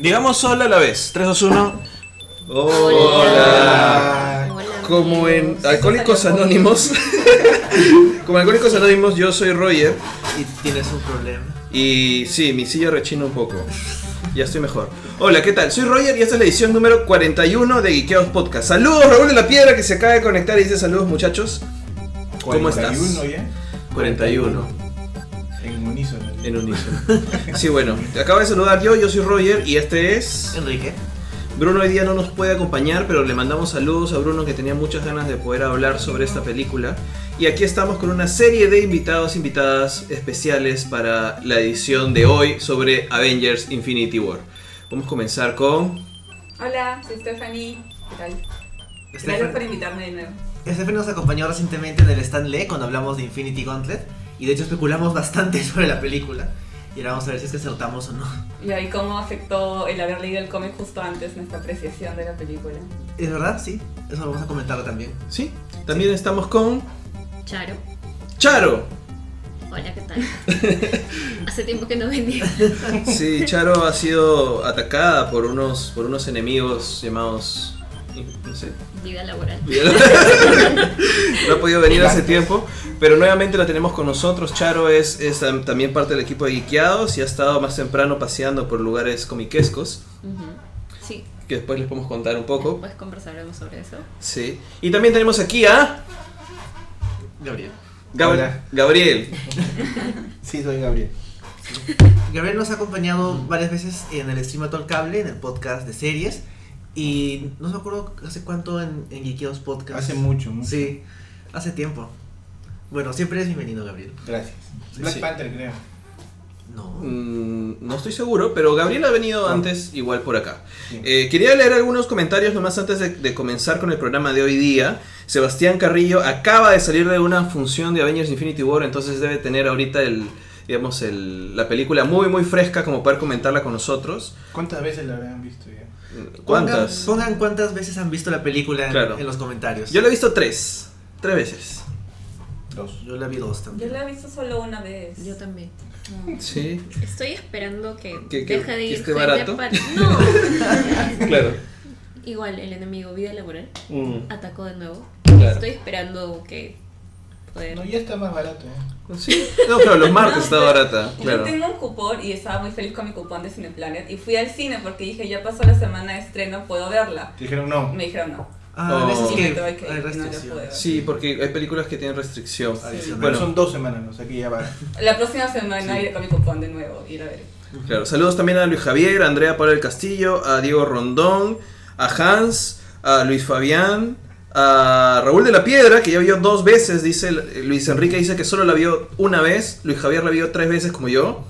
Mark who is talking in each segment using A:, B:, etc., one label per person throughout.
A: Digamos solo a la vez. 3, 2, 1.
B: Hola.
C: Hola,
B: Como en
C: amigos.
D: Este
B: Alcohólicos
C: Salió
B: Anónimos. Como en Alcohólicos Anónimos, yo soy Roger.
E: Y tienes un problema.
B: Y sí, mi silla rechina un poco. Ya estoy mejor. Hola, ¿qué tal? Soy Roger y esta es la edición número 41 de Geekeos Podcast. Saludos, Raúl de la Piedra, que se acaba de conectar y dice saludos, muchachos. ¿Cómo estás?
F: 41 ya?
B: 41
F: En unísono.
B: en unísono. Sí, bueno, te acabo de saludar yo, yo soy Roger y este es.
E: Enrique.
B: Bruno hoy día no nos puede acompañar, pero le mandamos saludos a Bruno que tenía muchas ganas de poder hablar sobre esta película. Y aquí estamos con una serie de invitados, invitadas especiales para la edición de hoy sobre Avengers Infinity War. Vamos a comenzar con...
C: Hola, soy Stephanie. ¿Qué tal? Gracias por
E: Stephen,
C: invitarme de nuevo.
E: Stephen nos acompañó recientemente en el stand Lee cuando hablamos de Infinity Gauntlet. Y de hecho especulamos bastante sobre la película. Y ahora vamos a ver si es que acertamos o no.
C: Y ahí cómo afectó el haber leído el cómic justo antes nuestra apreciación de la película.
E: ¿Es verdad? Sí. Eso lo vamos a comentarlo también.
B: ¿Sí? También estamos con...
D: Charo,
B: Charo.
D: hola, ¿qué tal? Hace tiempo que no venía.
B: Sí, Charo ha sido atacada por unos, por unos enemigos llamados... No sé,
D: Vida laboral.
B: no ha podido venir hace tiempo, pero nuevamente la tenemos con nosotros. Charo es, es tam- también parte del equipo de Geekeados y ha estado más temprano paseando por lugares comiquescos,
D: Ujú. Sí,
B: que después les podemos contar un poco.
D: después conversaremos sobre eso.
B: Sí. Y también tenemos aquí a
E: Gabriel.
B: Gab-
F: Hola.
B: Gabriel.
F: Sí, soy Gabriel.
E: Gabriel nos ha acompañado
B: Mm.
E: varias veces en el stream al Cable, en el podcast de series. Y no me acuerdo hace cuánto en, en Geekeos Podcast.
F: Hace mucho, mucho.
E: Sí, hace tiempo. Bueno, siempre es bienvenido, Gabriel.
F: Gracias. Black
B: Sí.
F: Panther, creo.
E: No.
B: Mm, no estoy seguro, pero Gabriel ha venido antes igual por acá.
F: Sí.
B: Eh, quería leer algunos comentarios nomás antes de, de comenzar con el programa de hoy día. Sebastián Carrillo acaba de salir de una función de Avengers Infinity War, entonces debe tener ahorita el, digamos, el- la película muy, muy fresca como para comentarla con nosotros.
F: ¿Cuántas veces la habrán visto ya?
B: ¿Cuántas?
E: Pongan, pongan cuántas veces han visto la película en,
B: Claro.
E: en los comentarios.
B: Yo la he visto tres. Tres veces.
F: Dos.
E: Yo la vi dos
C: Yo
E: también.
C: la he visto solo una vez.
D: Yo también. Mm.
C: también.
B: Sí,
D: Estoy esperando que,
B: ¿Que- que-
D: deje de
B: que
D: ir
B: esté
D: gente
B: barato?
D: para- No.
B: claro.
D: Igual, el enemigo Vida laboral
B: Mm,
D: atacó de nuevo.
B: claro.
D: Estoy esperando que poder...
F: No, ya está más barato. ¿eh?
B: Sí. No, claro, los martes está barata.
C: Yo
B: Claro.
C: tengo un cupón y estaba muy feliz con mi cupón de Cineplanet y fui al cine porque dije ya pasó la semana de estreno, puedo verla.
F: Te dijeron no.
C: Me dijeron no.
E: Ah,
B: Oh.
E: a veces
B: Sí,
C: me
E: que
C: tuve que
E: hay
C: ir, no la
E: restricción.
C: puedo.
B: Sí, porque hay películas que tienen restricción.
C: Sí.
F: Pero
B: Bueno.
F: son dos semanas, o sea que ya va.
C: La próxima semana iré con mi cupón de nuevo y la veré.
B: Claro, saludos también a Luis Javier, a Andrea Pablo del Castillo, a Diego Rondón, a Hans, a Luis Fabián, a Raúl de la Piedra, que ya vio dos veces, dice Luis Enrique, dice que solo la vio una vez, Luis Javier la vio tres veces como yo,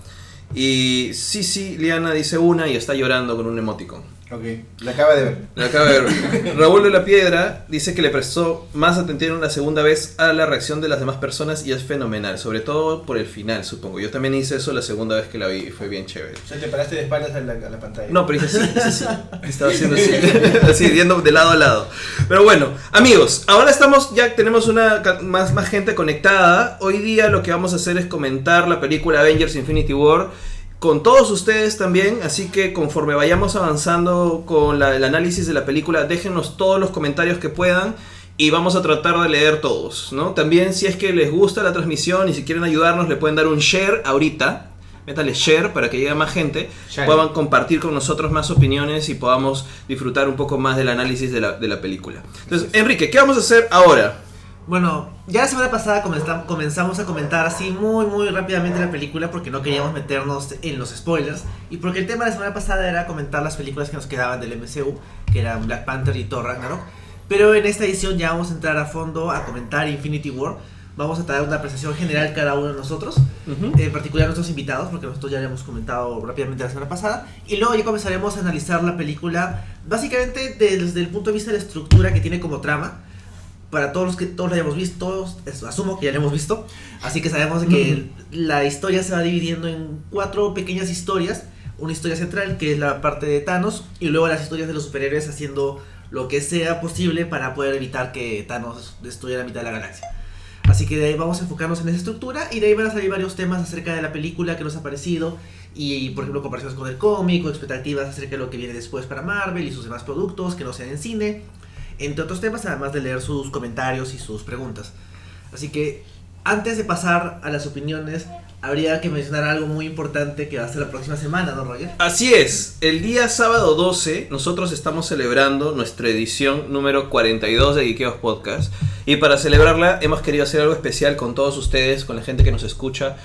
B: y sí, sí, Liana dice una y está llorando con un emoticon.
F: Ok, la acaba de ver.
B: La acaba de ver. Raúl de la Piedra dice que le prestó más atención la segunda vez a la reacción de las demás personas y es fenomenal, sobre todo por el final, supongo. Yo también hice eso la segunda vez que la vi y fue bien chévere.
F: O sea, te paraste de espaldas a la, a la pantalla.
B: No, pero hice así, hice así. Estaba haciendo así, así, yendo de lado a lado. Pero bueno, amigos, ahora estamos, ya tenemos una ca- más, más gente conectada. Hoy día lo que vamos a hacer es comentar la película Avengers Infinity War con todos ustedes también. Así que conforme vayamos avanzando con la- el análisis de la película, déjenos todos los comentarios que puedan. Y vamos a tratar de leer todos, ¿no? También si es que les gusta la transmisión y si quieren ayudarnos, le pueden dar un share ahorita. Métale share para que llegue más gente
F: Share.
B: puedan compartir con nosotros más opiniones y podamos disfrutar un poco más del análisis de la, de la película. Entonces, Enrique, ¿qué vamos a hacer ahora?
E: Bueno, ya la semana pasada comenzam- comenzamos a comentar así muy muy rápidamente la película porque no queríamos meternos en los spoilers y porque el tema de la semana pasada era comentar las películas que nos quedaban del MCU, que eran Black Panther y Thor Ragnarok, pero en esta edición ya vamos a entrar a fondo a comentar Infinity War, vamos a traer una apreciación general cada uno de nosotros, en particular nuestros invitados porque nosotros ya lo hemos comentado rápidamente la semana pasada y luego ya comenzaremos a analizar la película básicamente desde el punto de vista de la estructura que tiene como trama para todos los que todos la hayamos visto, todos, es- asumo que ya la hemos visto, así que sabemos que la historia se va dividiendo en cuatro pequeñas historias, una historia central que es la parte de Thanos y luego las historias de los superhéroes haciendo lo que sea posible para poder evitar que Thanos destruya la mitad de la galaxia. Así que de ahí vamos a enfocarnos en esa estructura y de ahí van a salir varios temas acerca de la película que nos ha parecido y, por ejemplo, comparaciones con el cómic o expectativas acerca de lo que viene después para Marvel y sus demás productos que no sean en cine, entre otros temas, además de leer sus comentarios y sus preguntas. Así que antes de pasar a las opiniones, habría que mencionar algo muy importante que va a ser la próxima semana, ¿no, Roger?
B: Así es, el día sábado 12 nosotros estamos celebrando nuestra edición número 42 de Geekeos Podcast y para celebrarla hemos querido hacer algo especial con todos ustedes, con la gente que nos escucha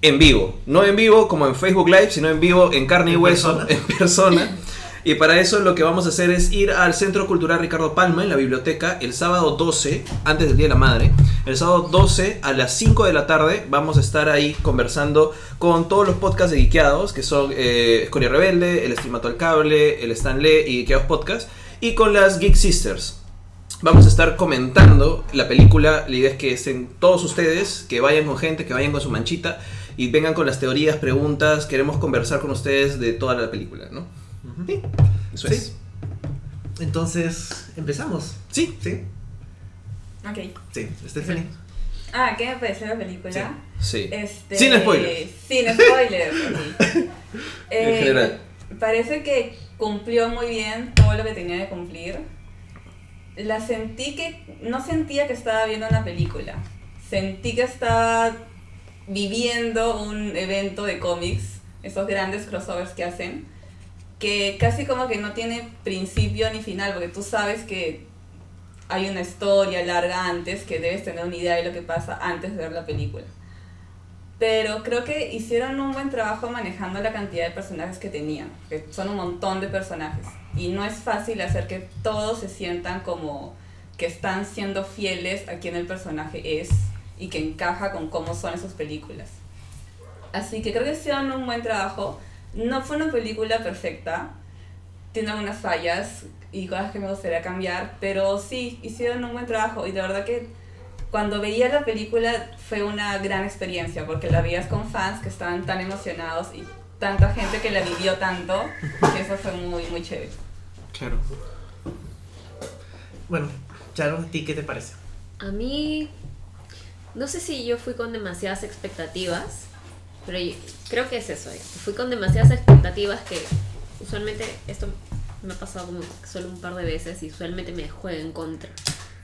B: en vivo, no en vivo como en Facebook Live, sino en vivo en carne y
E: En
B: hueso,
E: persona.
B: en persona. Y para eso lo que vamos a hacer es ir al Centro Cultural Ricardo Palma en la biblioteca el sábado 12, antes del Día de la Madre. El sábado 12 a las 5 de la tarde vamos a estar ahí conversando con todos los podcasts de Geekeados, que son eh, Escoria Rebelde, El Estimato al Cable, El Stanley y Geekeados Podcast, y con las Geek Sisters. Vamos a estar comentando la película. La idea es que estén todos ustedes, que vayan con gente, que vayan con su manchita y vengan con las teorías, preguntas. Queremos conversar con ustedes de toda la película, ¿no? Sí, eso
E: Sí.
B: es.
E: Entonces, empezamos.
B: Sí.
E: Sí,
C: Ok.
E: sí, Stephanie.
C: Ah, ¿qué me pareció la película?
B: Sí.
E: Sí.
C: Este,
B: Sin spoilers.
C: Sin spoilers. ok.
B: En general.
C: Parece que cumplió muy bien todo lo que tenía que cumplir. La sentí que no sentía que estaba viendo una película. Sentí que estaba viviendo un evento de cómics, esos grandes crossovers que hacen, que casi como que no tiene principio ni final, porque tú sabes que hay una historia larga antes, que debes tener una idea de lo que pasa antes de ver la película. Pero creo que hicieron un buen trabajo manejando la cantidad de personajes que tenían, que son un montón de personajes. Y no es fácil hacer que todos se sientan como que están siendo fieles a quien el personaje es y que encaja con cómo son esas películas. Así que creo que hicieron un buen trabajo. No fue una película perfecta, tiene algunas fallas y cosas que me gustaría cambiar, pero sí, hicieron un buen trabajo y de verdad que cuando veía la película fue una gran experiencia porque la veías con fans que estaban tan emocionados y tanta gente que la vivió tanto que eso fue muy muy chévere.
E: Claro. Bueno, Charo, ¿a ti qué te parece?
D: A mí, no sé si yo fui con demasiadas expectativas, pero yo- creo que es eso. eh. Fui con demasiadas expectativas que usualmente esto me ha pasado como solo un par de veces y usualmente me juega en contra.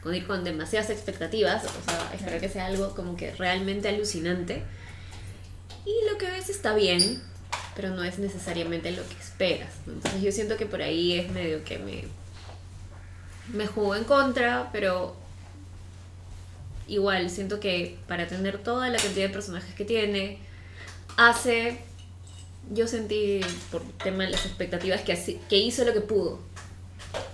D: Con ir con demasiadas expectativas, o sea, esperar que sea algo como que realmente alucinante. Y lo que ves está bien, pero no es necesariamente lo que esperas. ¿no? Entonces yo siento que por ahí es medio que me, me jugó en contra, pero igual siento que para tener toda la cantidad de personajes que tiene, hace, yo sentí por tema de las expectativas que, así- que hizo lo que pudo.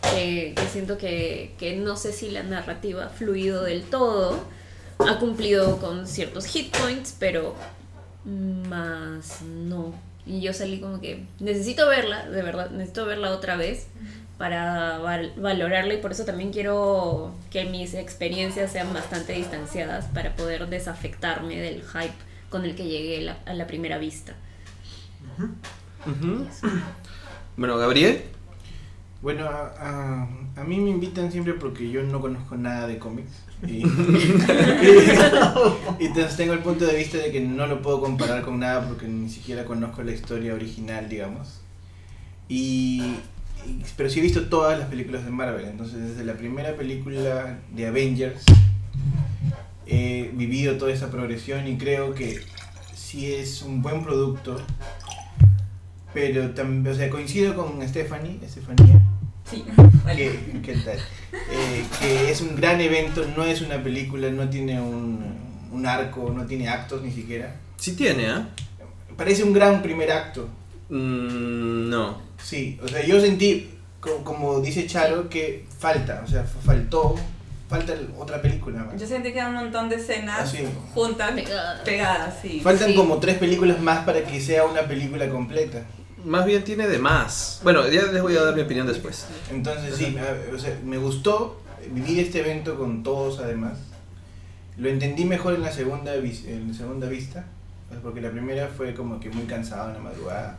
D: Que, que siento que, que no sé si la narrativa ha fluido del todo, ha cumplido con ciertos hit points, pero más no. Y yo salí como que necesito verla, de verdad, necesito verla otra vez para val- valorarla y por eso también quiero que mis experiencias sean bastante distanciadas para poder desafectarme del hype con el que llegué la- a la primera vista.
B: Ujú. Bueno, Gabriel.
F: Bueno, a, a- a mí me invitan siempre porque yo no conozco nada de cómics. Y, y entonces tengo el punto de vista de que no lo puedo comparar con nada porque ni siquiera conozco la historia original, digamos. Y, y- pero sí he visto todas las películas de Marvel. Entonces, desde la primera película de Avengers he vivido toda esa progresión y creo que sí es un buen producto. Pero también, o sea, coincido con Stephanie, Estefanía,
C: Sí,
F: que,
C: vale.
F: ¿qué tal? Eh, que es un gran evento, no es una película, no tiene un, un arco, no tiene actos ni siquiera.
B: Sí tiene, ¿ah?
F: Parece un gran primer acto,
B: Mm, no.
F: sí. O sea, yo sentí, co- como dice Charo, que falta, o sea, fa- faltó, falta el- otra película más.
C: Yo sentí que era un montón de
B: Ah,
C: escenas
F: Así.
C: juntas
D: Pegadas.
C: pegadas, sí.
F: Faltan
D: Sí.
F: como tres películas más para que sea una película completa.
B: Más bien tiene de más. Bueno, ya les voy a dar mi opinión después.
F: Entonces sí, me, o sea, me gustó vivir este evento con todos además. Lo entendí mejor en la segunda, vis- en la segunda vista, pues, porque la primera fue como que muy cansado en la madrugada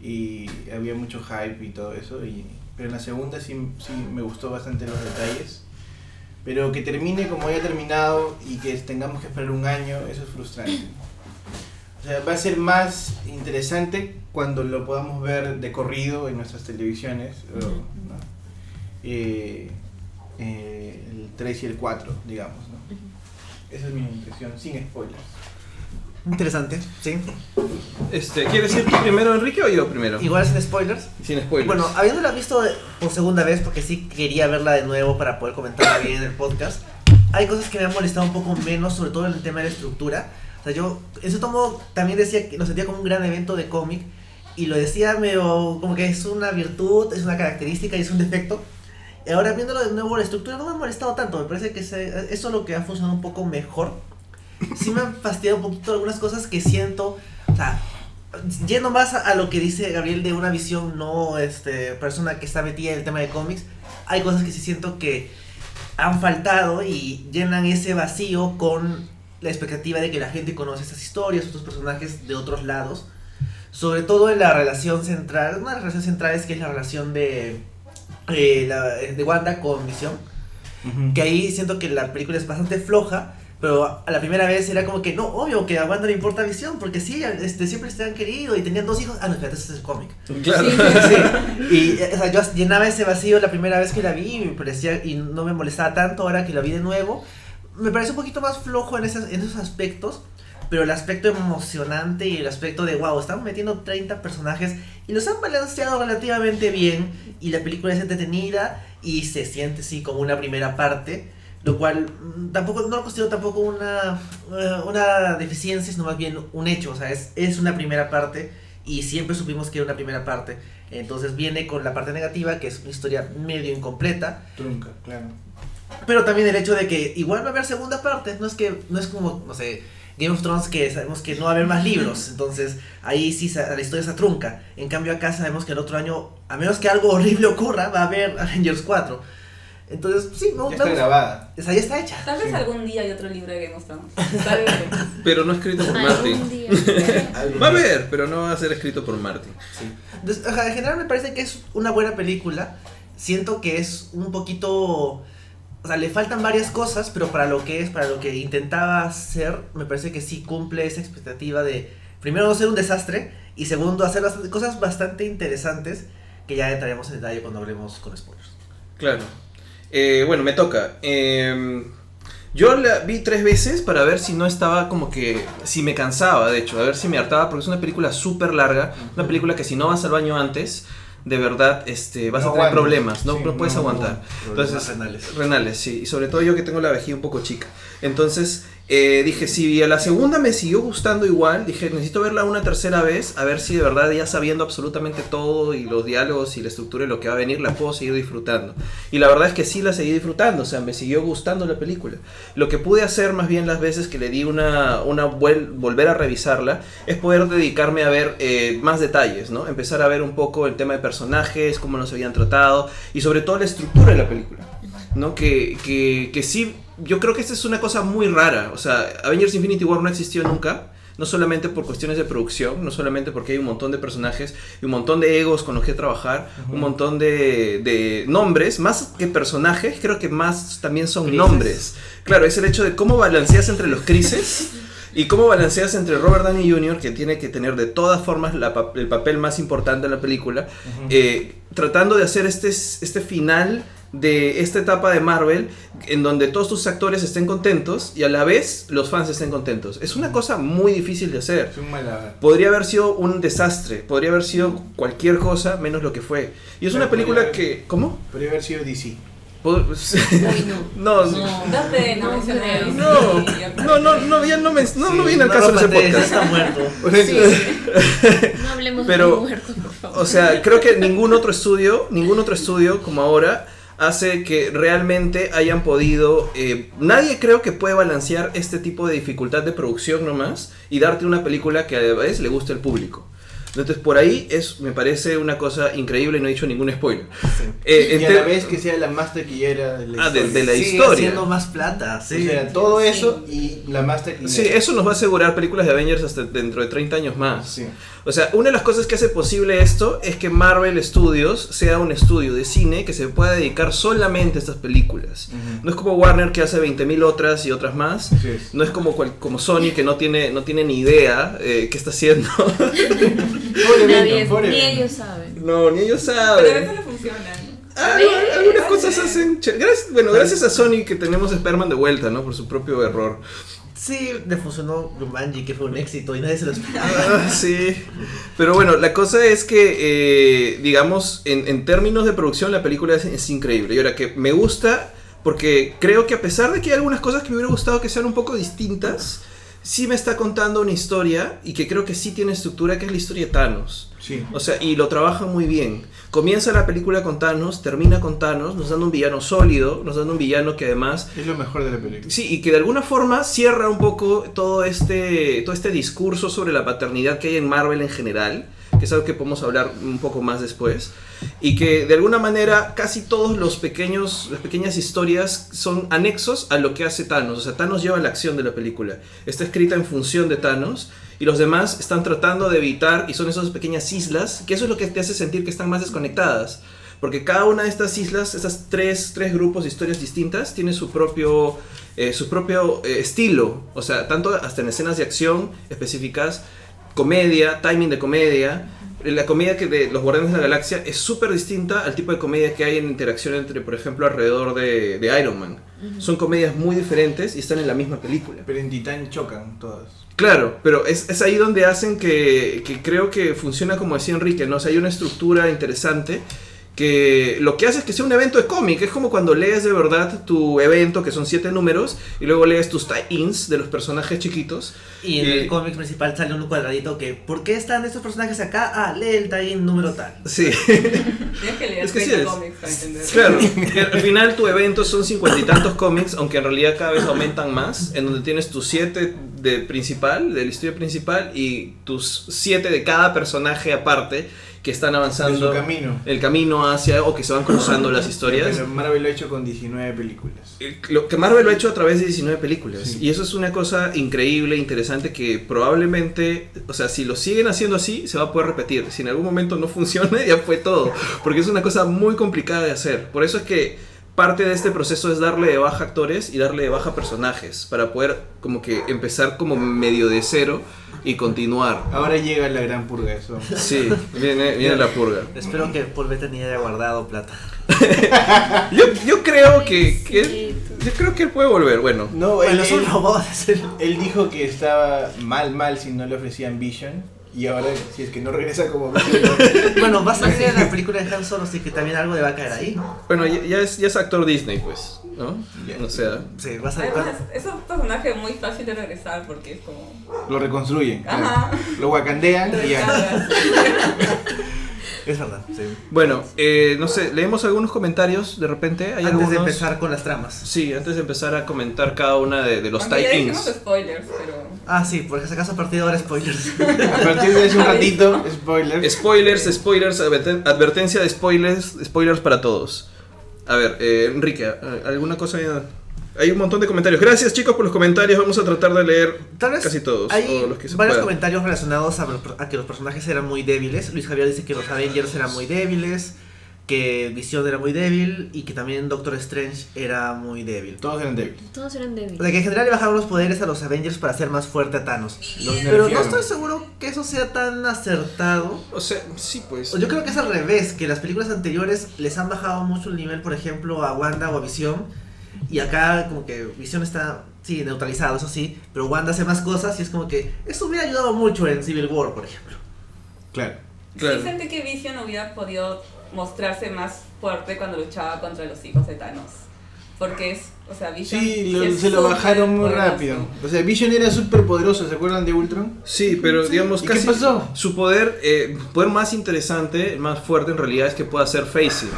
F: y había mucho hype y todo eso, y, pero en la segunda sí, sí me gustó bastante los detalles. Pero que termine como haya terminado y que tengamos que esperar un año, eso es frustrante. O sea, va a ser más interesante cuando lo podamos ver de corrido en nuestras televisiones. o- ¿no? Eh, eh, el 3 y el 4, digamos. ¿no? Esa es mi impresión, sin spoilers.
E: Interesante, sí.
B: Este, ¿Quieres ir tú primero, Enrique, o yo primero?
E: Igual sin spoilers.
B: Sin spoilers.
E: Bueno, habiéndola visto por segunda vez, porque sí quería verla de nuevo para poder comentarla bien en el podcast, hay cosas que me han molestado un poco menos, sobre todo en el tema de la estructura. O sea, yo, en cierto modo, también decía que lo sentía como un gran evento de cómic, y lo decía medio como que es una virtud, es una característica y es un defecto. Y ahora viéndolo de nuevo, la estructura no me ha molestado tanto, me parece que se- eso es lo que ha funcionado un poco mejor. Sí me han fastidiado un poquito algunas cosas que siento, o sea, yendo más a, a lo que dice Gabriel de una visión no este persona que está metida en el tema de cómics, hay cosas que sí siento que han faltado y llenan ese vacío con la expectativa de que la gente conoce estas historias, estos personajes de otros lados. Sobre todo en la relación central, una de las relaciones centrales que es la relación de, eh, la- de Wanda con Visión. Que ahí siento que la película es bastante floja, pero a la primera vez era como que no, obvio que a Wanda le importa visión, porque sí, este, siempre se han querido y tenían dos hijos. Ah, no, espérate, ese es el cómic.
B: Claro.
E: Sí, y eh, o sea, yo llenaba ese vacío la primera vez que la vi y me parecía y no me molestaba tanto ahora que la vi de nuevo. Me parece un poquito más flojo en, esas- en esos aspectos, pero el aspecto emocionante y el aspecto de wow, estamos metiendo 30 personajes y los han balanceado relativamente bien y la película es entretenida y se siente sí como una primera parte. Lo cual mm, tampoco, no lo considero tampoco una, eh, una deficiencia, sino más bien un hecho. O sea, es, es una primera parte y siempre supimos que era una primera parte. Entonces viene con la parte negativa, que es una historia medio incompleta,
F: Trunca, claro.
E: pero también el hecho de que igual va a haber segunda parte, no es que no es como, no sé, Game of Thrones que sabemos que no va a haber más libros, entonces ahí sí sa- la historia se trunca. En cambio acá sabemos que el otro año, a menos que algo horrible ocurra, va a haber Avengers 4. Entonces, sí, no,
F: Ya está grabada.
E: Esa ya está hecha.
C: Tal vez algún día hay otro libro de Game of Thrones. Tal vez.
B: Pero no escrito por
D: Algún
B: Martin.
D: día.
B: Va a haber, pero no va a ser escrito por Martin.
E: Entonces, o sea, en general me parece que es una buena película. Siento que es un poquito... O sea, le faltan varias cosas, pero para lo que es, para lo que intentaba hacer, me parece que sí cumple esa expectativa de, primero, no ser un desastre, y segundo, hacer bastante- cosas bastante interesantes que ya entraremos en detalle cuando hablemos con spoilers.
B: Claro. Eh, bueno, me toca. Eh, yo la vi tres veces para ver si no estaba como que. Si me cansaba, de hecho, a ver si me hartaba, porque es una película súper larga. Una película que si no vas al baño antes, de verdad este, vas
F: No
B: a tener
F: aguantas.
B: problemas. No,
F: Sí,
B: no puedes
F: no,
B: aguantar.
E: Problemas
B: Entonces,
E: renales.
B: Renales, sí. Y sobre todo yo que tengo la vejiga un poco chica. Entonces, eh, dije, si a la segunda me siguió gustando igual, dije, necesito verla una tercera vez, a ver si de verdad ya sabiendo absolutamente todo y los diálogos y la estructura y lo que va a venir, la puedo seguir disfrutando. Y la verdad es que sí la seguí disfrutando, o sea, me siguió gustando la película. Lo que pude hacer más bien las veces que le di una, una vuel- volver a revisarla, es poder dedicarme a ver eh, más detalles, ¿no? Empezar a ver un poco el tema de personajes, cómo nos habían tratado y sobre todo la estructura de la película. ¿no? Que, que, que sí, yo creo que esta es una cosa muy rara. O sea, Avengers Infinity War no existió nunca. No solamente por cuestiones de producción, no solamente porque hay un montón de personajes y un montón de egos con los que trabajar, un montón de, de nombres, más que personajes, creo que más también son
E: Crisis.
B: nombres. Claro, es el hecho de cómo balanceas entre los crisis y cómo balanceas entre Robert Downey Jr., que tiene que tener de todas formas la pa- el papel más importante en la película, eh, tratando de hacer este, este final de esta etapa de Marvel en donde todos tus actores estén contentos y a la vez los fans estén contentos. Es una cosa muy difícil de hacer.
F: Es un malabar.
B: Podría haber sido un desastre, podría haber sido cualquier cosa menos lo que fue. Y es
F: Pero
B: una película
F: podría
B: que... ¿Cómo?
F: Podría haber sido DC.
B: Pod-
D: Uy,
B: no,
D: No.
C: Da pena
D: No,
C: mencionar
D: creo.
B: no,
C: eso. Sí,
B: no, no, no, ya no, me, no,
E: Sí,
B: no viene al caso
E: lo
B: de ese
E: plantees,
B: podcast.
E: Está muerto.
D: Sí. No hablemos
B: Pero-
D: de muertos, por favor.
B: O sea, creo que ningún otro estudio, ningún otro estudio como ahora hace que realmente hayan podido... eh, nadie creo que puede balancear este tipo de dificultad de producción nomás y darte una película que a la vez le guste al público. Entonces por ahí es, me parece una cosa increíble y no he dicho ningún spoiler. Eh,
F: Y a
B: ente-
F: la vez que sea la más taquillera de la
B: Ah, de-
F: historia.
B: de la
E: Sigue
B: historia.
E: haciendo más plata, sí.
F: O
B: Pues, eh,
F: sea, todo
C: Sí.
F: eso y la más taquillera.
B: Sí, eso nos va a asegurar películas de Avengers hasta dentro de 30 años más.
F: Sí.
B: O sea, una de las cosas que hace posible esto es que Marvel Studios sea un estudio de cine que se pueda dedicar solamente a estas películas.
F: Ujú.
B: No es como Warner que hace 20.000 otras y otras más.
F: Así es.
B: No es como, cual- como Sony que no tiene, no tiene ni idea eh, qué está haciendo.
F: Pobre
D: Nadie,
F: Venom, pobre
D: ni
F: Venom.
D: ellos saben.
B: no, ni ellos
C: Pero a veces
B: saben.
C: le funcionan.
B: Ah, no, algunas
C: Eh,
B: cosas
C: eh.
B: hacen... ch- Gracias, bueno, gracias a Sony que tenemos a Spider-Man de vuelta, ¿no? Por su propio error.
E: Sí, le funcionó Jumanji, que fue un éxito y nadie se lo esperaba.
B: Ah, sí. Pero bueno, la cosa es que, eh, digamos, en, en términos de producción, la película es, es increíble. Y ahora que me gusta, porque creo que a pesar de que hay algunas cosas que me hubiera gustado que sean un poco distintas, sí me está contando una historia y que creo que sí tiene estructura, que es la historia de Thanos.
F: Sí.
B: O sea, y lo trabaja muy bien. Comienza la película con Thanos, termina con Thanos, nos dando un villano sólido, nos dando un villano que además
F: Es lo mejor de la película.
B: Sí, y que de alguna forma cierra un poco todo este, todo este discurso sobre la paternidad que hay en Marvel en general, que es algo que podemos hablar un poco más después, y que de alguna manera casi todos los pequeños, las pequeñas historias son anexos a lo que hace Thanos, o sea, Thanos lleva la acción de la película, está escrita en función de Thanos, y los demás están tratando de evitar, y son esas pequeñas islas, que eso es lo que te hace sentir que están más desconectadas. Porque cada una de estas islas, estas tres, tres grupos de historias distintas, tiene su propio, eh, su propio eh, estilo. O sea, tanto hasta en escenas de acción específicas, comedia, timing de comedia. La comedia que de los Guardianes de la Galaxia es súper distinta al tipo de comedia que hay en interacción entre, por ejemplo, alrededor de, de Iron Man. Son comedias muy diferentes y están en la misma película.
F: Pero en Titán chocan todas.
B: Claro, pero es, es ahí donde hacen que, que creo que funciona como decía Enrique, ¿no? O sea, hay una estructura interesante que lo que hace es que sea un evento de cómic. Es como cuando lees de verdad tu evento, que son siete números, y luego lees tus tie-ins de los personajes chiquitos.
E: Y en
B: Y-
E: el cómic principal sale un cuadradito que, ¿por qué están estos personajes acá? Ah, lee el tie-in número tal.
B: Sí,
C: Tienes que leer
B: Es que sí
C: 30
B: es.
C: cómics para entender.
B: claro. que al final tu evento son cincuenta y tantos cómics, aunque en realidad cada vez aumentan más, en donde tienes tus siete de principal, del estudio principal, y tus siete de cada personaje aparte que están
F: En
B: avanzando.
F: su camino.
B: el camino hacia o que se van cruzando las historias.
F: Pero Marvel lo ha hecho con 19 películas.
B: Lo que Marvel lo ha hecho a través de 19 películas.
F: Sí.
B: Y eso es una cosa increíble, interesante, que probablemente, o sea, si lo siguen haciendo así, se va a poder repetir. Si en algún momento no funciona, ya fue todo. Porque es una cosa muy complicada de hacer. Por eso es que parte de este proceso es darle de baja actores y darle de baja personajes. Para poder como que empezar como medio de cero y continuar.
F: Ahora llega la gran purga, eso.
B: Sí, viene, viene la purga.
E: Espero que Paul Bettany haya guardado plata.
B: Yo, yo creo que, que...
D: Pobrecito.
B: Yo creo que él puede volver. Bueno,
F: No, él,
E: Bueno, es un
F: él-
E: robot, es el-
F: él dijo que estaba mal, mal si no le ofrecían Vision. Y ahora, si es que no regresa como Vision, no.
E: Bueno, va a salir en la película de Han Solo, así que también algo le va a caer ahí.
B: Bueno, ya, ya es, ya es actor Disney, pues, ¿no?
F: Ya.
B: O sea,
E: Sí, va a salir.
C: Además, es un personaje muy fácil de regresar porque es como.
F: lo reconstruyen. claro.
C: Ajá.
F: Lo wakandean y ya.
E: Es verdad, sí.
B: bueno, eh, no sé, leemos algunos comentarios de repente. ¿Hay
E: Antes
B: algunos?
E: de empezar con las tramas.
B: Sí, antes de empezar a comentar cada una de, de los
C: Aunque ya dijimos
B: tie-ins.
C: spoilers, pero.
E: Ah, sí, porque si acaso a partir de ahora spoilers.
F: A partir de hace un ratito, spoiler.
B: Spoilers, spoilers, adverten- advertencia de spoilers, spoilers para todos. A ver, eh, Enrique, ¿a- ¿alguna cosa? Hay un montón de comentarios. Gracias chicos por los comentarios. Vamos a tratar de leer
E: Tal vez
B: casi todos.
E: Hay
B: o los que se
E: varios
B: puedan.
E: comentarios relacionados a, a que los personajes eran muy débiles. Luis Javier dice que los Avengers eran muy débiles, que Visión era muy débil y que también Doctor Strange era muy débil.
F: Todos eran débiles.
D: Todos eran
E: O sea,
D: débiles.
E: que en general le bajaron los poderes a los Avengers para hacer más fuerte a Thanos.
F: Los
E: Pero no
F: nerfearon.
E: estoy seguro que eso sea tan acertado.
B: O sea, sí, pues.
E: Yo creo que es al revés, que las películas anteriores les han bajado mucho el nivel, por ejemplo, a Wanda o a Visión. Y acá como que Visión está, sí, neutralizado, eso sí, pero Wanda hace más cosas y es como que eso hubiera ayudado mucho en Civil War, por ejemplo.
F: Claro.
B: Claro.
C: Sí sentí que Vision hubiera podido mostrarse más fuerte cuando luchaba contra los hijos de Thanos. Porque es, o sea, Vision.
F: Sí, lo-
C: es
F: se lo
C: súper
F: bajaron muy
C: poderoso.
F: rápido. O sea, Vision era súper poderoso, ¿se acuerdan de Ultron?
B: Sí, pero digamos
F: ¿Y
B: casi
F: qué pasó?
B: su poder, eh, poder más interesante, más fuerte en realidad es que pueda hacer facing.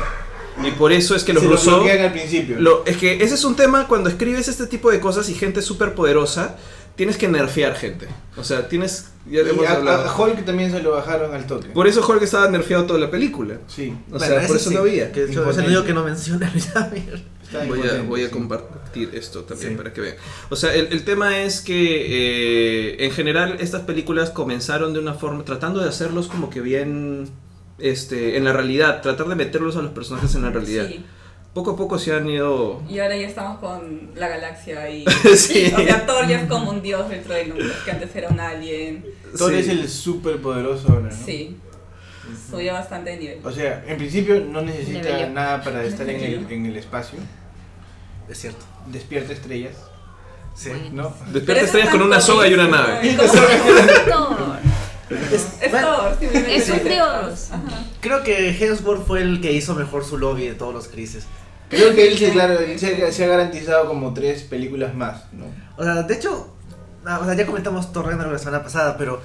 B: Y por eso es que los
F: se lo
B: rusos
F: bloquean al principio.
B: lo- es que ese es un tema cuando escribes este tipo de cosas y gente súper poderosa, tienes que nerfear gente. O sea, tienes. Ya
F: Y
B: hemos
F: a,
B: hablado.
F: a Hulk también se lo bajaron al toque.
B: Por eso Hulk estaba nerfeado toda la película.
F: Sí.
B: O
E: Bueno,
B: sea, por
E: ese
B: eso
E: sí,
B: no había.
E: Que eso es el único que no menciona ya, mira.
F: Está
B: Voy a,
F: impotente,
B: voy a
F: sí.
B: compartir esto también
E: Sí.
B: para que vean. O sea, el, el tema es que eh, en general estas películas comenzaron de una forma, tratando de hacerlos como que bien este, en la realidad, tratar de meterlos a los personajes en la realidad.
C: Sí.
B: Poco a poco se han ido...
C: Y ahora ya estamos con la galaxia y.
B: Sí.
C: O sea, Thor ya es como un dios dentro del mundo, que antes era un alien.
F: Thor
B: sí.
F: es el súper poderoso ahora, ¿no?
C: Sí. Subió bastante de nivel.
F: O sea, en principio no necesita
D: Niveló.
F: nada para estar en el, en el espacio.
E: Es cierto.
F: Despierta estrellas,
E: Sí.
F: ¿no?
C: Pero
B: Despierta
C: eso
B: estrellas con
C: está
B: una soga y una
C: comiquísimo,
B: nave.
C: ¿eh? ¿Cómo?
D: Thor.
C: Es
E: Bueno,
C: Thor, simplemente
D: Es un
C: dice
D: dios.
C: Thor. Ajá.
E: creo que Hemsworth fue el que hizo mejor su lobby de todos los crisis.
F: Creo que él, se, claro, él se, se ha garantizado como tres películas más, ¿no?
E: O sea, de hecho, ah, o sea, ya comentamos Thor Ragnarok la semana pasada, pero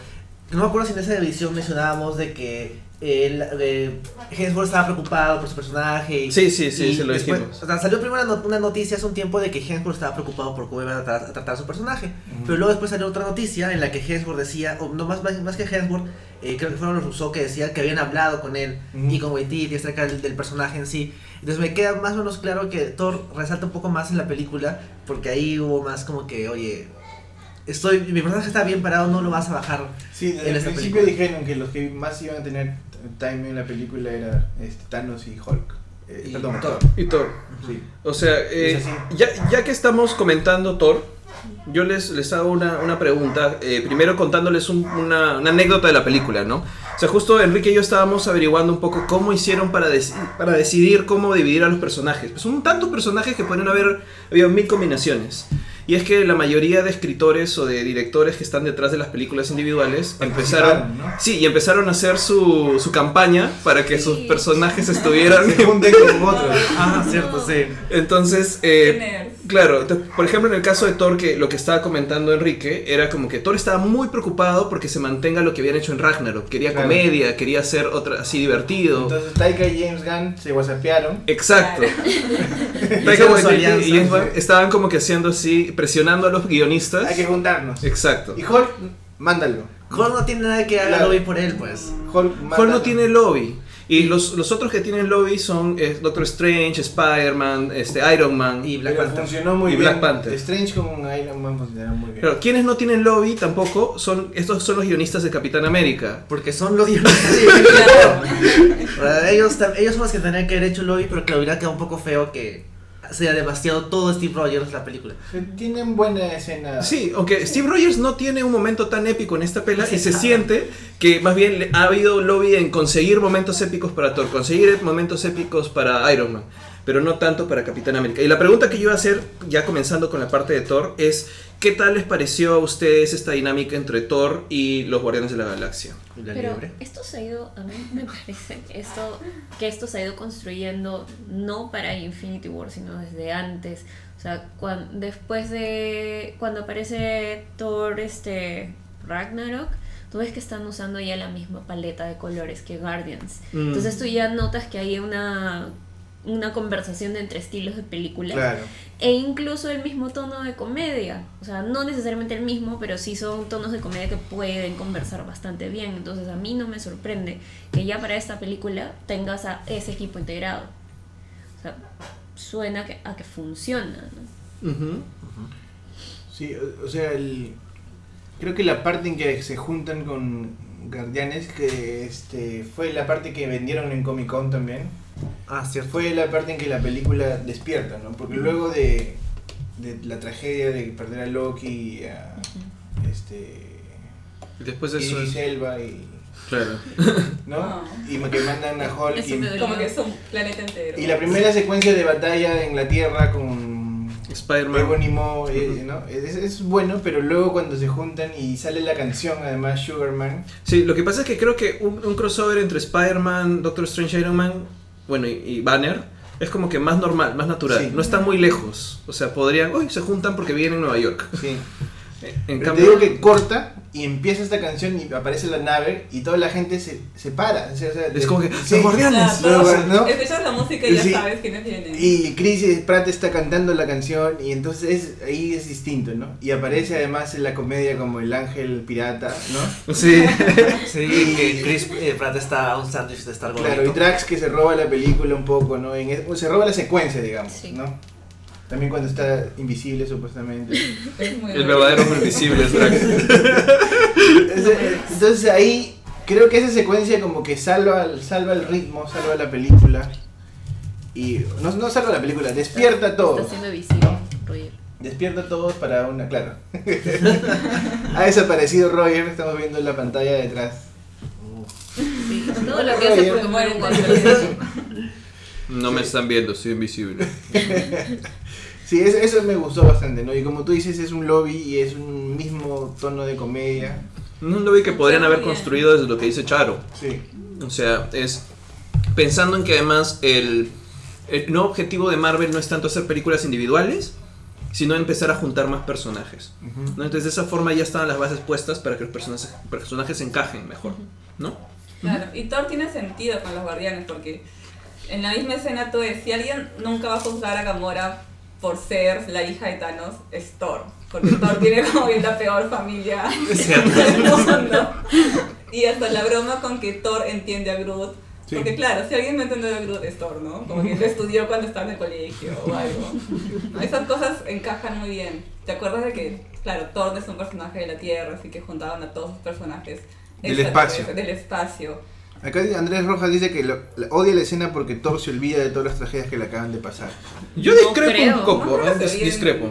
E: no me acuerdo si en esa edición mencionábamos de que él, eh, Hemsworth estaba preocupado por su personaje. y-
B: Sí, sí, sí,
E: y
B: se lo
E: después-
B: dijimos.
E: O sea, salió primero una, not- una noticia hace un tiempo de que Hemsworth estaba preocupado por cómo iban a, tra- a tratar su personaje. Pero luego después salió otra noticia en la que Hemsworth decía, o no más, más, más que Hemsworth, eh, creo que fueron los Rousseau que decían que habían hablado con él
F: Ujú.
E: y con Waititi acerca del, del personaje en sí. Entonces me queda más o menos claro que Thor resalta un poco más en la película porque ahí hubo más como que, oye, estoy, mi personaje está bien parado, no lo vas a bajar.
F: Sí, desde
E: En
F: el
E: esa
F: principio
E: película.
F: dijeron que los que más iban a tener time en la película era este, Thanos y Hulk. Eh,
E: Y
F: perdón,
E: Thor.
B: Y Thor.
F: Sí.
B: O sea, eh,
F: Es así.
B: ya, ya que estamos comentando Thor, yo les, les hago una, una pregunta. eh, primero contándoles un- una, una anécdota de la película, ¿no? O sea, justo Enrique y yo estábamos averiguando un poco cómo hicieron para, deci- para decidir cómo dividir a los personajes. Pues son tantos personajes que pueden haber, había mil combinaciones. Y es que la mayoría de escritores o de directores que están detrás de las películas individuales empezaron,
F: Participaron, ¿no?
B: sí, y empezaron a hacer su, su campaña para que sus
D: Sí.
B: personajes estuvieran
F: Se junten con otros.
E: Ah,
D: No.
E: cierto, sí.
B: Entonces, eh,
C: Qué nerds.
B: claro, te- por ejemplo, en el caso de Thor, que lo que estaba comentando Enrique era como que Thor estaba muy preocupado porque se mantenga lo que habían hecho en Ragnarok. Quería
F: Claro.
B: comedia, quería hacer otra así divertido.
F: Entonces Taika y James Gunn se whatsappearon.
B: Exacto. Taika
E: hicieron su
B: Waititi
E: alianza,
B: y James Wan
E: sí.
B: estaban como que haciendo así, presionando a los guionistas.
F: Hay que juntarnos.
B: Exacto.
F: Y Hulk, mándalo.
E: Hulk no tiene nada que haga
F: Claro.
E: lobby por él, pues.
F: Hulk,
B: Hulk
F: mándalo.
B: no tiene lobby. Y los, los otros que tienen lobby son eh, Doctor Strange, Spider-Man, este, Iron Man.
E: Y Black
F: Pero
E: Panther.
F: funcionó muy
B: Y
F: bien.
B: Black Panther.
F: Strange con Iron Man funcionó muy bien.
B: Claro, quienes no tienen lobby tampoco son estos son los guionistas de Capitán América.
E: Porque son los guionistas de Claro. Ahora, ellos, tam- ellos son los que tendrían que haber hecho el lobby, pero que hubiera quedado un poco feo que sea demasiado todo Steve Rogers la película.
F: Tienen buena escena.
B: Sí, aunque Steve Rogers no tiene un momento tan épico en esta pela y se siente que más bien le- ha habido un lobby en conseguir momentos épicos para Thor, conseguir momentos épicos para Iron Man, pero no tanto para Capitán América. Y la pregunta que yo iba a hacer, ya comenzando con la parte de Thor, es ¿qué tal les pareció a ustedes esta dinámica entre Thor y los Guardianes de la Galaxia?
E: Y La
D: Pero
E: liebre.
D: esto se ha ido, a mí me parece que esto, que esto se ha ido construyendo no para Infinity War, sino desde antes. O sea, cuan- después de cuando aparece Thor este, Ragnarok, tú ves que están usando ya la misma paleta de colores que Guardians.
B: Mm.
D: Entonces tú ya notas que hay una, una conversación entre estilos de películas
F: Claro.
D: e incluso el mismo tono de comedia. O sea, no necesariamente el mismo, pero sí son tonos de comedia que pueden conversar bastante bien. Entonces a mí no me sorprende que ya para esta película tengas a ese equipo integrado. O sea, suena que- a que funciona. ¿no?
B: Ujú.
F: Sí, o, o sea, el- creo que la parte en que se juntan con Guardianes, que este, fue la parte que vendieron en Comic Con también,
E: Ah, cierto.
F: fue la parte en que la película despierta, ¿no? Porque luego de, de la tragedia de perder a Loki y a, este,
B: Y Después de Pues eso...
F: Idris
B: es-
F: Elba y...
B: Claro.
F: ¿no?
C: Ah.
F: Y que mandan a Hulk
D: Eso
F: y-
D: me dolió.
C: Como que es un planeta entero.
F: y la primera secuencia de batalla en la Tierra con
B: Spider-Man.
F: Luego animó, eh, ¿no? Es, es bueno, pero luego cuando se juntan y sale la canción, además, Sugarman.
B: Sí, lo que pasa es que creo que un, un crossover entre Spider-Man, Doctor Strange, Iron Man, bueno, y, y Banner, es como que más normal, más natural.
F: Sí.
B: No está muy lejos. O sea, podrían, uy, se juntan porque viven en Nueva York.
F: Sí.
B: Eh, En
F: Pero
B: cambio,
F: te digo que corta y empieza esta canción y aparece la nave y toda la gente se, se para. O sea, o sea,
B: Es como que,
F: sí.
B: "Los guardianes".
F: Los guardianes, ¿no?
C: Ah, Escuchas la música y ya
F: Sí.
C: sabes quiénes vienen.
F: Y Chris Pratt está cantando la canción y entonces es- ahí es distinto, ¿no? Y aparece además en la comedia como el ángel pirata, ¿no?
B: Sí.
E: Sí, que Chris eh, Pratt está a un sándwich de estar
F: Claro, y
E: gordito.
F: Drax que se roba la película un poco, ¿no? En es- se roba la secuencia, digamos,
D: Sí.
F: ¿no? También cuando está invisible supuestamente.
C: Es muy
B: El
C: bueno.
B: verdadero hombre invisible es Drax.
F: Entonces, entonces ahí creo que esa secuencia como que salva, salva el ritmo, salva la película. Y no, no salva la película, despierta a todos.
D: Está siendo visible, Roger.
F: Despierta a todos para una, claro. ha desaparecido Roger, estamos viendo en la pantalla detrás.
D: Todo lo que hace porque muere un golpe.
B: No me están viendo, soy invisible.
F: Sí, es- eso me gustó bastante, ¿no? Y como tú dices, es un lobby y es un mismo tono de comedia.
B: No lo vi que podrían haber
C: Muy bien.
B: construido desde lo que dice Charo.
F: Sí.
B: O sea, es pensando en que además el, el no objetivo de Marvel no es tanto hacer películas individuales, sino empezar a juntar más personajes. ¿no? Entonces de esa forma ya están las bases puestas para que los personajes, personajes encajen mejor, ¿no?
C: Claro, y Thor tiene sentido con los guardianes porque en la misma escena tú ves, si alguien nunca va a juzgar a Gamora por ser la hija de Thanos, es Thor. Porque Thor tiene como que la peor familia del mundo. Y hasta la broma con que Thor entiende a Groot.
F: Sí.
C: Porque claro, si alguien no entiende a Groot es Thor, ¿no? Como que lo estudió cuando estaba en el colegio o algo. ¿no? Esas cosas encajan muy bien. ¿Te acuerdas de que, claro, Thor es un personaje de la Tierra, así que juntaban a todos los personajes
F: Del espacio.
C: extraterrestres, Del espacio.
F: Acá Andrés Rojas dice que lo- la- odia la escena porque Thor se olvida de todas las tragedias que le acaban de pasar.
B: Yo
D: No
B: discrepo
D: creo.
B: un poco,
C: No, no
B: ¿eh?
C: se
B: Dis-
C: viene-
B: discrepo.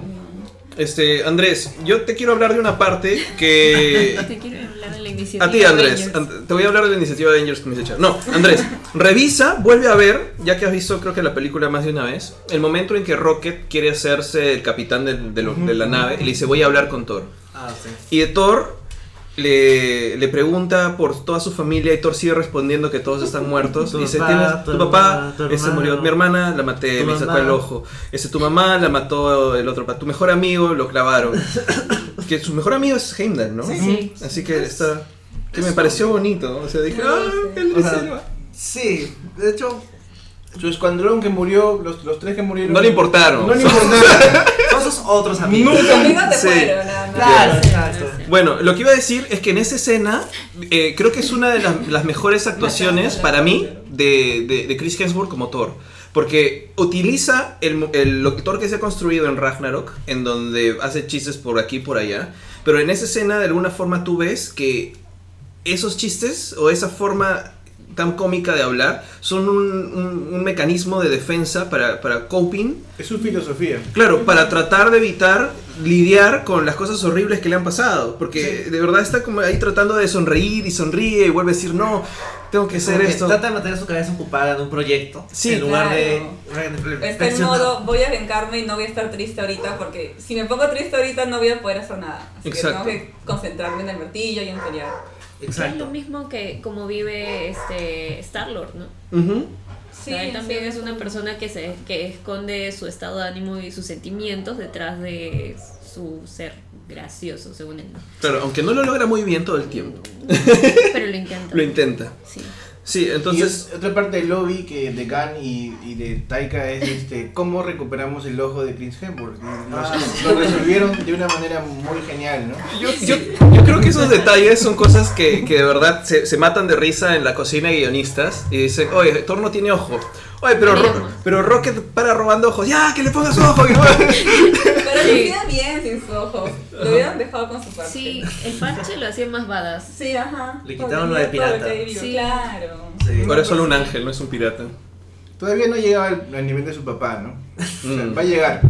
B: Este, Andrés, yo te quiero hablar de una parte que
D: Te quiero hablar de la iniciativa.
B: Eh, A ti, Andrés.
D: Avengers.
B: An- Te voy a hablar de la iniciativa de Angels que me has hecho. No, Andrés, revisa, vuelve a ver, ya que has visto creo que la película más de una vez, el momento en que Rocket quiere hacerse el capitán del- de, lo- de la nave y le dice voy a hablar con Thor.
E: Ah, sí.
B: Y Thor le, le pregunta por toda su familia y Thor sigue respondiendo que todos están muertos.
E: Tu
B: dice,
E: papá,
B: "Tienes-
E: tu
B: tu papá,
E: hermana, tu
B: ese
E: hermano.
B: murió, mi hermana la maté,
E: Tu
B: me sacó
E: mamá.
B: el ojo. Ese tu mamá la mató el otro, pa- tu mejor amigo lo clavaron. que su mejor amigo es Heimdall, ¿no?
D: Sí. Pues,
B: Así que está. Que me pareció bonito. O sea, dije,
C: No,
B: ¡ah!
C: sí.
B: el
E: O sea,
B: reserva".
E: Sí, de hecho,
F: Su escuadrón que murió, los, los tres que murieron.
B: No le importaron.
F: No le importaron.
E: son sus otros amigos.
C: Tus amigos te
B: Sí.
C: fueron, nada más.
E: Claro,
D: Sí,
E: exacto.
D: no sé.
B: Bueno, lo que iba a decir es que en esa escena eh, creo que es una de las, las mejores actuaciones para mí de, de- de Chris Hemsworth como Thor. Porque utiliza el, mo- el lo que- Thor que se ha construido en Ragnarok, en donde hace chistes por aquí y por allá. Pero en esa escena de alguna forma tú ves que esos chistes o esa forma tan cómica de hablar son un, un- un mecanismo de defensa para, para coping
F: Es su filosofía.
B: Claro, para tratar de evitar lidiar con las cosas horribles que le han pasado. Porque de verdad está como ahí tratando de sonreír y sonríe y vuelve a decir, no, tengo que hacer
E: Como que
B: esto.
E: Trata de mantener su cabeza ocupada en un proyecto.
B: Sí.
E: en lugar de. re-
C: Está en
E: reflexionar.
C: modo, voy a vengarme y no voy a estar triste ahorita porque si me pongo triste ahorita no voy a poder hacer nada. Así
B: Exacto.
C: que tengo que concentrarme en el martillo y en pelear.
D: Es lo
E: Exacto.
D: mismo que como vive este Star-Lord, ¿no?
B: Ujú.
D: Sí, él también es una persona que se que esconde su estado de ánimo y sus sentimientos detrás de su ser gracioso, según él.
B: Claro, aunque no lo logra muy bien todo el tiempo.
D: Pero lo intenta.
B: Lo intenta.
D: Sí.
B: Sí, entonces...
F: Y otra parte del lobby que de Gunn y, y de Taika es este cómo recuperamos el ojo de Chris Hemsworth. Y
B: Ah.
F: Lo, lo resolvieron de una manera muy genial, ¿no?
B: Yo, yo- yo creo que esos detalles son cosas que, que de verdad se, se matan de risa en la cocina de guionistas y dicen, oye, Thor no tiene ojo. Oye, pero, Ro- pero Rocket para robando ojos. Ya, que le ponga su ojo. que no-".
C: Pero
D: Sí.
C: le queda bien sin sus ojos. Lo hubieran dejado con su parche.
D: Sí, el parche lo hacía más badass.
C: Sí, ajá.
E: Le quitaron lo de
C: Todo
E: pirata.
C: que vivió,
D: Sí.
C: Claro.
E: Sí.
B: Ahora es solo un ángel, no es un pirata.
F: Todavía no llegaba al, al nivel de su papá, ¿no? O sea,
B: Mm.
F: va a llegar.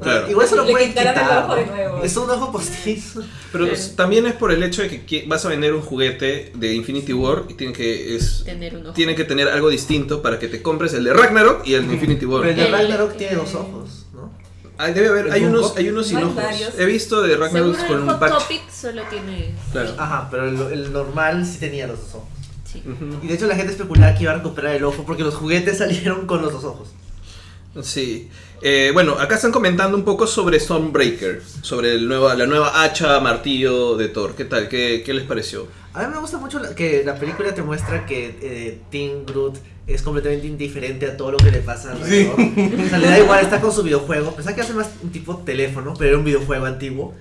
B: Claro.
E: Igual se lo
C: Le
E: pueden
C: quitaron el
E: quitar.
C: ojo de nuevo.
E: Es un ojo postizo.
B: Pero
D: Sí.
B: s- también es por el hecho de que qui- vas a vender un juguete de Infinity War y tienen que es
D: Tener un ojo.
B: tienen que tener algo distinto para que te compres el de Ragnarok y el de Infinity
E: Pero el
B: War.
E: de
D: El-
E: Ragnarok tiene
D: el-
E: dos ojos, ¿no?
B: Hay, debe haber,
E: ¿El
B: hay
E: Funko?
B: unos, hay unos sin
C: Hay
B: ojos.
C: varios.
B: He visto de Ragnarok
D: Seguro
B: con
D: el
B: un
D: Hot
B: patch.
D: Topic solo tiene.
B: Claro. Ah.
E: Ajá, pero el, el normal sí tenía los dos ojos.
D: Sí.
B: Ujú.
E: Y de hecho la gente especulaba que iba a recuperar el ojo porque los juguetes salieron con los dos ojos.
B: Sí. Eh, bueno, acá están comentando un poco sobre Stormbreaker, sobre el nueva, la nueva hacha martillo de Thor. ¿Qué tal? ¿Qué, qué les pareció?
E: A mí me gusta mucho la- que la película te muestra que eh, Team Groot es completamente indiferente a todo lo que le pasa alrededor. O sea, le da igual, está con su videojuego. Pensaba que hace más un tipo teléfono, pero era un videojuego antiguo.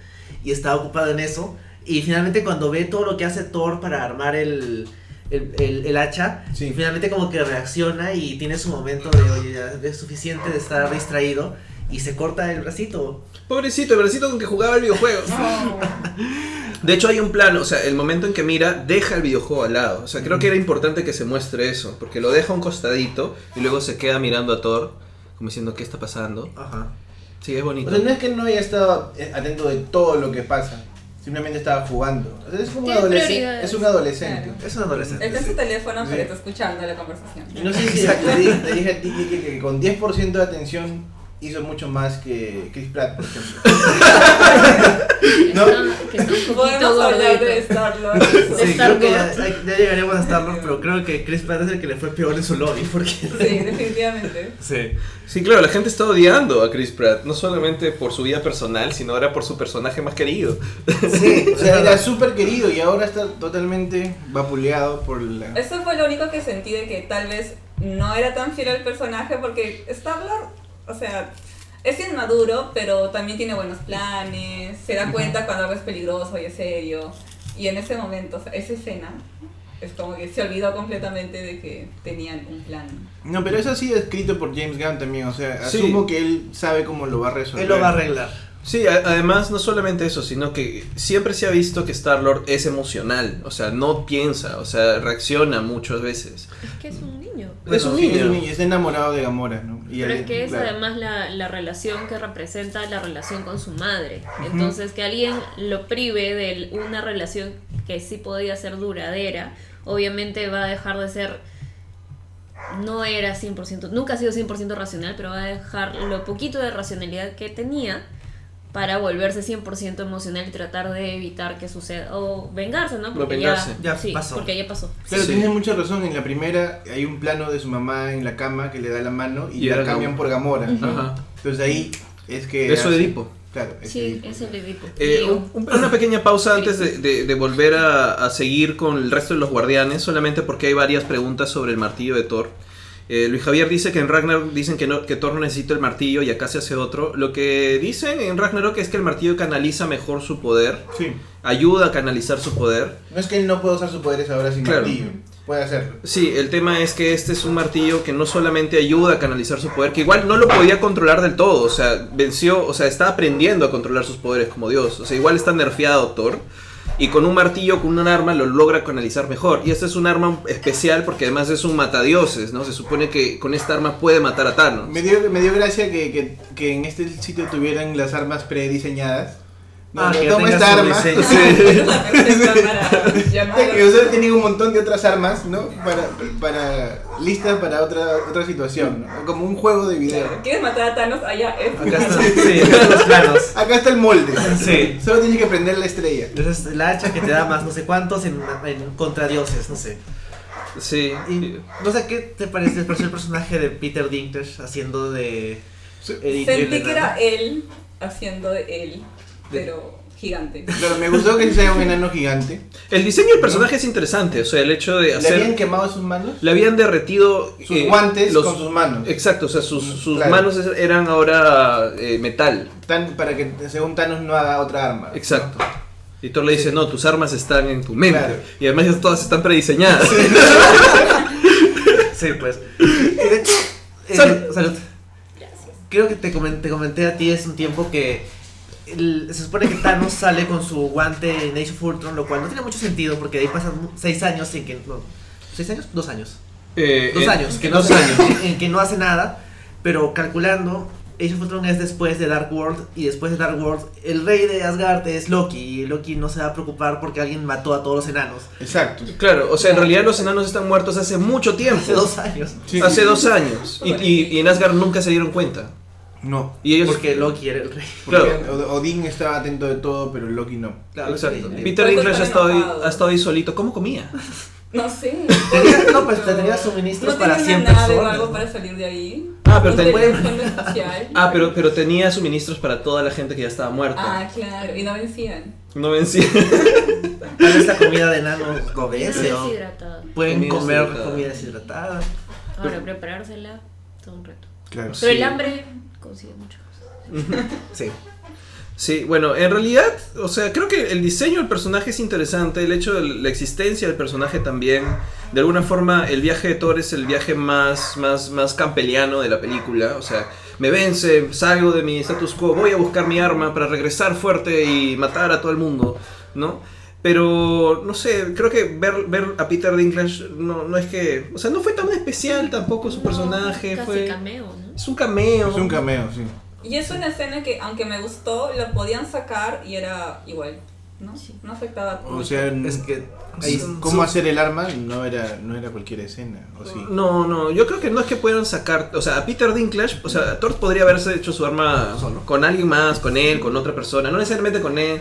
E: Y estaba ocupado en eso. Y finalmente cuando ve todo lo que hace Thor para armar el, el, el- el hacha,
F: Sí.
E: finalmente como que reacciona y tiene su momento de, oye, ya es suficiente de estar distraído. Y se corta el bracito.
B: Pobrecito, el bracito con que jugaba el videojuego. De hecho, hay un plano, o sea, el momento en que mira, deja el videojuego al lado. O sea, creo que era importante que se muestre eso, porque lo deja a un costadito y luego se queda mirando a Thor, como diciendo, ¿qué está pasando?
E: Ajá.
B: Sí, es bonito.
F: O sea, no es que no haya estado eh, atento de todo lo que pasa. Simplemente estaba jugando. O sea, es, como un
D: Tiene
F: adolescente-
D: prioridades.
F: es un adolescente.
E: Es un
C: Está
E: adolescente.
C: en
E: sí.
C: su teléfono,
F: Sí.
C: pero está escuchando la conversación.
F: Y No sé si te dije, te dije a ti Kike, que con 10% de atención hizo mucho más que Chris Pratt, por ejemplo.
D: No.
F: No.
D: Que está un poquito
C: Podemos hablar de
D: gordito.
C: Star-Lord.
E: Sí,
D: Star
E: creo que ya,
D: Lord.
E: ya llegaríamos a Star Lord, pero creo que Chris Pratt es el que le fue peor en su lobby, porque...
C: Sí, definitivamente.
E: Sí.
B: Sí, claro, la gente está odiando a Chris Pratt, no solamente por su vida personal, sino ahora por su personaje más querido.
F: Sí, o sea, era súper querido y ahora está totalmente vapuleado por la...
C: Eso fue lo único que sentí de que tal vez no era tan fiel al personaje porque Star-Lord, o sea, es inmaduro, pero también tiene buenos planes, se da cuenta cuando algo es peligroso y es serio. Y en ese momento, o sea, esa escena, es como que se olvidó completamente de que tenían un plan.
F: No, pero eso sí es escrito por James Gunn también, o sea,
B: Sí.
F: asumo que él sabe cómo lo va a resolver.
E: Él lo va a arreglar.
B: Sí, a- además no solamente eso, sino que siempre se ha visto que Star-Lord es emocional, o sea, no piensa, o sea, reacciona muchas veces.
D: Es que es un niño.
B: Es un
F: Sí,
B: niño.
F: está enamorado de Gamora, ¿no? Y
D: Pero
F: él-
D: es que es
F: claro.
D: además la, la relación que representa la relación con su madre. Entonces, que alguien lo prive de una relación que sí podía ser duradera, obviamente va a dejar de ser. No era 100%, nunca ha sido 100% racional, pero va a dejar lo poquito de racionalidad que tenía para volverse 100% emocional y tratar de evitar que suceda. O vengarse, ¿no?
B: vengarse.
E: Ya
D: sí,
E: pasó.
D: Porque ya pasó.
F: Claro,
B: Sí.
F: tienes mucha razón. En la primera hay un plano de su mamá en la cama que le da la mano y,
B: Y
F: la
B: era
F: cambian
B: Gamora.
F: por Gamora. ¿no?
B: Ajá.
F: Entonces ahí es que.
B: Eso de Edipo.
F: Claro. es
D: Sí,
F: Edipo.
D: es el Edipo.
B: Eh,
D: Digo,
B: un- un- una pequeña pausa antes de, de- de volver a, a seguir con el resto de los guardianes, solamente porque hay varias preguntas sobre el martillo de Thor. Eh, Luis Javier dice que en Ragnarok dicen que, no, que Thor no necesita el martillo y acá se hace otro. Lo que dicen en Ragnarok es que el martillo canaliza mejor su poder,
F: Sí.
B: ayuda a canalizar su poder.
F: No es que él no pueda usar sus poderes ahora sin
B: Claro.
F: martillo. Puede hacerlo.
B: Sí, el tema es que este es un martillo que no solamente ayuda a canalizar su poder, que igual no lo podía controlar del todo, o sea, venció, o sea, está aprendiendo a controlar sus poderes como Dios, o sea, igual está nerfeado Thor, y con un martillo, con un arma, lo logra canalizar mejor, y este es un arma especial porque además es un matadioses, ¿no? Se supone que con esta arma puede matar a Thanos.
F: Me dio, me dio gracia que, que, que en este sitio tuvieran las armas prediseñadas. No,
E: Ah,
F: no,
E: que
F: toma
E: tenga
F: esta
E: su
F: arma.
E: diseño.
C: Es la perfecta para llamar.
F: Que ustedes tienen un montón de otras armas, ¿no? Para, para listas para otra otra situación, ¿no? Como un juego de video.
C: ¿Quieres matar a Thanos? Allá es.
E: Acá están, sí, acá están los planos.
F: Acá está el molde.
E: Sí.
F: Solo tienes que prender la estrella.
E: Esa es la hacha que te da más no sé cuántos en, en contra dioses, no sé.
B: Sí.
E: Y, no sé, ¿qué te parece, te pareció el personaje de Peter Dinklage haciendo de... Eddie
C: Sentí
E: Gyllenhaal?
C: que era él haciendo de él, pero gigante.
F: Claro, me gustó que sea un enano gigante.
B: El diseño del personaje es interesante, o sea, el hecho de
F: ¿Le habían
B: hacer...
F: quemado sus manos?
B: Le habían derretido
F: Sus
B: eh,
F: guantes
B: los-
F: con sus manos.
B: Exacto, o sea, sus, sus
F: Claro.
B: manos eran ahora eh, metal.
F: Tan- para que según Thanos no haga otra arma. ¿no?
B: Exacto. Y Thor le dice, no, tus armas están en tu mente.
F: Claro.
B: Y además ellas todas están prediseñadas.
E: Sí, pues. Y de hecho, eh,
B: Salud.
E: salud. Creo que te comenté, te comenté a ti hace un tiempo que el- se supone que Thanos sale con su guante en Age of Ultron, lo cual no tiene mucho sentido porque de ahí pasan mu- seis años sin que... No, ¿Seis años? Dos años.
B: Eh,
E: Dos
B: eh,
E: años, que no
B: dos
E: hace,
B: años.
E: en que no hace nada, pero calculando, Age of Ultron es después de Dark World y después de Dark World el rey de Asgard es Loki y Loki no se va a preocupar porque alguien mató a todos los enanos
F: Exacto.
B: Claro, o sea, en realidad los enanos están muertos hace mucho tiempo.
E: hace dos años
F: Sí.
B: Hace dos años. Y, y- y en Asgard nunca se dieron cuenta.
F: No.
B: Y ellos...
E: porque Loki era el rey.
F: Porque
B: Claro.
F: Od- Odín estaba atento de todo, pero Loki no.
E: Claro,
B: Exacto.
E: sí.
B: Peter
C: Todos
B: Dinklage ha
C: están
B: estado, ahí,
C: enojados.
B: ha estado ahí solito. ¿Cómo comía?
C: No sé.
E: Tenías- No, pues tendrías suministros
C: No
E: para
C: tenía
E: 100
C: una nave o
E: personas.
C: algo para salir de ahí.
B: Ah, pero
C: Un
B: te-
C: teléfono especial.
B: Ah, pero, pero tenía suministros para toda la gente que ya estaba muerta.
C: Ah, claro. Y no vencían.
B: No vencía.
E: Tal vez la comida de nano obedece o
D: Deshidratada.
E: pueden
B: Comida
E: comer
B: deshidratada.
E: comida deshidratada.
D: Ahora, preparársela, todo un reto.
F: Claro.
D: Pero el hambre consigue muchas cosas.
E: Sí.
B: Sí, bueno, en realidad, o sea, creo que el diseño del personaje es interesante, el hecho de la existencia del personaje también. De alguna forma, el viaje de Thor es el viaje más, más, más campeliano de la película. O sea, me vence, salgo de mi status quo, voy a buscar mi arma para regresar fuerte y matar a todo el mundo, ¿no? Pero, no sé, creo que ver, ver a Peter Dinklage no, no es que... O sea, no fue tan especial tampoco su
D: No,
B: personaje.
D: Casi
B: fue,
D: cameo, ¿no?
B: es un cameo.
F: Es un cameo, sí.
C: Y es una escena que, aunque me gustó, la podían sacar y era igual. ¿No?
D: Sí.
C: No afectaba.
F: O sea,
E: Es que
F: ahí,
B: su-
F: cómo
B: su- Mm.
F: hacer el arma no era, no era cualquier escena, o sí.
B: No, no, yo creo que no es que puedan sacar, o sea, a Peter Dinklage, o sea, Thor podría haberse hecho su arma solo, con alguien más, con él, con otra persona, no necesariamente con él,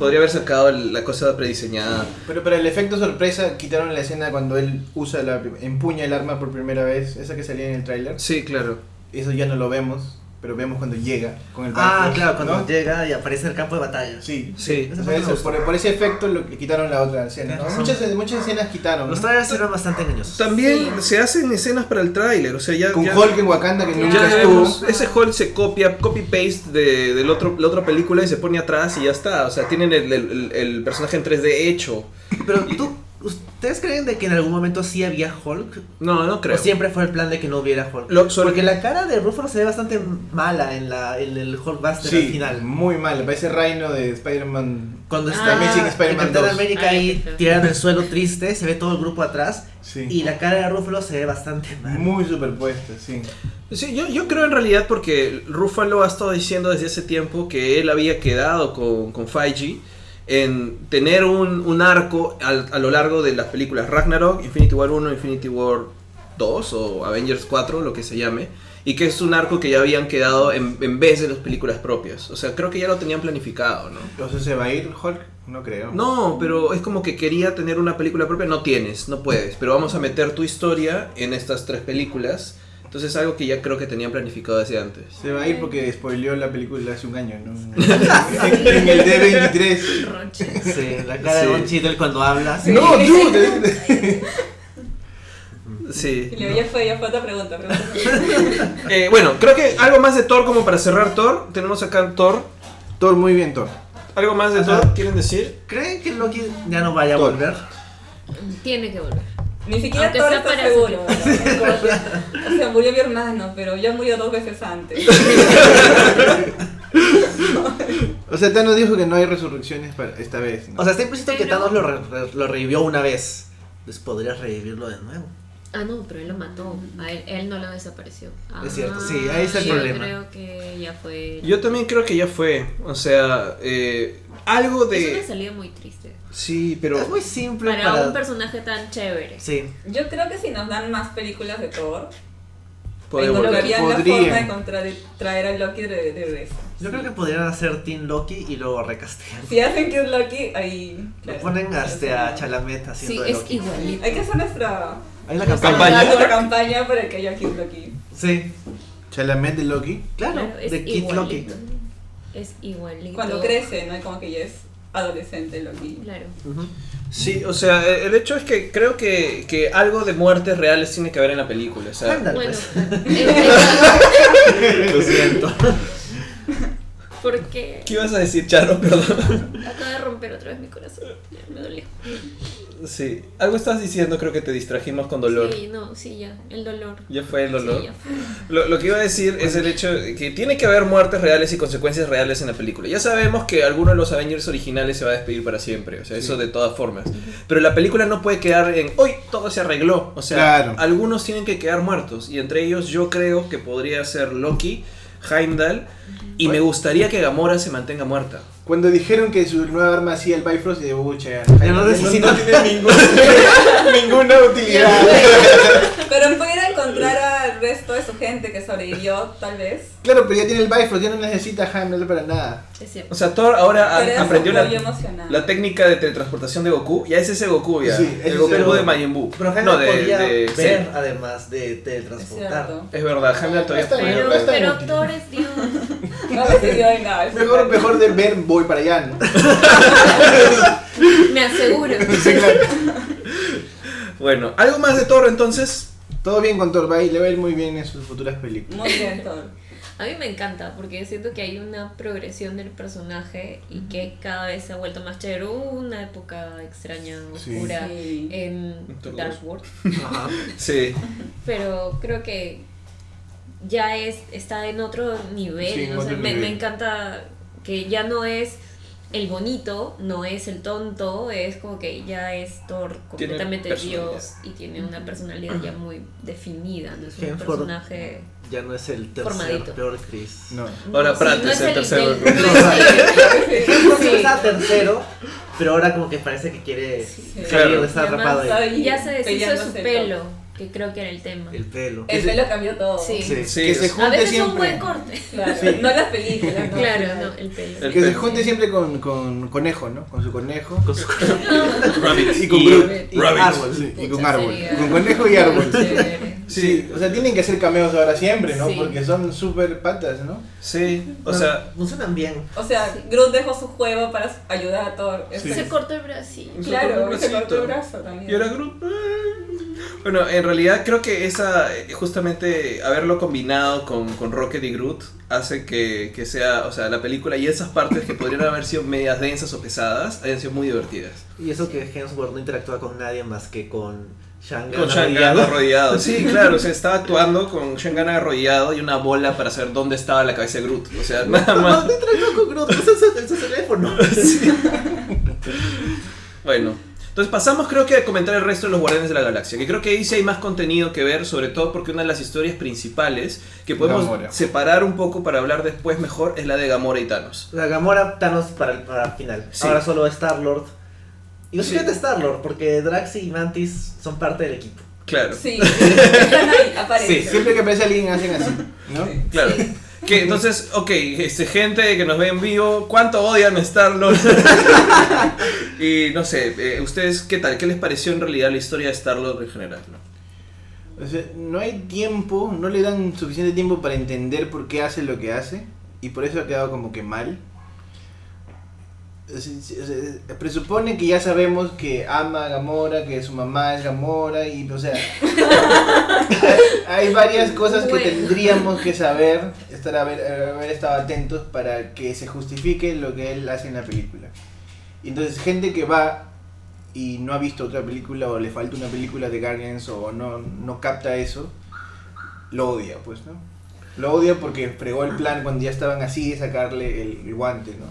B: podría haber sacado el- la cosa prediseñada.
F: Pero para el efecto sorpresa quitaron la escena cuando él usa la empuña el arma por primera vez, esa que salía en el tráiler.
B: Sí, claro.
F: Eso ya no lo vemos, pero vemos cuando llega con el
E: Ah,
F: backlash,
E: claro, cuando
F: ¿no?
E: llega y aparece el campo de batalla.
F: Sí.
B: Sí.
F: O sea, eso, por, por ese efecto lo que quitaron la otra escena. ¿no?
E: Tienes razón.
F: Muchas, muchas escenas quitaron. ¿no?
E: Los trailers eran bastante engañosos.
B: También se hacen escenas para el tráiler, o sea, ya...
F: Con
B: ya-
F: Hulk en Wakanda que
C: Ya
F: nunca
B: ya
F: estuvo.
B: vemos, ese Hulk se copia, copy-paste de, del otro, la otra película y se pone atrás y ya está, o sea, tienen el, el- el- el personaje en 3D hecho.
E: Pero tú, ¿ustedes creen de que en algún momento sí había Hulk?
B: No, no creo.
E: ¿O siempre fue el plan de que no hubiera Hulk?
B: Lo- sobre-
E: Porque la cara de Ruffalo se ve bastante mala en, la, en el Hulkbuster al
F: Sí,
E: final.
F: muy mal. Parece Rhino de Spider-Man.
E: Cuando
D: Ah,
E: está
D: Amazing
E: en
F: Spider-Man
E: Capitán
F: 2.
E: América
D: Ay,
E: ahí
D: qué feo.
E: tirado en el suelo triste, se ve todo el grupo atrás
F: Sí.
E: y la cara de Ruffalo se ve bastante mal.
F: Muy superpuesta, sí.
B: Sí, yo, yo creo en realidad porque Ruffalo ha estado diciendo desde hace tiempo que él había quedado con, con Feige en tener un, un arco al- a lo largo de las películas Ragnarok, Infinity War 1, Infinity War 2 o Avengers 4, lo que se llame, y que es un arco que ya habían quedado en, en vez de las películas propias. O sea, creo que ya lo tenían planificado, ¿no?
F: Entonces se va a ir Hulk, no creo.
B: No, pero es como que quería tener una película propia. No tienes, no puedes. Pero vamos a meter tu historia en estas tres películas. Entonces es algo que ya creo que tenían planificado desde antes.
F: Se va a ir porque spoileó la película hace un año, ¿no? en el D23.
D: Roche.
E: Sí, la cara
B: Sí.
E: de Don Cheadle cuando habla. sí.
F: No, dude.
B: Sí.
C: Y luego ya fue, ya fue otra pregunta. pregunta.
B: Eh, bueno, creo que algo más de Thor como para cerrar Thor. Tenemos acá Thor.
F: Thor, muy bien, Thor.
B: ¿Algo más de
E: Ajá.
B: Thor quieren decir?
E: ¿Creen que Loki ya no vaya a
F: Todo.
E: volver?
D: Tiene que volver.
C: Ni siquiera
D: Aunque
C: todo
D: sea
C: está
D: para
C: seguro. ¿verdad? Como que- O sea, murió mi hermano, pero ya murió dos veces antes.
F: O sea, Thanos dijo que no hay resurrecciones para esta vez. ¿no?
E: O sea, está implícito que
D: Pero-
E: Thanos lo, re- re- lo revivió una vez. Pues podrías revivirlo de nuevo.
D: Ah, no, pero él lo mató. A él, él no lo desapareció.
E: Es cierto,
D: Ah,
E: sí, ahí está el
D: yo
E: problema.
D: creo que ya fue.
B: Yo también creo que ya fue. O sea, eh, algo
D: Es una
B: de...
D: salida muy triste.
B: Sí, pero...
E: es muy simple
D: Para,
E: para...
D: un personaje tan chévere.
E: Sí.
C: Yo creo que si nos dan más películas de Thor,
B: puede volver.
C: encontrarían la
F: Podrían.
C: forma de contra- de traer a Loki de, de regreso.
E: Yo creo que podrían hacer Team Loki y luego recastear.
C: Si hacen que es Loki, ahí.
E: Lo
C: claro.
E: ponen hasta a Chalamet
D: Sí,
E: haciendo de
D: es
E: Loki.
D: igualito.
C: Hay que hacer nuestra
E: Hay la
B: Campaña.
C: nuestra campaña para que haya Kid Loki.
E: Sí,
F: Chalamet de Loki.
E: claro,
D: Claro, es
E: de Kid Loki.
D: igualito. Es igualito.
C: Cuando crece, ¿no? Y Como que ya es adolescente Loki.
D: Claro.
E: Ujú.
B: Sí, o sea, eh, el hecho es que creo que, que algo de muertes reales tiene que haber en la película. O sea,
E: Ándale,
D: Bueno,
E: pues.
D: eh, eh,
E: Lo siento.
D: porque
B: ¿Qué ibas a decir, Charo? Perdón.
D: acaba de romper otra vez mi corazón. Ya, me dolió.
B: Sí, algo estás diciendo, creo que te distrajimos con dolor.
D: Sí, no, sí, ya. El dolor.
B: Ya fue el dolor.
D: Sí, ya fue.
B: Lo, lo que iba a decir es el hecho de que tiene que haber muertes reales y consecuencias reales en la película. Ya sabemos que alguno de los Avengers originales se va a despedir para siempre, o sea, eso de todas formas. Pero la película no puede quedar en hoy todo se arregló, o sea,
F: Claro.
B: algunos tienen que quedar muertos y entre ellos yo creo que podría ser Loki, Heimdall y me gustaría que Gamora se mantenga muerta.
F: Cuando dijeron que su nueva arma hacía el Bifrost, y de bucha.
E: Ya no necesito-
F: tiene ningún- ninguna utilidad.
C: Pero pudiera encontrar al resto de su gente que sobrevivió, tal vez.
F: Claro, pero ya tiene el Bifrost, ya no necesita a Heimdall para nada.
D: Es
B: O
D: cierto.
B: sea, Thor ahora a-
C: Pero es
B: Ah, aprendió
C: un
B: la,
C: apoyo emocional.
B: la técnica de teletransportación de Goku. Ya es ese Goku, ya.
F: Sí, ese
B: el
F: es
B: Goku
F: el
B: de
F: Goku.
B: Majin Buu.
E: Pero Jaime
B: No, de,
E: podía
B: de
E: ver,
B: Cell.
E: además de
C: Es
E: teletransportar.
C: cierto.
B: Es verdad, Heimdall todavía
F: Está
B: puede
F: bien.
D: Pero,
B: ver.
F: está
D: pero
F: inútil.
D: Thor es Dios.
C: No decidió de nada.
F: Mejor, mejor de ver, voy para allá, ¿no?
D: Me aseguro.
F: Sí, claro.
B: Bueno, ¿algo más de Thor entonces?
F: Todo bien con Thor, va y le va a ir muy bien en sus futuras películas.
C: Muy bien, Thor.
D: A mí me encanta porque siento que hay una progresión del personaje y que cada vez se ha vuelto más chévere. Hubo una época extraña,
F: Sí.
D: oscura
C: Sí.
D: en
B: Doctor
D: Dark World,
E: Ajá.
B: Sí.
D: pero creo que ya es está en otro nivel.
F: Sí, en
D: o sea,
F: otro
D: me,
F: nivel.
D: me encanta que ya no es el bonito, no es el tonto, es como que ya es Thor
B: Tiene
D: completamente
B: personalidad.
D: Dios y tiene una personalidad ya muy definida. No es un
E: James Gordon.
D: personaje.
E: Ya no es el tercer
D: Formadito.
E: peor Chris.
F: No.
B: Ahora
D: Sí,
B: Pratt
D: no
B: es el tercero.
D: no es el-
E: Entonces estaba tercero, pero ahora como que parece que quiere salir
B: Claro.
E: de estar
D: Y además
E: atrapado ahí.
D: Y ya se deshizo de su
C: Peleándose el
D: pelo, que creo que era el tema. Oh,
E: El pelo.
C: El pelo cambió todo.
D: Sí.
E: Sí.
B: Sí,
F: que se
B: es-
D: A
F: junte
D: veces
F: siempre.
D: un buen corte.
C: Claro.
F: Sí.
C: No las películas. no.
D: Claro, no, el pelo.
B: El-
F: Que se
B: pelo.
F: junte siempre con, con conejo, ¿no? Con su conejo.
E: Con su
B: Rabbit.
F: Y con
B: Y-
F: Groot. Y
B: Rabbit.
F: árbol. sí, y
D: Pucha,
F: con árbol.
D: sería-
F: Con conejo y árbol.
D: Chévere.
F: Sí, o sea, tienen que hacer cameos ahora siempre, ¿no?
D: Sí.
F: Porque son súper patas, ¿no?
B: Sí, o sea,
E: funcionan bien.
C: O sea, Groot dejó su juego para ayudar a Thor. Es-
D: Se cortó el bracito.
B: Sí.
C: Claro,
B: Se
C: se
B: cortó
C: cortó
B: el
C: el
B: bracito.
C: brazo también.
B: y ahora Groot. Bueno, en realidad creo que esa, eh, justamente haberlo combinado con, con Rocket y Groot hace que, que sea, o sea, la película y esas partes que podrían haber sido medias densas o pesadas, hayan sido muy divertidas.
E: Y eso que Hemsworth no interactúa con nadie más que con Shang-Chi.
B: Con Shangan arrodillado. Sí, claro, o sea, estaba actuando con Shangan arrodillado y una bola para saber dónde estaba la cabeza de Groot. O sea, nada
E: No,
B: más.
E: no interactúa con Groot, usa su- usa su teléfono.
B: Bueno, entonces pasamos creo que a comentar el resto de los Guardianes de la Galaxia, que creo que ahí sí hay más contenido que ver, sobre todo porque una de las historias principales que podemos
F: Gamora.
B: separar un poco para hablar después mejor es la de Gamora y Thanos.
E: La Gamora, Thanos para el para el final.
B: Sí.
E: Ahora solo Star-Lord. Y no
B: Sí.
E: solamente Star-Lord, porque Drax y Mantis son parte del equipo.
B: Claro.
C: Sí, están ahí, aparece.
F: Sí, siempre que aparece alguien hacen así, ¿no?
B: Claro. Que entonces, ok, este, gente que nos ve en vivo, ¿cuánto odian a Star-Lord? y no sé, eh, ¿ustedes qué tal? ¿Qué les pareció en realidad la historia de Star-Lord en general? no?
F: O sea, no hay tiempo, no le dan suficiente tiempo para entender por qué hace lo que hace y por eso ha quedado como que mal. O sea, o sea, presupone que ya sabemos que ama a Gamora, que su mamá es Gamora y, o sea, hay, hay varias cosas que
D: Bueno.
F: tendríamos que saber, estar a ver- haber estado atentos para que se justifique lo que él hace en la película. Y entonces gente que va y no ha visto otra película o le falta una película de Guardians o no, no capta eso, lo odia, pues, ¿no? Lo odia porque fregó el plan cuando ya estaban así de sacarle el, el guante, ¿no?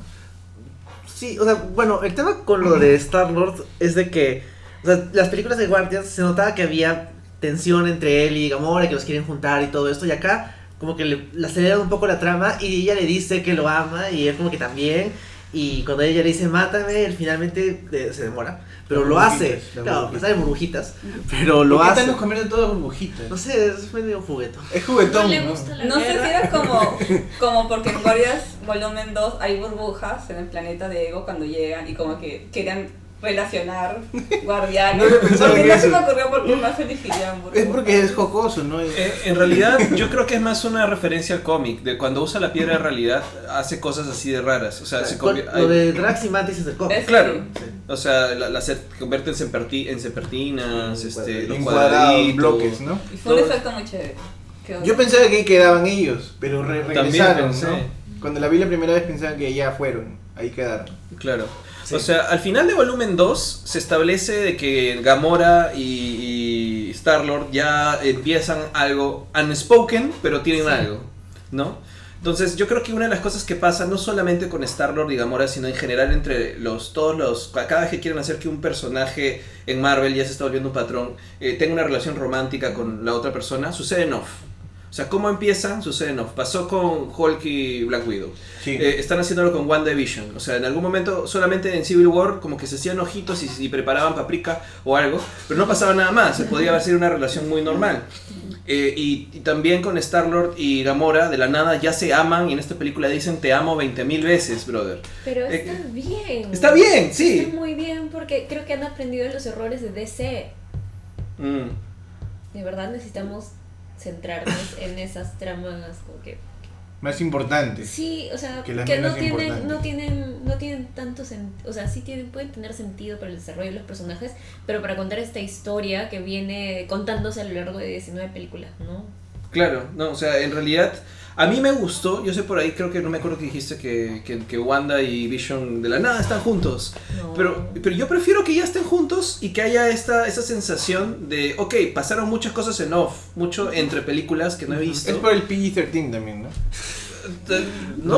E: Sí, o sea, bueno, el tema con lo de Star-Lord es de que o sea, las películas de Guardians se notaba que había tensión entre él y Gamora, que los quieren juntar y todo esto, y acá como que le, le aceleran un poco la trama y ella le dice que lo ama y él como que también, y cuando ella le dice mátame, él finalmente eh, se demora, pero
F: Las
E: lo hace,
F: burbujitas, las
E: claro,
F: burbujitas.
E: sale burbujitas, pero lo
F: ¿Por qué
E: hace.
F: Thanos comiendo todo burbujitas?
E: No sé, es medio jugueto.
F: Es juguetón,
D: No
F: ¿no?
D: le gusta la
C: No sé si
D: guerra.
C: era como, como porque en Guardians Volumen 2 hay burbujas en el planeta de Ego cuando llegan y como que querían relacionar guardianes.
F: No había pensado
C: porque
F: en
C: no
F: eso.
C: se me ocurrió por qué más elegirían burbujas.
F: Es porque es jocoso, ¿no?
B: Eh, en realidad, yo creo que es más una referencia al cómic, de cuando usa la piedra de realidad, hace cosas así de raras.
F: Ah,
B: O sea, se
E: Con-
B: convi-
E: lo
B: hay-
E: de Drax y Mantis es el cómic.
C: Es-
B: Claro.
C: Sí.
B: O sea, la, la se convierte en, semperti- en sempertinas,
E: En
B: este, los
F: en cuadrados,
B: cuadraditos.
F: bloques, ¿no?
C: Y fue un efecto muy chévere. Qué
F: Yo
C: bueno.
F: pensaba que ahí quedaban ellos, pero re-
B: También
F: regresaron,
B: pensé.
F: ¿no? Cuando la vi la primera vez pensaba que ya fueron, ahí quedaron.
B: Claro.
E: Sí.
B: O sea, al final de volumen 2 se establece de que Gamora y, y Star-Lord ya empiezan algo unspoken, pero tienen algo, ¿no? Entonces, yo creo que una de las cosas que pasa no solamente con Star-Lord y Gamora, sino en general entre los todos los cada vez que quieren hacer que un personaje en Marvel ya se está volviendo un patrón, eh, tenga una relación romántica con la otra persona, sucede en off. O sea, ¿cómo empiezan? Sucede en off. Pasó con Hulk y Black Widow.
F: Sí.
B: Eh, están haciéndolo con WandaVision. O sea, en algún momento, solamente en Civil War, como que se hacían ojitos y, y preparaban paprika o algo, pero no pasaba nada más. Podía haber sido una relación muy normal. Eh, y, y también con Star-Lord y Gamora, de la nada, ya se aman y en esta película dicen te amo 20.000 veces, brother.
D: Pero
B: Eh,
D: está bien.
B: Está bien, sí.
D: Está muy bien porque creo que han aprendido los errores de DC.
B: Mm.
D: De verdad necesitamos centrarnos en esas tramas como que
F: Más importante.
D: sí o sea
F: Que
D: que,
F: las
D: no
F: menos
D: tienen no
F: importantes.
D: tienen no tienen tanto sentido o sea sí tienen, pueden tener sentido para el desarrollo de los personajes pero para contar esta historia que viene contándose a lo largo de 19 películas no
B: Claro, no, o sea, en realidad a mí me gustó, yo sé por ahí, creo que no me acuerdo que dijiste que, que, que Wanda y Vision de la nada están juntos,
D: No.
B: pero, pero yo prefiero que ya estén juntos y que haya esta, esa sensación de, ok, pasaron muchas cosas en off, mucho entre películas que no he visto.
F: Es por el PG-13 también, ¿no?
B: Eh,
E: No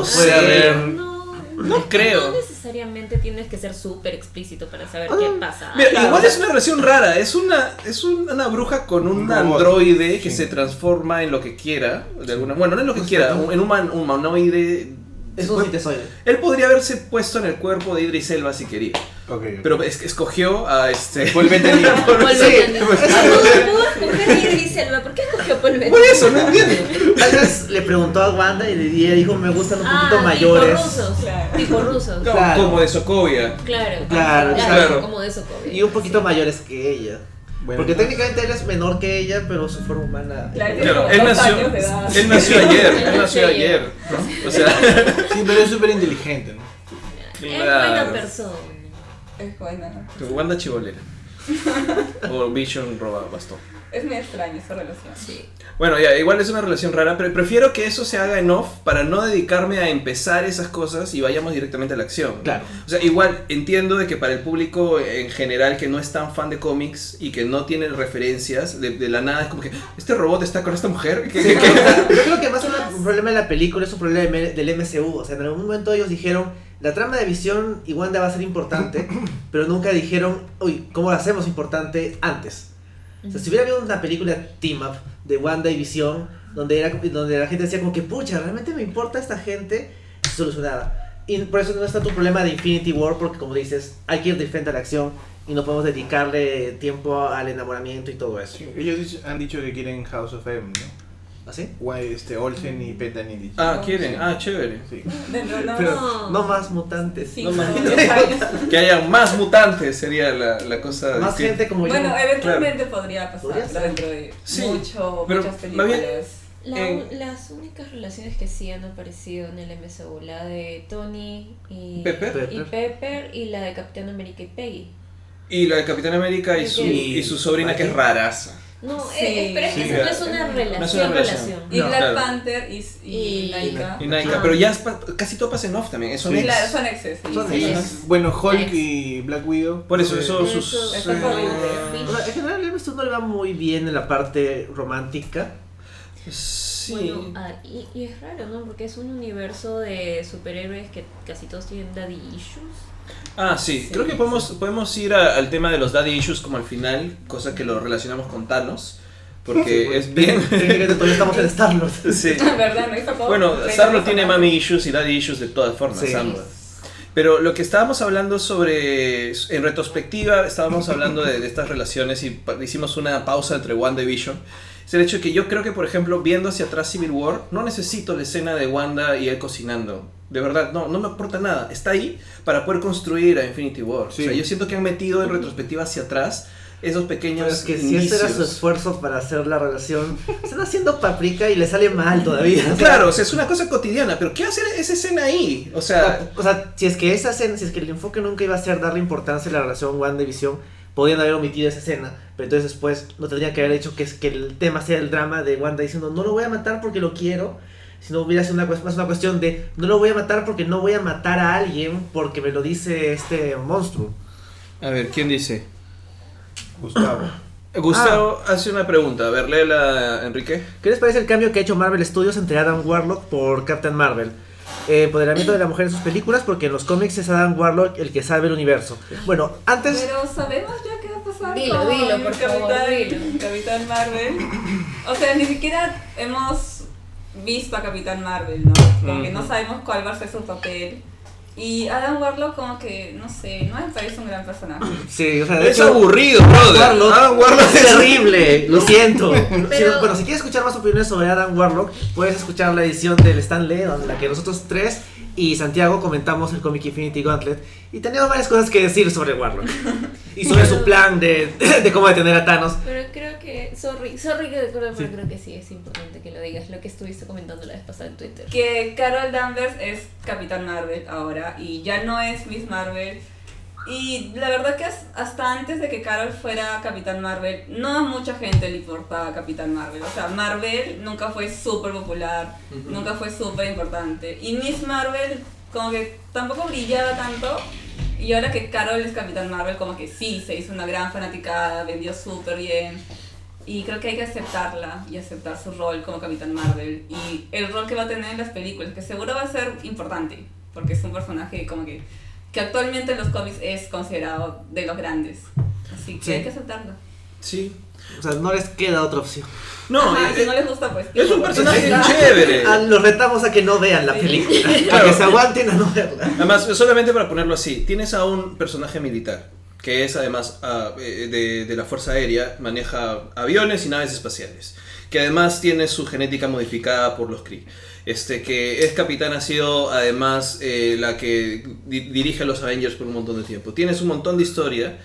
B: No
E: puede
B: sé,
E: haber.
D: no
B: no creo.
D: no necesariamente tienes que ser súper explícito para saber
B: Ah,
D: qué pasa
B: Mira,
D: Claro.
B: igual es una relación rara, es una, es un- una bruja con un,
F: Un robot.
B: androide que
F: Sí. Pues
B: se transforma en lo que quiera, de alguna, bueno, no en lo que quiera, un- en un man- un humanoide.
E: Es un sintesoide.
B: Él podría haberse puesto en el cuerpo de Idris Elba si quería,
F: Ok.
B: pero es- escogió a este...
F: Paul Bettany.
B: Por-
D: Paul
B: sí,
D: Bettany.
B: pues-
D: No, pudo escoger a Idris Elba. ¿Por qué escogió Paul Bettany?
B: Por eso, no entiendo.
E: Tal vez le preguntó a Wanda y le y ella dijo, me gustan un
D: Ah,
E: poquito mayores.
D: Tipo rusos.
C: Claro.
D: Tipo rusos.
B: No,
D: Claro,
E: Claro.
B: Como de Socovia.
D: claro,
E: Claro,
B: claro.
D: Como de Sokovia.
E: Y un poquito mayores que ella.
F: Bueno,
E: Porque
F: no.
E: técnicamente él es menor que ella, pero su forma humana.
C: Claro,
B: Claro, él
C: Dos
B: nació,
C: años de edad.
B: él nació ayer, él nació ayer. ¿no? O sea,
F: Sí, pero es súper inteligente, ¿no?
D: Es
B: Claro.
D: buena persona.
C: Es buena.
B: Wanda Chibolera. O Vision roba bastón.
C: Es muy extraño esa relación.
D: Sí.
B: Bueno, ya, igual es una relación rara, pero prefiero que eso se haga en off para no dedicarme a empezar esas cosas y vayamos directamente a la acción. ¿no?
E: Claro.
B: O sea, igual entiendo de que para el público en general que no es tan fan de cómics y que no tiene referencias, de, de la nada es como que, ¿este robot está con esta mujer? ¿Qué- qué-
E: O
B: qué?"
E: sea, Yo creo que más una- un problema de la película es un problema de- del MCU. O sea, en algún momento ellos dijeron, la trama de Visión y Wanda va a ser importante, pero nunca dijeron, uy, ¿cómo la hacemos importante antes? O sea, si hubiera habido una película team up de Wanda y Visión, donde, era, donde la gente decía como que, pucha, ¿realmente me importa esta gente? Solucionada. Y por eso no está tu problema de Infinity War, porque como dices, hay que ir de frente a la acción y no podemos dedicarle tiempo al enamoramiento y todo eso. ¿Ah,
F: Sí, ellos dicho- han dicho que quieren House of M, ¿no?
E: ¿Así?
F: Guay, este, Olsen y Bettany. dicen.
B: Ah, quieren, ah, chévere.
F: Sí.
C: Dentro de unos
E: Pero no más mutantes.
C: cinco,
B: no manches.
C: diez años.
B: Que haya más mutantes sería la, la cosa.
E: Más
B: distinta.
E: gente como yo.
C: Bueno, eh, eventualmente podría
E: Podría
C: pasar
E: ser.
C: dentro de
B: Sí,
C: mucho,
B: pero
C: muchas
B: más bien-
C: películas.
D: La
B: En-
D: u- Las únicas relaciones que sí han aparecido en el MCU, la de Tony y
B: Pepper.
D: y, Pepper, y la de Capitán América y Peggy.
B: Y la de Capitán América y su,
E: Sí.
B: y su sobrina que es raraza.
D: No,
C: Sí.
D: eh, pero es que
F: Sí,
D: eso no
B: ya.
D: es una
C: No es
D: relación.
B: una relación.
D: relación.
C: Y
B: No,
C: Black
B: claro.
C: Panther y, y,
D: Y-
C: Laika.
B: Y Naika,
D: Ah.
B: pero ya es pa- casi todo pasa en off también. Eso
F: Sí.
C: Claro, son exes. sí.
E: Son
C: Sí.
E: exes.
F: Bueno, Hulk
D: Yes.
F: y Black Widow.
B: Por eso,
F: Eh,
B: eso,
D: Eso-
B: sus.
C: eso es horrible.
E: O sea, en general, el MCU no le va muy bien en la parte romántica.
B: Sí.
D: Bueno, ah, y, y es raro, ¿no? Porque es un universo de superhéroes que casi todos tienen daddy issues.
B: Ah, sí.
C: Sí.
B: Creo que podemos, podemos ir a- al tema de los daddy issues como al final, cosa que lo relacionamos con Thanos, porque Eh, es bien...
E: Técnicamente todavía estamos en Star-Lord.
B: sí.
C: ¿Verdad? No hizo poco.
B: Bueno,
C: Pero
B: Sarlo
C: hizo
B: tiene
C: poco.
B: mami issues y daddy issues de todas formas,
E: Sí.
B: ambas. Pero lo que estábamos hablando sobre, en retrospectiva, estábamos hablando de, de estas relaciones y pa- hicimos una pausa entre Wanda y Vision. Es el hecho de que yo creo que, por ejemplo, viendo hacia atrás Civil War, no necesito la escena de Wanda y él cocinando. De verdad, no, no me aporta nada. Está ahí para poder construir a Infinity War.
F: Sí.
B: O sea, yo siento que han metido en retrospectiva hacia atrás esos
E: Pero
B: pequeños
E: es que si
B: indicios.
E: ese era su esfuerzo para hacer la relación, están haciendo paprika y le sale mal todavía. O sea,
B: Claro, o sea, es una cosa cotidiana, pero ¿qué hacer esa escena ahí? O sea,
E: O sea, si es que esa escena, si es que el enfoque nunca iba a ser darle importancia a la relación Wanda y Visión, podían haber omitido esa escena, pero entonces después no tendrían que haber hecho que, es- que el tema sea el drama de Wanda diciendo no lo voy a matar porque lo quiero, sino hubiera sido una, cues- más una cuestión de no lo voy a matar porque no voy a matar a alguien porque me lo dice este monstruo.
B: a ver, ¿quién dice?
F: Pues, Gustavo.
B: Gustavo
E: Ah.
B: hace una pregunta. A ver, léela, Enrique.
E: ¿Qué les parece el cambio que ha hecho Marvel Studios entre Adam Warlock por Captain Marvel? Eh, empoderamiento de la mujer en sus películas porque en los cómics es Adam Warlock el que salve el universo. Bueno, antes...
C: Pero sabemos ya qué va a pasar
D: Dilo,
C: con
D: dilo, por
C: Capitán,
D: favor, dilo.
C: Capitán Marvel. O sea, ni siquiera hemos visto a Capitán Marvel, ¿no? Como que no
B: Ujú.
C: sabemos cuál va a ser su papel. Y Adam Warlock como que, no sé, no me parece un gran personaje.
E: Sí, o sea, de
B: Es
E: hecho,
B: aburrido, brother. Ah,
E: Warlock,
B: Adam Warlock
E: es terrible, lo siento.
D: Pero-
E: Si- bueno, si quieres escuchar más opiniones sobre Adam Warlock, puedes escuchar la edición del Stanley, donde la que nosotros tres y Santiago comentamos el cómic Infinity Gauntlet y teníamos varias cosas que decir sobre Warlock y sobre su plan de, de cómo detener a Thanos.
D: Pero creo que, sorry, sorry que te acuerdo, pero
E: Sí.
D: creo que sí es importante que lo digas, lo que estuviste comentando la vez pasada en Twitter.
C: Que Carol Danvers es Capitán Marvel ahora y ya no es Miss Marvel. Y la verdad que as- hasta antes de que Carol fuera Capitán Marvel, no a mucha gente le importaba Capitán Marvel. O sea, Marvel nunca fue súper popular, nunca fue súper importante. Y Miss Marvel como que tampoco brillaba tanto. Y ahora que Carol es Capitán Marvel, como que sí, se hizo una gran fanaticada, vendió súper bien. Y creo que hay que aceptarla y aceptar su rol como Capitán Marvel y el rol que va a tener en las películas, que seguro va a ser importante, porque es un personaje como que, que actualmente en los cómics es considerado de los grandes. Así que
E: Sí.
C: hay que aceptarlo.
B: Sí.
E: O sea, no les queda otra opción.
B: No,
C: Ajá, y si
B: eh,
C: no les gusta, pues...
B: es un
C: tipo,
B: personaje
C: ¿verdad?
B: chévere.
E: Ah, los retamos a que no vean la
C: Sí.
E: película, a
B: Claro.
E: que se aguanten a no verla.
B: Además, solamente para ponerlo así, tienes a un personaje militar que es además ah, eh, de, de la Fuerza Aérea, maneja aviones y naves espaciales, que además tiene su genética modificada por los Kree. Este, que es capitán, ha sido además eh, la que di- dirige a los Avengers por un montón de tiempo. Tienes un montón de historia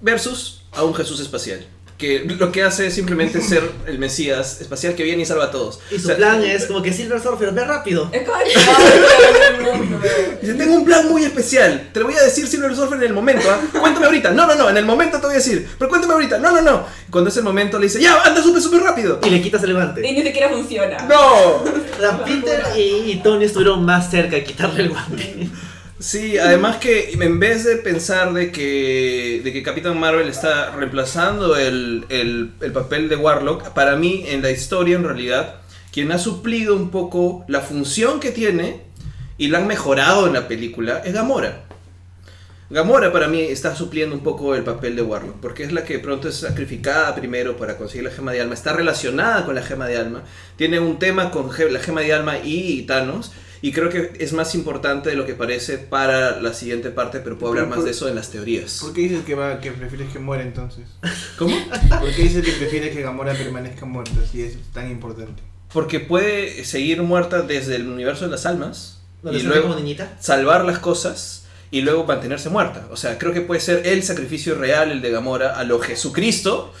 B: versus a un Jesús espacial, que lo que hace es simplemente ser el Mesías espacial que viene y salva a todos.
E: Y su
B: O sea,
E: plan es como que Silver Surfer, ve rápido.
C: Es como que todo el mundo.
B: Dice, tengo un plan muy especial. Te lo voy a decir Silver Surfer en el momento, ¿ah? Cuéntame ahorita. No, no, no, en el momento te voy a decir. Pero cuéntame ahorita. No, no, no. Cuando es el momento le dice, ya, anda súper, súper rápido.
E: Y le quitas el guante.
C: Y ni siquiera funciona.
B: ¡No!
E: O sea, Peter y, y Tony estuvieron más cerca de quitarle el guante.
B: Sí, además que en vez de pensar de que, de que Capitán Marvel está reemplazando el, el- el papel de Warlock, para mí en la historia en realidad, quien ha suplido un poco la función que tiene y la han mejorado en la película es Gamora. Gamora para mí está supliendo un poco el papel de Warlock, porque es la que pronto es sacrificada primero para conseguir la gema de alma, está relacionada con la gema de alma, tiene un tema con ge- la gema de alma y Thanos, y creo que es más importante de lo que parece para la siguiente parte, pero puedo hablar más de eso en las teorías.
F: ¿Por qué dices que, va, que prefieres que muera entonces?
B: ¿Cómo?
F: ¿Por qué dices que prefieres que Gamora permanezca muerta si es tan importante?
B: Porque puede seguir muerta desde el universo de las almas,
E: Donde
B: y
E: se ve
B: luego
E: como niñita.
B: salvar las cosas, y luego mantenerse muerta. O sea, creo que puede ser el sacrificio real, el de Gamora, a lo Jesucristo,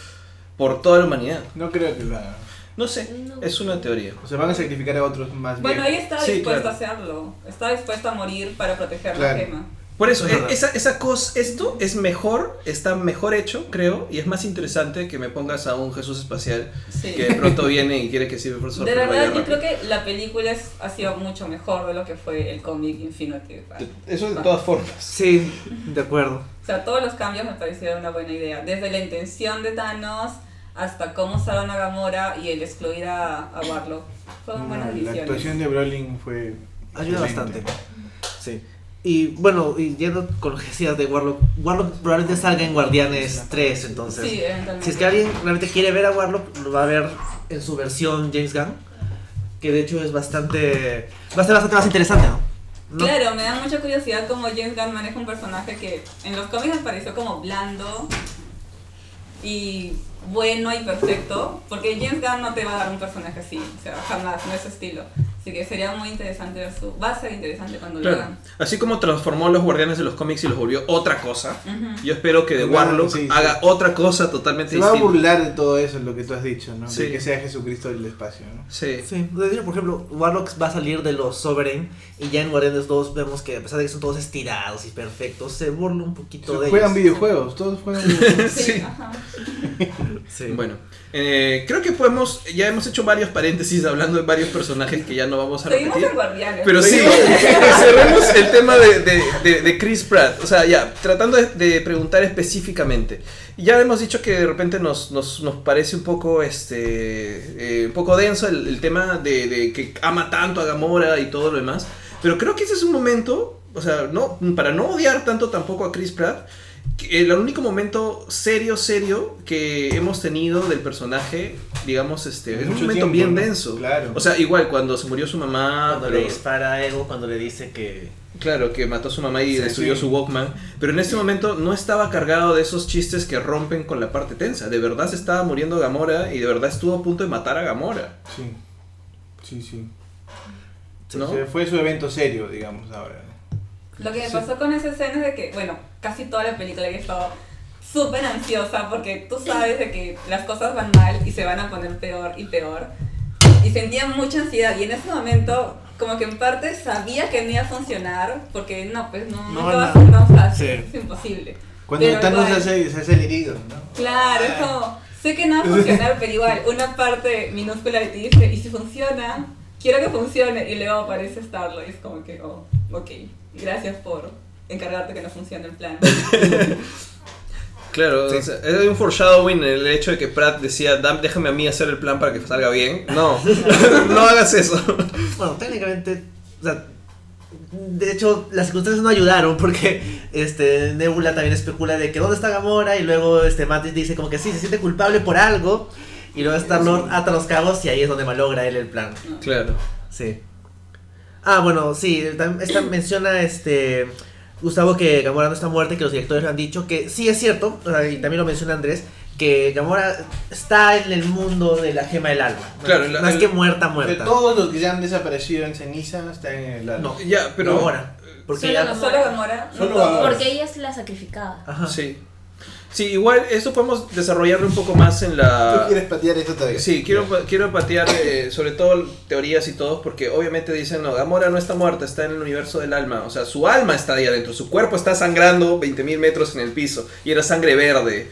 B: por toda la humanidad.
F: No creo que lo hagan.
B: No sé,
D: No.
B: es una teoría.
F: O sea, van a sacrificar a otros más
C: Bueno, ella
F: viejos.
C: estaba
B: Sí,
C: dispuesta
B: claro.
C: a hacerlo. Estaba dispuesta a morir para proteger
F: Claro.
C: la gema.
B: Por eso,
E: Es
B: e-
E: verdad.
B: esa, esa cosa, esto es mejor, está mejor hecho, creo, y es más interesante que me pongas a un Jesús espacial
C: Sí.
B: que de pronto viene y quiere que sirva el profesor.
C: De
B: pero
C: verdad,
B: vaya
C: yo creo
B: rápido.
C: que la película es- ha sido mucho mejor de lo que fue el cómic Infinity. War.
B: Eso de todas formas.
E: Sí, de acuerdo.
C: O sea, todos los cambios me parecieron una buena idea. Desde la intención de Thanos hasta cómo usaron a Gamora y el excluir a, a Warlock. Fueron
F: No,
C: buenas
F: Mm, Ah, la
C: decisiones.
F: actuación de Brolin fue.
E: Ayuda
F: excelente.
E: bastante. Sí. Y bueno, y yendo con lo que decías de Warlock, Warlock probablemente salga en Guardianes 3, entonces.
C: Sí, eventualmente.
E: Si es que alguien realmente quiere ver a Warlock, lo va a ver en su versión James Gunn, que de hecho es bastante... va a ser bastante más interesante, ¿no? ¿No?
C: Claro, me da mucha curiosidad cómo James Gunn maneja un personaje que en los cómics me pareció como blando y bueno y perfecto, porque James Gunn no te va a dar un personaje así, o sea, jamás, no es su estilo. Así que sería muy interesante ver su... Va a ser interesante cuando lo
B: Claro.
C: hagan.
B: Así como transformó a los guardianes de los cómics y los volvió otra cosa,
C: Ujú.
B: yo espero que de
F: Claro,
B: Warlock
F: sí, sí.
B: haga otra cosa totalmente
F: Se va a
B: distinta.
F: burlar de todo eso, lo que tú has dicho, ¿no?
B: Sí.
F: De que sea Jesucristo del espacio, ¿no?
B: Sí.
E: Sí, de hecho, por ejemplo, Warlock va a salir de los Sovereign y ya en Guardianes 2 vemos que a pesar de que son todos estirados y perfectos, se burla un poquito de
F: Juegan
E: ellos.
F: videojuegos, todos juegan videojuegos.
C: Sí,
B: Sí.
C: ajá.
E: Sí.
B: Bueno, eh, creo que podemos, ya hemos hecho varios paréntesis hablando de varios personajes que ya no vamos a
C: Seguimos
B: repetir.
C: en Guardianes.
B: Pero sí, cerremos el tema de, de- de- de Chris Pratt. O sea, ya, tratando de, de preguntar específicamente. Ya hemos dicho que de repente nos, nos, nos parece un poco este eh, un poco denso el, el tema de, de que ama tanto a Gamora y todo lo demás. Pero creo que ese es un momento, o sea, no, para no odiar tanto tampoco a Chris Pratt, que el único momento serio, serio que hemos tenido del personaje digamos, este, es un
F: Mucho
B: momento
F: tiempo,
B: bien
F: ¿no?
B: denso.
F: Claro.
B: O sea, igual cuando se murió su mamá,
G: Cuando le
B: pero-
G: dispara a Ego, cuando le dice que.
B: claro, que mató a su mamá y
F: Sí,
B: destruyó
F: sí.
B: su Walkman, pero en ese momento no estaba cargado de esos chistes que rompen con la parte tensa. De verdad se estaba muriendo Gamora y de verdad estuvo a punto de matar a Gamora,
F: Sí, sí, sí.
B: ¿no?
F: O sea, fue su evento serio, digamos, ahora.
C: Lo que me pasó con esa escena es de que, bueno, casi toda la película que he estado súper ansiosa porque tú sabes de que las cosas van mal y se van a poner peor y peor. Y sentía mucha ansiedad y en ese momento como que en parte sabía que no iba a funcionar porque no, pues no,
G: No,
C: nunca va a
G: no.
C: ser tan fácil,
G: Sí.
C: es imposible.
F: Cuando
C: Pero
F: Thanos
C: igual.
F: se hace, se hace el herido, ¿no?
C: Claro, es como, sé que no va a funcionar, pero igual, una parte minúscula de ti dice, y si funciona, quiero que funcione, y luego aparece Starlo, y es como que, oh, ok, gracias por encargarte que no funcione el plan.
B: Claro, o sea, es un foreshadowing el hecho de que Pratt decía, "Dam- déjame a mí hacer el plan para que salga bien. No, no hagas eso.
E: Bueno, técnicamente, o sea, de hecho, las circunstancias no ayudaron porque este, Nebula también especula de que dónde está Gamora y luego este, Matrix dice como que sí, se siente culpable por algo y luego Star-Lord ata los cabos y ahí es donde malogra él el plan.
B: Claro.
E: Sí. Ah, bueno, sí, tam- esta menciona este Gustavo que Gamora no está muerta, y que los directores lo han dicho, que sí es cierto, o sea, y también lo menciona Andrés, que Gamora está en el mundo de la gema del alma.
B: Claro,
E: más,
B: la-
E: más
B: el-
E: que muerta,
F: De
E: muerta.
F: todos los que ya han desaparecido en ceniza están en el álbum.
E: No,
B: Ya, pero...
E: Gamora. Porque
D: Solo
E: ya-
D: Gamora.
C: Solo Gamora,
F: Solo
C: no
F: Gamora.
D: Porque ella es la sacrificada.
E: Ajá.
B: Sí. Sí, igual esto podemos desarrollarlo un poco más en la...
F: ¿Tú quieres patear esto todavía?
B: Sí, quiero, quiero patear eh, sobre todo teorías y todo, porque obviamente dicen, no, Gamora no está muerta, está en el universo del alma. O sea, su alma está ahí adentro, su cuerpo está sangrando 20.000 metros en el piso, y era sangre verde.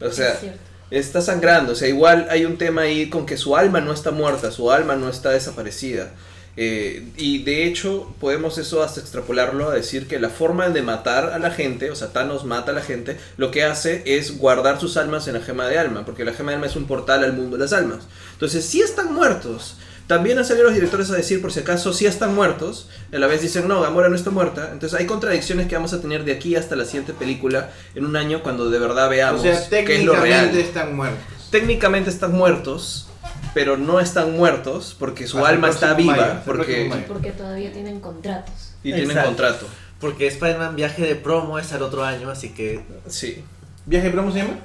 B: O sea,
D: es cierto.
B: está sangrando. O sea, igual hay un tema ahí con que su alma no está muerta, su alma no está desaparecida. Eh, y de hecho, podemos eso hasta extrapolarlo a decir que la forma de matar a la gente, o sea, Thanos mata a la gente, lo que hace es guardar sus almas en la gema de alma, porque la gema de alma es un portal al mundo de las almas. Entonces, sí están muertos. También han salido los directores a decir, por si acaso, sí están muertos. A la vez dicen, no, Gamora no está muerta. Entonces, hay contradicciones que vamos a tener de aquí hasta la siguiente película, en un año, cuando de verdad
F: O
B: veamos
F: sea,
B: qué es lo real
F: técnicamente están muertos.
B: técnicamente están muertos, pero no están muertos porque su
F: Hasta el
B: alma está
F: próximo
B: viva
F: mayo, hasta el
B: porque
F: próximo mayo.
D: Porque todavía tienen contratos.
B: y tienen
E: Exacto.
B: contrato.
E: Porque Spider-Man viaje de promo es al otro año, así que
B: Sí.
F: ¿Viaje de promo se llama?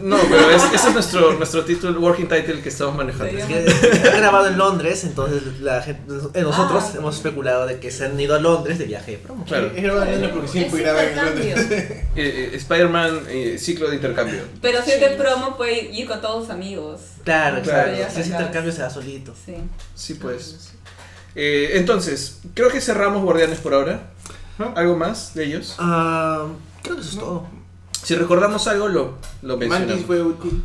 B: No, pero es- ese es nuestro nuestro título working title que estamos manejando.
E: es que está grabado en Londres, entonces la gente, eh, nosotros
C: Ah.
E: hemos especulado de que se han ido a Londres de viaje de promo.
B: Claro.
F: Es grabado en Londres porque siempre graba en Londres.
D: intercambio.
B: Eh, eh, Spider-Man eh, ciclo de intercambio.
C: Pero si es de
D: Sí.
C: promo puede ir con todos sus amigos.
E: Claro,
B: Claro.
E: claro. Si ese intercambio se da solito.
C: Sí.
B: Sí, pues. Eh, entonces, creo que cerramos Guardianes por ahora. ¿Algo más de ellos?
E: Ah, creo que eso es todo.
B: Si recordamos algo, lo, lo
F: Mantis
B: mencionamos.
F: fue útil.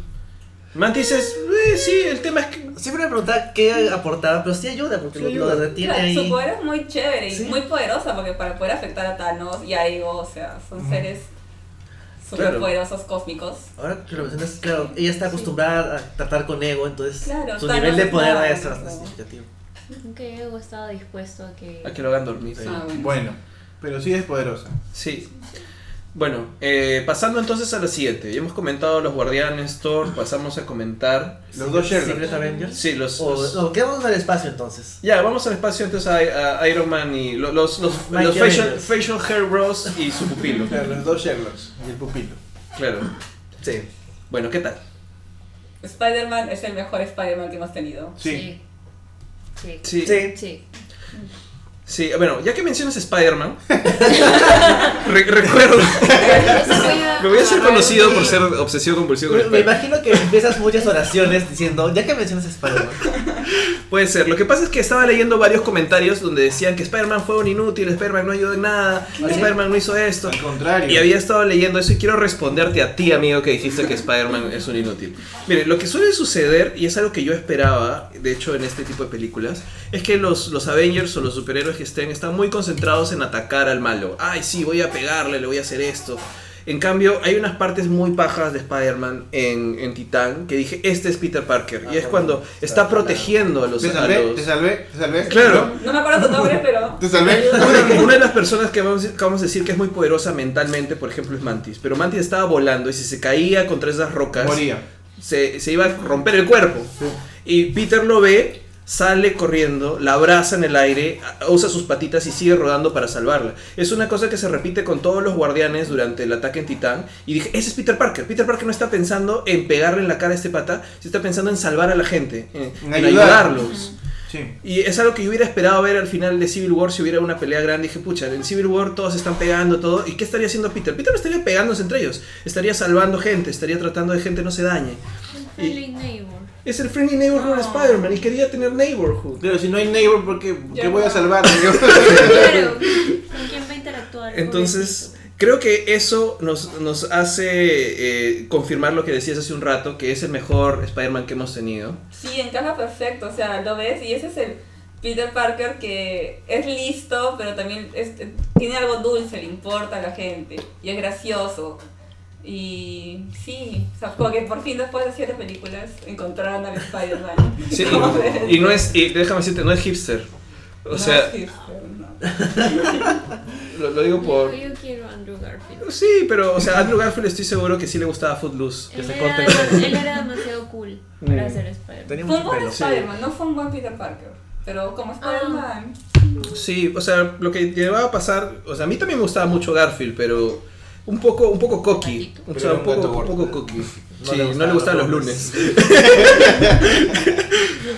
B: Mantis es. eh, sí, el tema es que.
E: Siempre me preguntaba qué aportaba, pero sí ayuda porque
B: Sí
E: lo,
B: ayuda.
E: lo retiene
C: Claro, su
E: ahí.
C: poder es muy chévere y
E: Sí.
C: muy poderosa porque para poder afectar a Thanos y a Ego, o sea, son
F: Ujú.
C: seres
B: Claro.
C: super poderosos cósmicos.
E: Ahora que lo mencionas, claro, ella está acostumbrada a tratar con ego, entonces
C: Claro,
E: su
C: Thanos
E: nivel de
C: es
E: poder
C: nada,
E: es
C: no.
E: bastante significativo.
D: Aunque Ego estaba dispuesto a que.
B: A que lo hagan dormir.
C: Ah,
F: Bueno, pero sí es poderosa.
B: Sí. Bueno, eh, pasando entonces a la siguiente. Ya hemos comentado los guardianes, Thor, pasamos a comentar.
F: Los dos Sherlock.
E: Secret Avengers.
B: Sí, los.
E: O,
B: los-
E: no, quedamos en el espacio entonces.
B: Ya, vamos al espacio entonces a, a Iron Man y lo- los, los, los,
E: Mike
B: facial,
E: Avengers.
B: facial hair bros y su pupilo.
F: O sea, los dos Sherlocks y el pupilo.
B: Claro.
E: Sí.
B: Bueno, ¿qué tal?
C: Spider-Man es el mejor Spider-Man que hemos tenido.
F: Sí.
D: Sí. Sí.
B: Sí.
E: Sí.
D: Sí.
B: Sí, bueno, ya que mencionas Spider-Man, re- recuerdo. Me voy a hacer conocido por ser obsesivo compulsivo con
E: Me, me
B: Spider-Man.
E: imagino que empiezas muchas oraciones diciendo, ya que mencionas Spider-Man.
B: Puede ser. Lo que pasa es que estaba leyendo varios comentarios donde decían que Spider-Man fue un inútil, Spider-Man no ayudó en nada, Spider-Man no hizo esto.
F: Al contrario.
B: Y había estado leyendo eso y quiero responderte a ti, amigo, que dijiste que Spider-Man es un inútil. Mire, lo que suele suceder, y es algo que yo esperaba, de hecho, en este tipo de películas, es que los, los Avengers o los superhéroes que estén están muy concentrados en atacar al malo. Ay, sí, voy a pegarle, le voy a hacer esto. En cambio, hay unas partes muy pajas de Spider-Man en, en Titán que dije, este es Peter Parker. Y es cuando está protegiendo a los...
F: Te
B: a
F: salvé,
B: los-
F: te salvé, te salvé.
B: Claro.
C: No me acuerdo su nombre, pero.
F: ¿Te salvé?
B: Una, una de las personas que vamos, que vamos a decir que es muy poderosa mentalmente, por ejemplo, es Mantis. Pero Mantis estaba volando y si se caía contra esas rocas,
F: Moría.
B: se, se iba a romper el cuerpo. Y Peter lo ve, sale corriendo, la abraza en el aire, a- usa sus patitas y sigue rodando para salvarla. Es una cosa que se repite con todos los guardianes durante el ataque en Titán. Y dije, ese es Peter Parker. Peter Parker no está pensando en pegarle en la cara a este pata, se está pensando en salvar a la gente, en,
F: En
B: en
F: ayudar.
B: ayudarlos.
F: Sí.
B: Y es algo que yo hubiera esperado ver al final de Civil War si hubiera una pelea grande. Dije, pucha, en Civil War todos están pegando todo. ¿Y qué estaría haciendo Peter? Peter no estaría pegándose entre ellos. Estaría salvando gente, estaría tratando de gente no se dañe.
D: Friendly neighbor.
B: Es el friendly neighborhood de
C: No.
B: Spider-Man y quería tener neighborhood.
F: Claro, si no hay neighbor, ¿por qué, ¿Por qué
C: Ya.
F: voy a salvar?
D: Claro. ¿Con quién va a interactuar?
B: Entonces, creo que eso nos, nos hace eh, confirmar lo que decías hace un rato, que es el mejor Spider-Man que hemos tenido.
C: Sí, encaja perfecto, o sea, lo ves y ese es el Peter Parker que es listo, pero también es- tiene algo dulce, le importa a la gente y es gracioso. Y sí, o sea, como que por fin después de siete películas encontraron al Spider-Man.
B: Sí,
C: ¿Cómo ves?
B: y no es, y déjame decirte, no es hipster. O
C: No,
B: sea,
C: sí, pero no.
B: lo, lo digo por...
D: Yo, yo quiero a Andrew Garfield.
B: Sí, pero, o sea, Andrew Garfield estoy seguro que sí le gustaba Footloose. Que
D: Él
B: se
D: era,
B: corte
D: dema- él era demasiado cool para
B: Mm.
D: ser Spider-Man.
G: Tenía
C: Fue
G: mucho
C: un buen
G: pelo.
C: Spider-Man, no fue un buen Peter Parker, pero como Spider-Man,
B: Sí, o sea, lo que llevaba a pasar... O sea, a mí también me gustaba mucho Garfield, pero... Un poco, un poco cocky.
D: Maldito.
B: O
F: Pero
B: sea, un
F: era un
B: poco,
F: gato
B: un
F: gordo.
B: poco cocky.
G: No
B: Sí,
G: le
B: no
G: gustaban
B: le gustaban los
G: los
B: lunes.
G: lunes.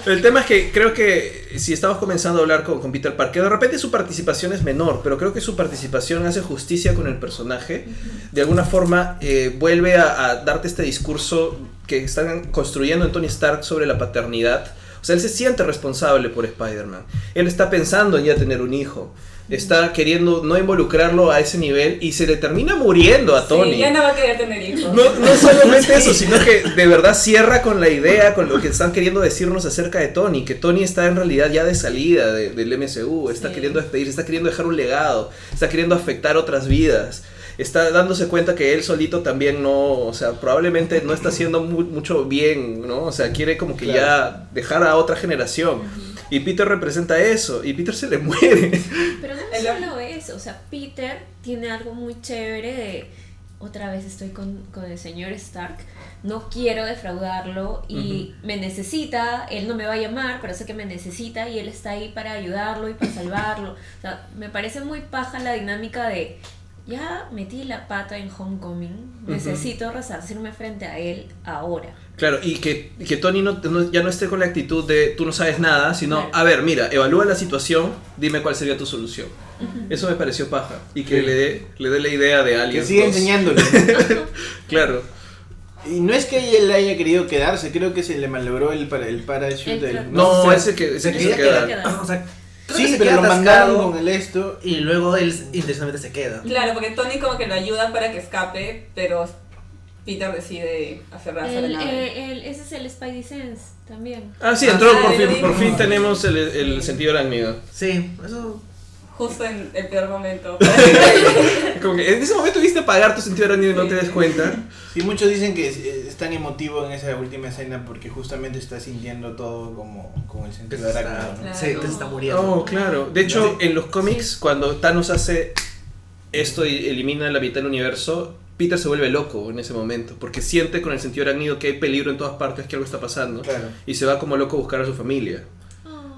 B: El tema es que creo que si estamos comenzando a hablar con, con Peter Parker, de repente su participación es menor, pero creo que su participación hace justicia con el personaje. De alguna forma eh, vuelve a, a darte este discurso que están construyendo en Tony Stark sobre la paternidad. O sea, él se siente responsable por Spider-Man. Él está pensando en ya tener un hijo. Está queriendo no involucrarlo a ese nivel y se le termina muriendo a Tony.
C: sí, ya no va a querer tener hijos.
B: No, no solamente eso, sino que de verdad cierra con la idea, con lo que están queriendo decirnos acerca de Tony, que Tony está en realidad ya de salida de- del MCU, está
D: Sí.
B: queriendo despedirse, está queriendo dejar un legado, está queriendo afectar otras vidas, está dándose cuenta que él solito también no, o sea, probablemente no está haciendo mu- mucho bien, ¿no? O sea, quiere como que ya dejar a otra generación. Y Peter representa eso, y Peter se le muere.
D: Pero no
C: El-
D: solo eso, o sea, Peter tiene algo muy chévere de otra vez estoy con, con el señor Stark, no quiero defraudarlo y me necesita, él no me va a llamar, pero sé que me necesita y él está ahí para ayudarlo y para salvarlo. O sea, me parece muy paja la dinámica de ya metí la pata en Homecoming,
B: Ujú.
D: necesito resarcirme frente a él ahora.
B: Claro, y que, y que Tony no, no- ya no esté con la actitud de tú no sabes nada, sino,
D: Claro.
B: a ver, mira, evalúa la situación, dime cuál sería tu solución. Eso me pareció paja. Y que
F: Sí.
B: le dé le dé la idea de alguien.
F: Que sigue enseñándole.
B: Claro.
F: Y no es que él haya querido quedarse, creo que se le malogró el, para, el parachute
D: El
F: del...
D: tra-
B: No,
E: o sea,
B: ese que se
E: se
B: quiso
E: queda-
B: quedar.
E: O sea, creo que
F: Sí,
E: se
F: pero lo
E: queda atascado
F: mandaron con el esto.
E: y luego él intencionalmente se queda.
C: Claro, porque Tony como que lo ayuda para que escape, pero Peter decide aferrarse a la
D: El- eh,
C: nave.
D: el- el- ese es el Spidey Sense también.
B: Ah, sí, entró
C: Ah,
B: por
C: yo
B: fin.
C: vi.
B: Por fin tenemos el, el sentido arácnido.
E: Sí, eso.
C: Justo en el peor momento.
B: Como que en ese momento viste apagar tu sentido arácnido y no te das cuenta.
F: Sí, muchos dicen que es, es tan emotivo en esa última escena porque justamente está sintiendo todo como con el
E: Que
F: sentido
E: se
F: arácnido, ¿no?
E: está, sí, que se está muriendo.
B: Oh, claro. De hecho, en los cómics, cuando Thanos hace esto y elimina la mitad del universo, Peter se vuelve loco en ese momento, porque siente con el sentido arácnido que hay peligro en todas partes, que algo está pasando,
F: Claro,
B: y se va como loco a buscar a su familia,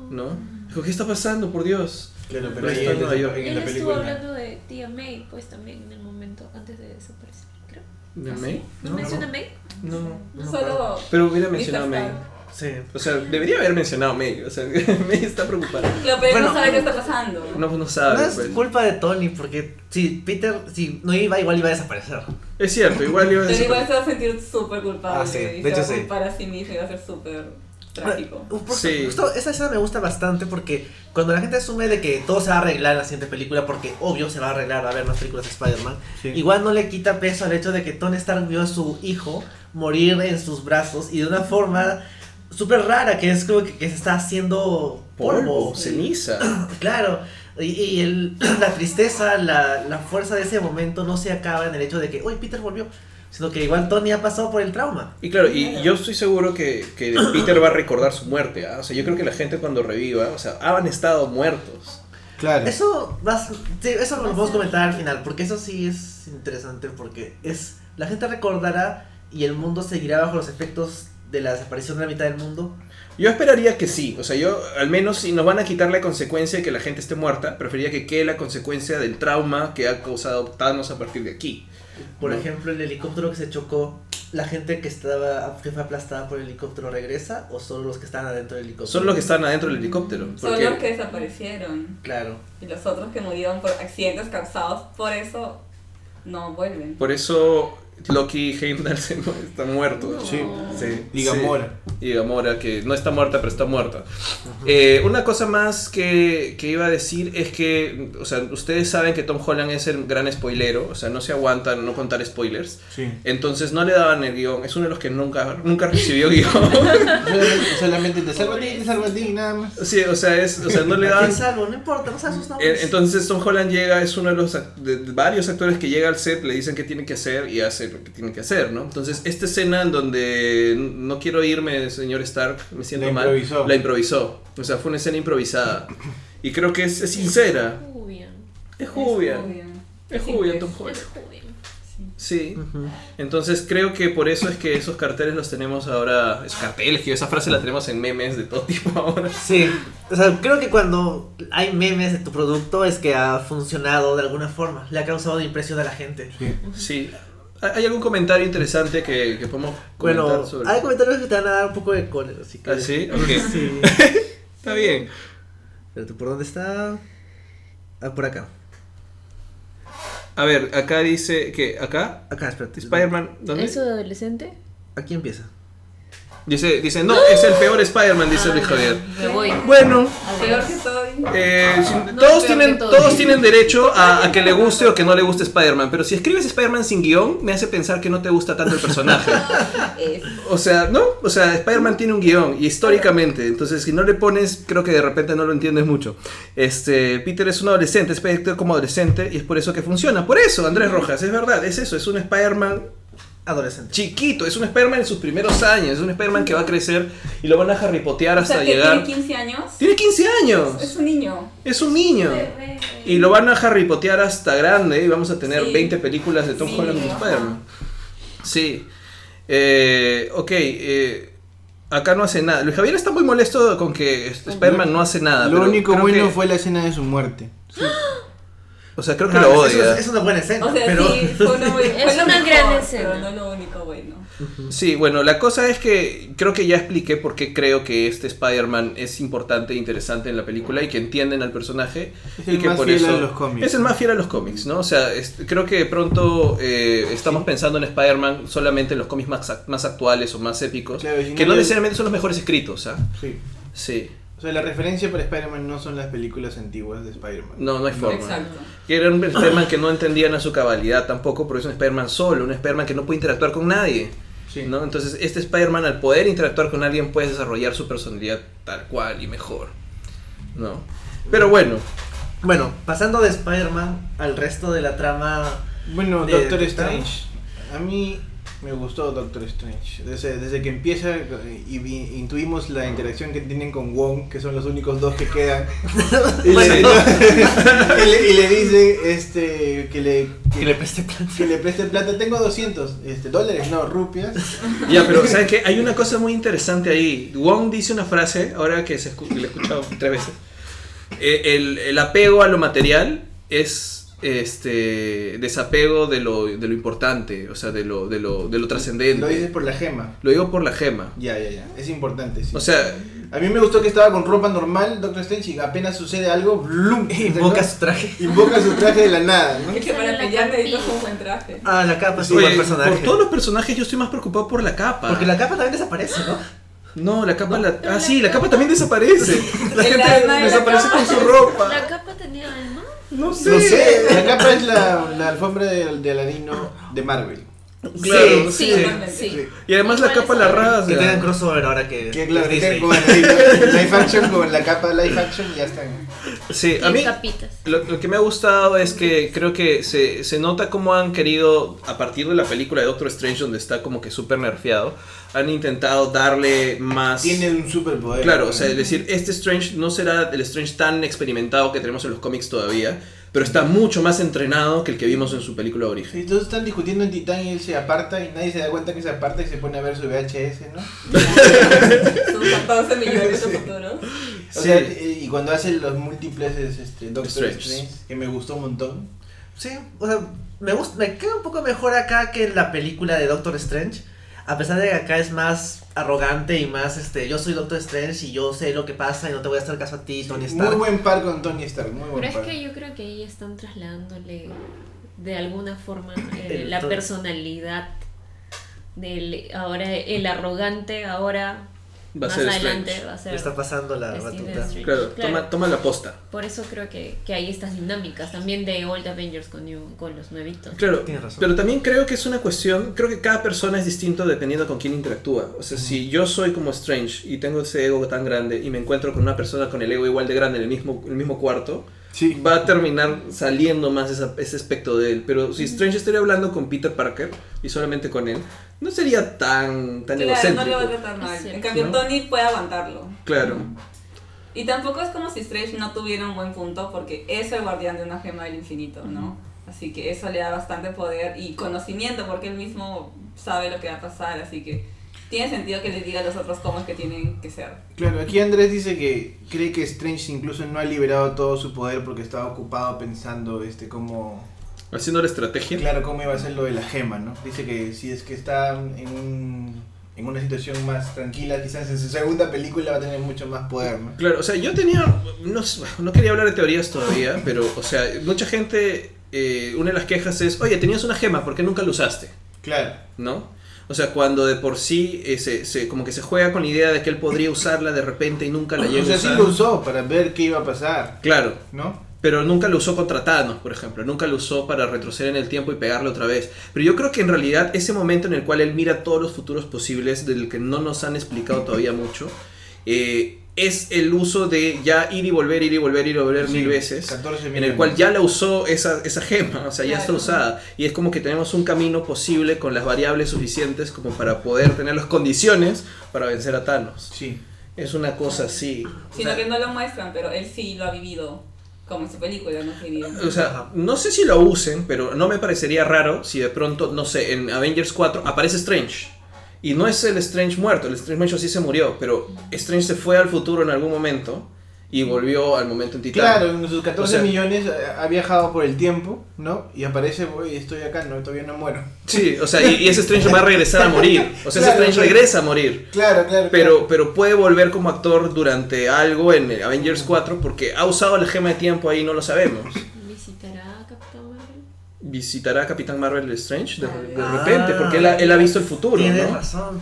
B: ¿no? Dijo, ¿qué está pasando, por Dios?
F: claro,
B: Pero
F: pero ahí
B: está en
F: en,
B: Nueva York.
F: en
D: Él
F: la
D: estuvo
F: película.
D: hablando de tía May, pues también en el momento antes de desaparecer, creo.
B: ¿De
D: ¿Ah, sí?
B: May?
D: ¿No,
E: No,
D: menciona May?
B: No.
E: No me acuerdo.
C: Solo
B: Pero hubiera mencionado a
C: Mr.
B: May.
C: Stark.
E: Sí.
B: O sea, debería haber mencionado a May. O sea, May está preocupada.
C: Claro, pero él
E: Bueno.
C: no sabe qué está pasando.
B: No, no
E: No
B: sabe.
E: es
B: pues.
E: culpa de Tony, porque si Peter, si no iba, igual iba a desaparecer.
B: Es cierto, igual iba a
C: Pero
B: decir.
C: igual se va a sentir súper culpable.
E: Ah, sí,
C: y
E: de
C: se
E: hecho,
C: va a
E: sí.
C: culpar a sí mismo y va a ser súper trágico.
E: Uh, por-
B: Sí.
E: justo esa escena me gusta bastante porque cuando la gente asume de que todo se va a arreglar en la siguiente película, porque obvio se va a arreglar, va a haber más películas de Spider-Man,
F: Sí.
E: igual no le quita peso al hecho de que Tony Stark vio a su hijo morir en sus brazos y de una forma súper rara, que es como que, que se está haciendo polvo.
B: Polvo, ceniza.
E: Claro, y, y el- la tristeza, la, la fuerza de ese momento no se acaba en el hecho de que, uy, Peter volvió, sino que igual Tony ha pasado por el trauma.
B: Y claro, y
C: Claro.
B: yo estoy seguro que, que Peter va a recordar su muerte. ¿ah? O sea, yo creo que la gente cuando reviva, o sea, han estado muertos.
F: Claro.
E: Eso, vas, sí, eso lo podemos comentar al final, porque eso sí es interesante, porque es la gente recordará y el mundo seguirá bajo los efectos de la desaparición de la mitad del mundo?
B: Yo esperaría que sí, o sea, yo al menos si nos van a quitar la consecuencia de que la gente esté muerta, preferiría que quede la consecuencia del trauma que ha causado Thanos a partir de aquí.
E: Por
B: No.
E: ejemplo, el helicóptero que se chocó, ¿la gente que estaba que fue aplastada por el helicóptero regresa o solo los que estaban adentro del helicóptero?
B: Son los que están adentro del helicóptero.
C: Son
B: porque-
C: los que desaparecieron.
E: Claro.
C: Y los otros que murieron por accidentes causados por eso no vuelven.
B: Por eso Loki Heimdall se- está muerto.
D: No. Sí.
B: Sí.
F: Y Gamora.
B: Y Gamora, que no está muerta, pero está muerta. Eh, una cosa más que, que iba a decir es que, o sea, ustedes saben que Tom Holland es el gran spoilero, o sea, no se aguanta no contar spoilers.
F: Sí.
B: Entonces no le daban el guión, es uno de los que nunca, nunca recibió guión.
F: Solamente, solamente te salva a ti, te salva a ti y nada más.
B: sí, o sea, es, o sea, no le
E: ¿A
B: daban...
E: quién salvo? No importa, no se pues. asustamos.
B: Eh, Entonces Tom Holland llega, es uno de los ac- de- de varios actores que llega al set, le dicen qué tiene que hacer y hace lo que tiene que hacer, ¿no? Entonces esta escena en donde no quiero irme, señor Stark, me siento
F: La
B: mal,
F: improvisó.
B: la improvisó. O sea, fue una escena improvisada. Y creo que es, es sincera.
D: Jubia.
B: Es
C: Es
B: jubia.
C: jubia.
B: Es
C: Sí,
B: jubia
C: es-
B: Tom
D: Es
B: Holland.
D: jubia.
B: Sí. Entonces creo que por eso es que esos carteles los tenemos ahora, esos carteles, que esa frase la tenemos en memes de todo tipo ahora.
E: Sí, o sea, creo que cuando hay memes de tu producto es que ha funcionado de alguna forma, le ha causado impresión a la gente.
B: Sí. ¿Hay algún comentario interesante que, que podemos comentar
E: Bueno,
B: sobre?
E: hay comentarios que te van a dar un poco de cólera, así que...
B: ¿Ah, sí? Ok.
E: Sí.
B: Está bien.
E: Espérate, ¿por dónde está? Ah, por acá.
B: A ver, acá dice que acá
E: Acá, espérate.
B: Spider-Man, ¿dónde?
D: ¿Eso de adolescente?
E: Aquí empieza.
B: Dice, dice, no, es el peor Spider-Man, dice
D: Ah.
B: Luis Javier.
D: Me voy.
B: Bueno,
C: Peor que soy.
B: eh, sin-
D: No,
B: todos
D: peor
B: tienen
D: que todo.
B: todos tienen derecho a, a que le guste o que no le guste Spider-Man, pero si escribes Spider-Man sin guión, me hace pensar que no te gusta tanto el personaje.
C: Es-
B: O sea, no, o sea, Spider-Man tiene un guión y históricamente, entonces si no le pones, creo que de repente no lo entiendes mucho. Este, Peter es un adolescente, es Peter como adolescente y es por eso que funciona. Por eso, Andrés Rojas, es verdad, es eso, es un Spider-Man
E: Adolescente.
B: chiquito, es un Spider-Man en sus primeros años, es un Spider-Man que va a crecer y lo van a harripotear hasta
C: o sea, que
B: llegar.
C: tiene 15 años.
B: Tiene 15 años,
C: Es un niño.
B: es un niño. Y lo van a harripotear hasta grande y vamos a tener
C: Sí.
B: 20 películas de Tom
C: Sí,
B: Holland como
C: ajá.
B: Spider-Man. Sí. Eh, ok, eh, acá no hace nada. Luis Javier está muy molesto con que este Spider-Man no hace nada.
F: Lo
B: pero
F: único
B: creo
F: bueno
B: que-
F: fue la escena de su muerte.
B: O sea, creo que
E: Ah,
B: lo
E: eso
B: odia.
E: es, es una buena escena,
C: O sea,
E: pero...
C: sí, fue lo, fue
D: Es
C: lo
D: una
C: mejor,
D: gran escena.
C: Pero no lo único bueno.
B: Sí, bueno, la cosa es que creo que ya expliqué por qué creo que este Spider-Man es importante e interesante en la película y que entienden al personaje.
F: Es
B: y
F: el
B: que
F: más
B: por
F: fiel
B: eso
F: a los cómics.
B: Es el más fiel a los cómics, ¿no? O sea, es- creo que de pronto eh, estamos pensando en Spider-Man solamente en los cómics más, ac- más actuales o más épicos,
F: Claro, y no
B: que no
F: le-
B: necesariamente son los mejores escritos, ¿ah?
F: Sí.
B: Sí,
F: O sea, la referencia para Spider-Man no son las películas antiguas de Spider-Man.
B: no, no hay forma.
C: Exacto.
B: Que era un Spider-Man que no entendían a su cabalidad tampoco, porque es un Spider-Man solo, un Spider-Man que no puede interactuar con nadie.
F: Sí.
B: ¿no? Entonces, este Spider-Man, al poder interactuar con alguien, puede desarrollar su personalidad tal cual y mejor. ¿No? Pero bueno,
E: Bueno, pasando de Spider-Man al resto de la trama...
F: Bueno,
E: De-
F: Doctor
E: de-
F: Strange. A mí me gustó Doctor Strange. Desde, desde que empieza eh, y vi- intuimos la interacción que tienen con Wong, que son los únicos dos que quedan. Y, le,
B: este,
F: y le- y le dice este, que, le, que,
E: Que le preste plata.
F: que le preste plata. Tengo 200 este, dólares, no, rupias.
B: ya, pero ¿saben qué? Hay una cosa muy interesante ahí. Wong dice una frase, ahora que se escu- que la he escuchado tres veces. Eh, el, el apego a lo material es este desapego de lo, de lo importante, o sea, de lo, de lo, de lo
F: Lo dices
B: trascendente.
F: por la gema.
B: Lo digo por la gema.
F: Ya, ya, ya. Es importante, sí.
B: O sea,
F: a mí me gustó que estaba con ropa normal, Doctor Strange, y apenas sucede algo, ¡blum!
E: Invoca su traje.
F: Invoca su traje de la nada, ¿no?
C: Es que para pelear necesitas un buen traje.
E: Ah, la capa es un
B: oye,
E: buen personaje.
B: por todos los personajes yo estoy más preocupado por la capa.
E: Porque la capa también desaparece, ¿no?
B: No, la capa la... Ah, sí, la capa también desaparece. La
C: El alma de
B: gente
C: la
B: desaparece
C: capa.
B: con su ropa.
D: La capa tenía alma.
B: No sé.
F: No sé, la capa es la, la alfombra del de Aladino de Marvel.
B: Claro,
D: sí,
B: sí.
D: sí.
B: Y además la
D: Igual
B: capa
D: es
B: la
D: otra.
B: rasga.
E: Que tengan crossover ahora que...
F: Que claro, que
E: Disney.
F: con el live action, con la capa live action, ya están.
B: Sí, a
D: Tiene
B: mí
D: capitas.
B: lo, lo que me ha gustado es que creo que se, se nota cómo han querido, a partir de la película de Doctor Strange, donde está como que súper nerfeado, han intentado darle más...
F: Tienen un superpoder.
B: Claro, o sea, es decir, este Strange no será el Strange tan experimentado que tenemos en los cómics todavía, pero está mucho más entrenado que el que vimos en su película de origen.
F: Sí, todos están discutiendo en Titán y él se aparta y nadie se da cuenta que se aparta y se pone a ver su VHS, ¿no?
C: Sus 14 millones de futuros.
F: O
B: Sí.
F: sea, eh, y cuando hacen los múltiples este, Doctor
B: Strange.
F: Strange, que me gustó un montón.
E: Sí, o sea, me gusta, me queda un poco mejor acá que en la película de Doctor Strange. A pesar de que acá es más arrogante y más, este, yo soy Doctor Strange y yo sé lo que pasa y no te voy a hacer caso a ti, Tony Stark.
F: Muy buen par con Tony Stark, muy
D: Pero
F: buen
D: es
F: par.
D: que yo creo que ahí están trasladándole de alguna forma eh,
E: El
D: la
E: to-
D: personalidad del ahora el arrogante ahora
B: Va a
D: más
B: ser
D: adelante
B: Strange.
D: va a ser
E: Le está pasando la
D: Stephen
E: batuta.
D: Strange.
B: Claro,
D: Claro.
B: Toma, toma la posta.
D: Por eso creo que, que hay estas dinámicas también de Old Avengers con, New- con los nuevitos.
B: Claro,
E: Tienes razón.
B: pero también creo que es una cuestión, creo que cada persona es distinto dependiendo con quién interactúa. O sea, si yo soy como Strange y tengo ese ego tan grande y me encuentro con una persona con el ego igual de grande en el mismo, en el mismo cuarto,
F: Sí.
B: va a terminar saliendo más esa- ese aspecto de él. Pero si Strange estuviera hablando con Peter Parker y solamente con él, no sería tan, tan
C: Claro, no le va a
B: egocéntrico.
C: tratar mal. En
D: Egocéntrico.
C: cambio,
B: ¿No?
C: Tony puede aguantarlo.
B: Claro,
C: Y tampoco es como si Strange no tuviera un buen punto, porque es el guardián de una gema del infinito, ¿no? Así que eso le da bastante poder y conocimiento, porque él mismo sabe lo que va a pasar, así que tiene sentido que le diga a los otros cómo es que tienen que ser.
F: Claro, aquí Andrés dice que cree que Strange incluso no ha liberado todo su poder porque estaba ocupado pensando este cómo
B: haciendo la estrategia.
F: claro cómo iba a ser lo de la gema, ¿no? Dice que si es que está en un- en una situación más tranquila, quizás en su segunda película va a tener mucho más poder, ¿no?
B: Claro, o sea, yo tenía. No, s- no quería hablar de teorías todavía, pero, o sea, mucha gente. eh, una de las quejas es: Oye, tenías una gema, ¿por qué nunca la usaste?
F: Claro.
B: ¿No? O sea, cuando de por sí eh, se, se- como que se juega con la idea de que él podría usarla de repente y nunca la llega
F: O sea,
B: a
F: sí
B: usar.
F: lo usó para ver qué iba a pasar,
B: Claro,
F: ¿no?
B: pero nunca lo usó contra Thanos, por ejemplo. Nunca lo usó para retroceder en el tiempo y pegarle otra vez. Pero yo creo que en realidad ese momento en el cual él mira todos los futuros posibles, del que no nos han explicado todavía mucho, eh, es el uso de ya ir y volver, ir y volver, ir y volver
F: Sí,
B: mil veces.
F: 14
B: En el
F: millones.
B: cual ya la usó esa, esa gema, o sea, ya está
C: Claro.
B: usada. Y es como que tenemos un camino posible con las variables suficientes como para poder tener las condiciones para vencer a Thanos.
F: Sí.
B: Es una cosa así. o
C: Sino
B: sea-
C: que no lo muestran, pero él sí lo ha vivido, como en su película, no quería.
B: O sea, no sé si lo usen, pero no me parecería raro si de pronto, no sé, en Avengers 4 aparece Strange. Y no es el Strange muerto, el Strange muerto sí se murió, pero Strange se fue al futuro en algún momento y volvió al momento en Titán.
F: Claro, en sus 14
B: O sea-
F: millones eh, ha viajado por el tiempo, ¿no? Y aparece, voy, estoy acá, no, todavía no muero.
B: Sí, o sea, y, y ese Strange va a regresar a morir. O sea,
F: Claro,
B: ese Strange
F: claro.
B: regresa a morir.
F: Claro, claro.
B: Pero, pero puede volver como actor durante algo en Avengers 4 porque ha usado la gema de tiempo ahí, no lo sabemos.
D: ¿Visitará a Capitán Marvel?
B: ¿Visitará a Capitán Marvel el Strange de, de
C: Ah.
B: repente? Porque él ha, él ha visto el futuro,
E: Tienes
B: ¿no?
E: razón.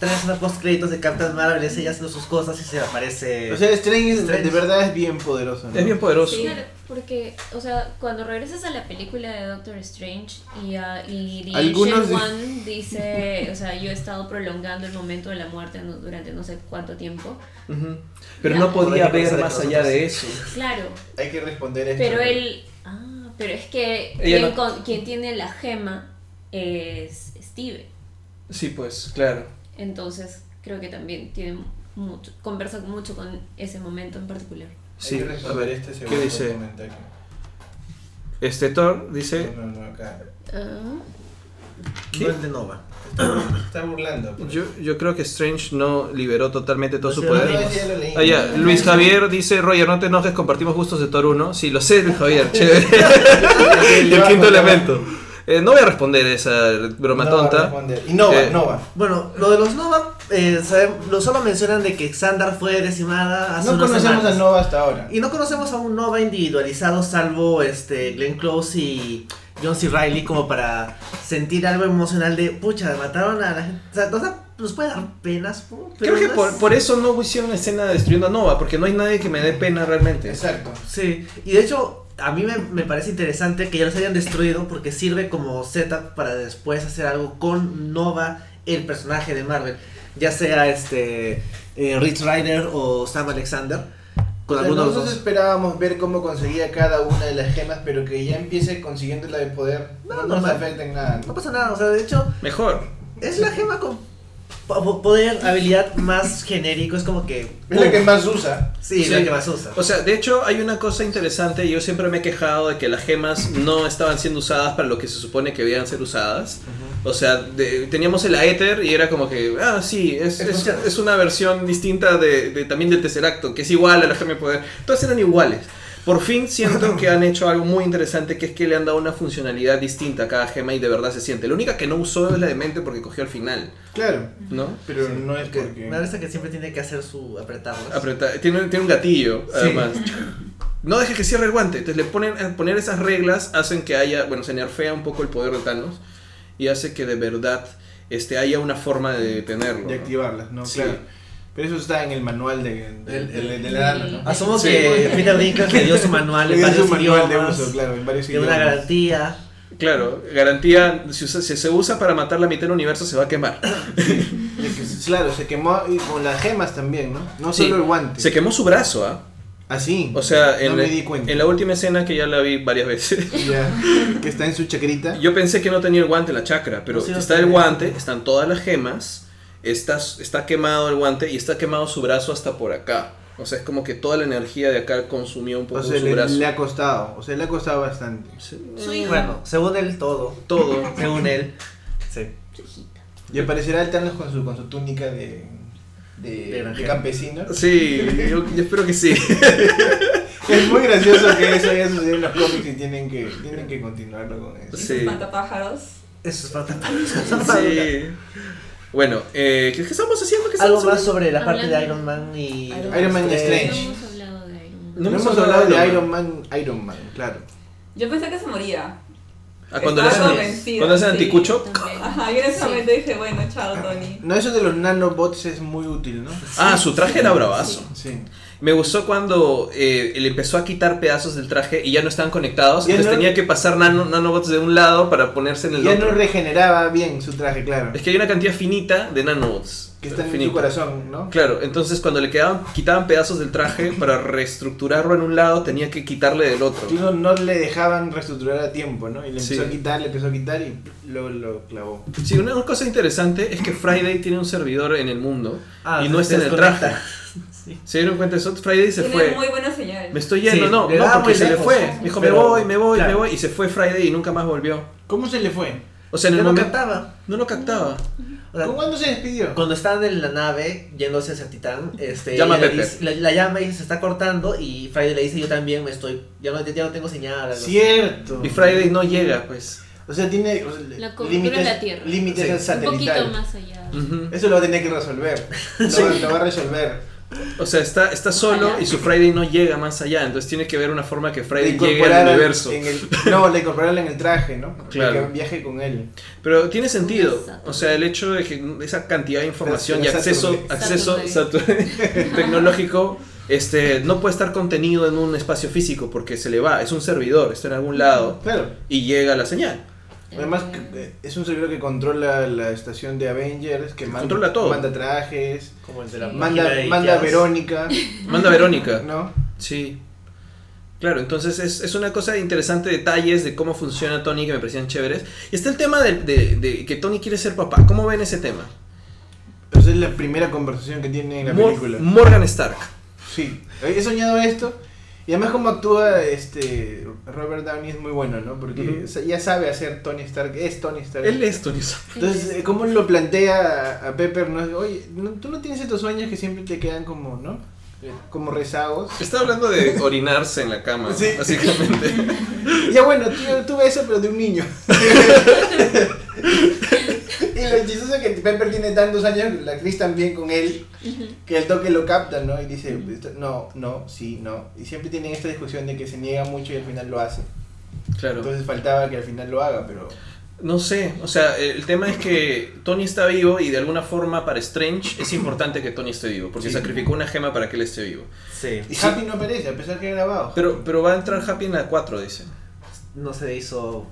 E: Traes una post créditos de Captain Marvel, ese ya haciendo sus cosas y se aparece.
F: O sea, Strange, es-
E: Eh, Strange.
F: de verdad es bien poderoso. ¿no?
B: Es bien poderoso.
D: Sí, claro, porque, o sea, cuando regresas a la película de Doctor Strange y, a- y The
F: Algunos
D: Ancient
F: di-
D: One dice, o sea, yo he estado prolongando el momento de la muerte no- durante no sé cuánto tiempo.
B: Ujú. Pero
D: Ya.
B: no podía
E: Podría
B: ver
E: pensar
B: más
E: que
B: allá
E: nosotros-
B: de eso.
D: Claro,
F: Hay que responder a esto.
D: pero él... Ah, pero es que
B: Ella
D: quien,
B: no-
D: con- quien tiene la gema es Steve.
B: Sí, pues, claro.
D: Entonces, creo que también tiene mucho, conversa mucho con ese momento en particular.
F: Hay
B: Sí,
F: que
B: a ver.
F: responder este
B: ¿Qué
F: segundo
B: dice?
F: comentario.
B: Este Thor dice...
F: No, no, no, acá.
D: Ah,
E: No el de Nova.
F: Está burlando. pues. pero-
B: Yo, yo creo que Strange no liberó totalmente todo
E: No
B: su
E: sé,
B: poder.
E: no
F: Ah, ya lo leí.
B: Ah, ya, Luis Javier dice, Roger, no te enojes, compartimos gustos de Thor 1. Sí, lo sé, Luis Javier, chévere.
F: Sí, le
B: El
F: va a
B: quinto
F: contar.
B: elemento. Eh, no voy a responder esa broma
F: No va a
B: tonta.
F: responder. Y Nova,
B: Eh,
F: Nova.
E: Bueno, lo de los Nova, eh, sabemos- lo solo mencionan de que Xandar fue decimada hace
F: No
E: unas
F: conocemos a
E: semanas.
F: Nova hasta ahora.
E: Y no conocemos a un Nova individualizado salvo este Glenn Close y John C. Riley como para sentir algo emocional de pucha, mataron a la gente. O sea, ¿no da- nos puede dar penas, po? Pero
B: Creo que
E: no
B: por,
E: es-
B: por eso no hicieron escena destruyendo a Nova, porque no hay nadie que me dé pena realmente.
F: Exacto.
E: Sí, y de hecho, a mí me, me parece interesante que ya los hayan destruido porque sirve como setup para después hacer algo con Nova, el personaje de Marvel. Ya sea este eh, Rich Rider o Sam Alexander. Con
F: O sea,
E: alguno de los
F: nosotros
E: dos.
F: esperábamos ver cómo conseguía cada una de las gemas, pero que ya empiece consiguiendo la de poder.
E: No,
F: No, nos
E: normal.
F: afecta en nada. ¿no?
E: No pasa nada, o sea, de hecho,
B: Mejor.
E: es la gema con po- poder, habilidad más genérico es como que.
F: Es la que más usa.
E: Sí,
B: Sí.
E: la que más usa.
B: O sea, de hecho hay una cosa interesante, yo siempre me he quejado de que las gemas no estaban siendo usadas para lo que se supone que debían ser usadas. O sea, de- teníamos el Aether y era como que, ah, sí, es,
E: Es
B: es-
E: funciona.
B: es una versión distinta de, de- también del Tesseracto, que es igual a la gema de poder. Todas eran iguales. Por fin siento que han hecho algo muy interesante, que es que le han dado una funcionalidad distinta a cada gema y de verdad se siente. La única que no usó es la de mente porque cogió al final,
F: Claro.
B: ¿no?
F: Pero no es
E: Que
F: porque.
E: Me parece que siempre tiene que hacer su apretarlo.
B: Apreta- tiene, tiene un gatillo, además. No dejes que cierre el guante. Entonces le ponen, al poner esas reglas hacen que haya, bueno, se nerfea un poco el poder de Thanos y hace que de verdad este, haya una forma de tenerlo.
F: De
B: ¿no?
F: activarlas, ¿no?
B: Sí.
F: Claro. Pero eso está en el manual de, del- del- de la edad, ¿no?
E: Asumo
B: Sí.
E: que Peter Dinklage le dio su manual en
F: Es
E: varios
F: un manual de
E: idiomas,
F: uso, claro, en varios
E: tiene una
F: idiomas.
E: garantía.
B: Claro, garantía, si, usa- si se usa para matar la mitad del universo se va a quemar.
F: De que- Claro, se quemó y con las gemas también, ¿no? No
B: Sí.
F: solo el guante.
B: Se quemó su brazo, ¿ah?
F: Así.
B: O sea, en,
F: no
B: la-
F: me di cuenta.
B: en la última escena que ya la vi varias veces.
F: Ya, que está en su chacrita.
B: Yo pensé que no tenía el guante, la chacra, pero
E: No, sí, no
B: está el
E: tenía.
B: guante, están todas las gemas, está, está quemado el guante y está quemado su brazo hasta por acá. O sea, es como que toda la energía de acá consumió un poco
F: O sea,
B: su
F: le,
B: brazo.
F: le ha costado. O sea, le ha costado bastante.
B: Sí,
D: Su hija.
E: Bueno, según él todo,
B: Todo.
E: según él. Sí.
F: Y aparecerá el Thanos con su, con su túnica de. De,
E: De granjero.
F: de campesino.
B: Sí, yo, yo espero que sí.
F: Es muy gracioso que eso haya sucedido en los cómics y tienen que, tienen que continuarlo con eso.
B: Sí.
C: Matapájaros.
E: Eso es falta.
B: Sí. Bueno, eh, ¿qué, qué estamos haciendo? ¿Qué
E: Algo
B: estamos
E: más sobre la parte de
D: Hablando-
E: Iron Man y. este,
F: Iron Man y Strange.
D: No hemos hablado de Iron Man.
B: No
F: No,
B: hemos
F: hemos
B: hablado
F: hablado
B: de
F: de Iron Man, Iron Man, claro.
C: Yo pensé que se moría.
B: Ah, cuando le
C: Estaba
B: hacen,
C: convencida,
B: cuando hacen
C: sí.
B: anticucho.
D: También.
C: Ajá, y en ese
D: Sí.
C: momento dije, bueno, chao, Tony.
F: No, eso de los nanobots es muy útil, ¿no?
B: Ah, su traje era bravazo.
F: Sí.
B: Me gustó cuando eh, le empezó a quitar pedazos del traje y ya no estaban conectados.
F: Ya
B: entonces
F: no-
B: tenía que pasar nano- nanobots de un lado para ponerse en el
F: Ya
B: otro.
F: no regeneraba bien su traje, claro.
B: Es que hay una cantidad finita de nanobots.
F: Que está en
B: Finita.
F: su corazón, ¿no?
B: Claro, entonces cuando le quedaban, quitaban pedazos del traje para reestructurarlo en un lado, tenía que quitarle del otro.
F: Incluso no le dejaban reestructurar a tiempo, ¿no? Y le empezó
B: Sí.
F: a quitar, le empezó a quitar y lo, lo clavó.
B: Sí, una cosa interesante es que Friday tiene un servidor en el mundo
E: Ah,
B: y no está en el
E: desconecta.
B: traje. ¿Se dieron cuenta de eso? Friday se
C: Tiene
B: fue.
C: muy buena señal.
B: Me estoy yendo,
E: Sí,
B: no,
E: le
B: no,
E: daba
B: porque
E: muy
B: se le
E: lejos.
B: fue. Me dijo, me
E: Pero-
B: voy, me voy, me
E: claro.
B: voy. Y se fue Friday y nunca más volvió.
F: ¿Cómo se le fue?
B: O sea, en
E: Ya
B: el
E: no
B: momento.
E: cantaba.
B: No lo captaba.
E: O sea,
F: ¿Con cuándo se despidió?
E: cuando estaban en la nave yéndose hacia Titán, este,
B: Llama a
E: ella le
B: Pepe.
E: dice- la, la llama y se está cortando y Friday le dice yo también me estoy, ya no, ya no tengo señal. algo así.
F: Cierto.
B: Y Friday no llega, pues.
F: O sea, tiene o sea,
D: La cobertura
F: límites,
D: de la Tierra.
F: límites
E: Sí.
D: Un poquito
F: satelitales.
D: más allá.
B: Ujú.
F: Eso lo va a tener que resolver. Lo, va- lo va a resolver.
B: O sea, está, está solo y su Friday no llega más allá. Entonces tiene que haber una forma que
F: De
B: Friday llegue
F: incorporar
B: al
F: al-
B: universo.
F: en el- no, la incorporarla en el traje, ¿no?
B: Claro.
F: Que viaje con él.
B: Pero tiene sentido. O sea, el hecho de que esa cantidad de información y
F: Pero
B: acceso,
F: Saturday.
B: acceso Saturday tecnológico este, no puede estar contenido en un espacio físico porque se le va. Es un servidor, está en algún lado
F: Claro.
B: y llega la señal.
F: Además, que- eh, es un servidor que controla la estación de Avengers, que manda,
B: Controla todo.
F: manda trajes,
E: Como el de la
F: manda,
E: máquina de
F: manda a
E: jazz.
F: Verónica,
B: Manda a Verónica.
F: ¿no?
B: Sí. Claro, entonces es, es una cosa interesante, detalles de cómo funciona Tony que me parecían chéveres. Y está el tema de, de- de que Tony quiere ser papá. ¿Cómo ven ese tema?
F: Esa Pues es la primera conversación que tiene en la
B: Mor-
F: película.
B: Morgan Stark.
F: Sí, he soñado esto. Y además como actúa este Robert Downey es muy bueno, ¿no? Porque
B: Ujú.
F: sa- ya sabe hacer Tony Stark, es Tony Stark.
B: Él es Tony Stark.
F: Entonces, eh, ¿cómo lo plantea a- a Pepper? No, oye, no- tú no tienes estos sueños que siempre te quedan como, ¿no? Eh, Como rezagos.
B: Está hablando de orinarse en la cama,
F: Sí.
B: básicamente.
F: Ya bueno, tío, tuve eso, pero de un niño. y lo chistoso es que Pepper tiene tantos años, la Chris también con él, que el toque lo capta, ¿no? Y dice, "Esto- no, no, sí, no. Y siempre tienen esta discusión de que se niega mucho y al final lo hace.
B: Claro.
F: Entonces faltaba que al final lo haga, pero...
B: No sé, o sea, el tema es que Tony está vivo y de alguna forma para Strange es importante que Tony esté vivo, porque
F: Sí.
B: sacrificó una gema para que él esté vivo.
E: Sí.
F: Y Happy no aparece, a pesar que ha grabado.
B: Pero, pero va a entrar Happy en la 4, dice.
E: No se hizo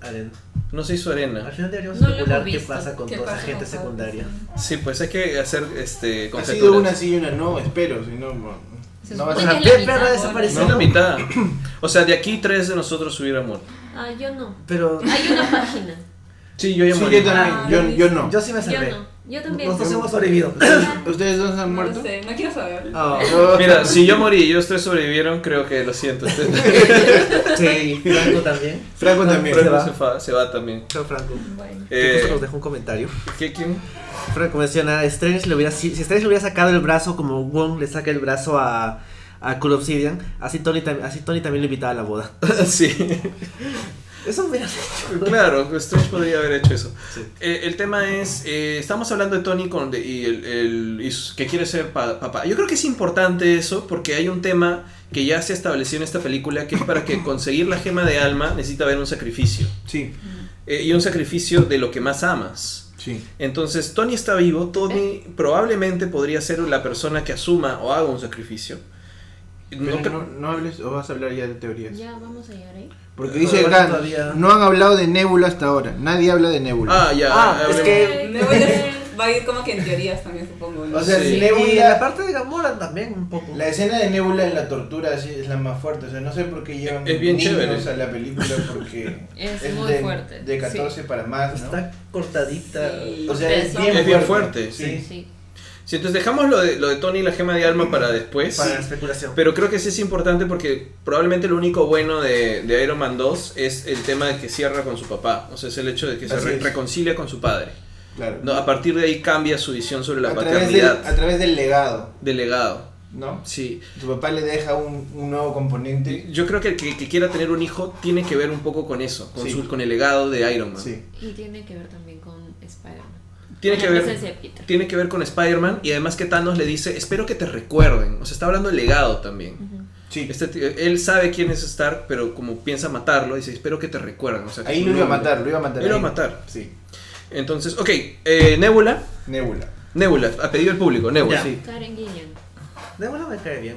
E: arena.
B: No se hizo
E: Al
B: arena.
E: final deberíamos
D: No lo
E: especular
D: hemos
E: qué
D: visto.
E: pasa con
C: ¿Qué
E: toda esa
C: pasa
E: gente
C: con Hulk?
E: secundaria.
B: Sí, pues hay que hacer este,
F: ha sido una
B: conjeturas.
F: sí y una no, espero, si no... no-
D: Se
F: No va a
E: O
F: ser...
D: supone-
E: sea,
D: Es la mitad,
E: Pepper ha
D: ¿no?
E: desaparecido.
B: Es la mitad. O sea, de aquí tres de nosotros hubiera muerto.
D: Ah, yo no.
E: Pero
D: Hay una página.
B: Sí, yo ya
F: Sí,
B: morí.
C: Ah,
F: yo también, yo, yo no.
E: yo sí me
D: Yo
E: salvé.
D: no. Yo también.
E: Nosotros hemos sobrevivido.
F: ¿Ustedes dos han
C: No lo
F: muerto?
C: sé, no quiero saber.
E: Ah,
B: Mira, si yo morí y ellos tres sobrevivieron, creo que lo siento. Ustedes-
E: sí, Franco también.
F: Franco también.
E: Se
B: Franco
E: va.
B: se, va, se va también.
E: Chao, Franco.
D: Bueno.
E: ¿Qué cosa
B: Eh,
E: nos dejó un comentario?
B: ¿qué- quién?
E: Franco menciona, Strange le hubiera, si, si Strange le hubiera sacado el brazo como Wong le saca el brazo a, a Cool Obsidian, así Tony, tam- así Tony también lo invitaba a la boda.
B: sí.
E: Eso hubiera
B: Claro, Strange podría haber hecho eso.
E: Sí.
B: Eh, el tema es, eh, estamos hablando de Tony con, de- y el, el- y su- que quiere ser pa- papá. Yo creo que es importante eso porque hay un tema que ya se estableció en esta película que es para que conseguir la gema de alma necesita haber un sacrificio.
F: Sí,
B: eh, y un sacrificio de lo que más amas.
F: sí.
B: Entonces, Tony está vivo,
E: Eh.
B: Tony probablemente podría ser la persona que asuma o haga un sacrificio.
F: Pero
B: No cre-
F: no, no hables o vas a hablar ya de teorías.
D: Ya, vamos a llegar ahí.
F: Porque
E: No,
F: dice
E: bueno,
F: acá,
E: todavía-
F: no han hablado de Nebula hasta ahora. Nadie habla de Nebula.
B: Ah, ya.
E: Ah, es
B: hablemos.
E: que-
C: Me voy a, va a ir como que en teorías también, supongo. ¿no?
F: O sea,
B: Sí.
E: Y la
F: Nebula,
E: parte de Gamora también un poco.
F: la escena de Nebula en la tortura sí, es la más fuerte. O sea, no sé por qué llevan
B: Es bien
F: niños
B: chévere.
F: a la película porque
D: Es muy
F: de,
D: fuerte,
F: De
D: sí.
F: 14 para más, ¿no?
E: Está cortadita.
D: Sí.
F: O sea, es
D: Eso.
F: bien,
B: Es bien fuerte,
F: Sí.
D: Sí.
B: Sí, entonces dejamos lo de, lo de Tony y la gema de alma para después.
E: Para la especulación.
B: Pero creo que sí es importante porque probablemente lo único bueno de, de Iron Man 2 es el tema de que cierra con su papá. O sea, es el hecho de que se
F: Así
B: re-
F: es.
B: reconcilia con su padre.
F: Claro.
B: No, a partir de ahí cambia su visión sobre la
F: a, través del,
B: paternidad.
F: a través del legado,
B: Del legado.
F: ¿no?
B: Sí,
F: Tu papá le deja un, un nuevo componente.
B: Yo creo que el que, que quiera tener un hijo tiene que ver un poco con eso, con,
F: Sí.
B: su- con el legado de Iron Man.
F: Sí.
D: Y tiene que ver también con Spider-Man.
B: Tiene,
D: Con
B: que
D: la
B: ver,
D: presencia de Peter.
B: tiene que ver con Spider-Man y además que Thanos le dice, espero que te recuerden. O sea, está hablando del legado también.
D: Ujú.
F: Sí.
B: Este tío- él sabe quién es Stark, pero como piensa matarlo, dice, espero que te recuerden. O sea, que
F: Ahí
B: tu
F: lo iba a
B: nombre-
F: matar, lo iba a matar.
B: Él lo va a
F: ahí.
B: matar.
F: Sí.
B: Entonces, ok, eh, Nebula.
F: Nebula.
B: Nebula, a pedido del público, Nebula.
E: Ya.
B: Sí.
D: Karen Gillian.
E: Nebula me cae bien.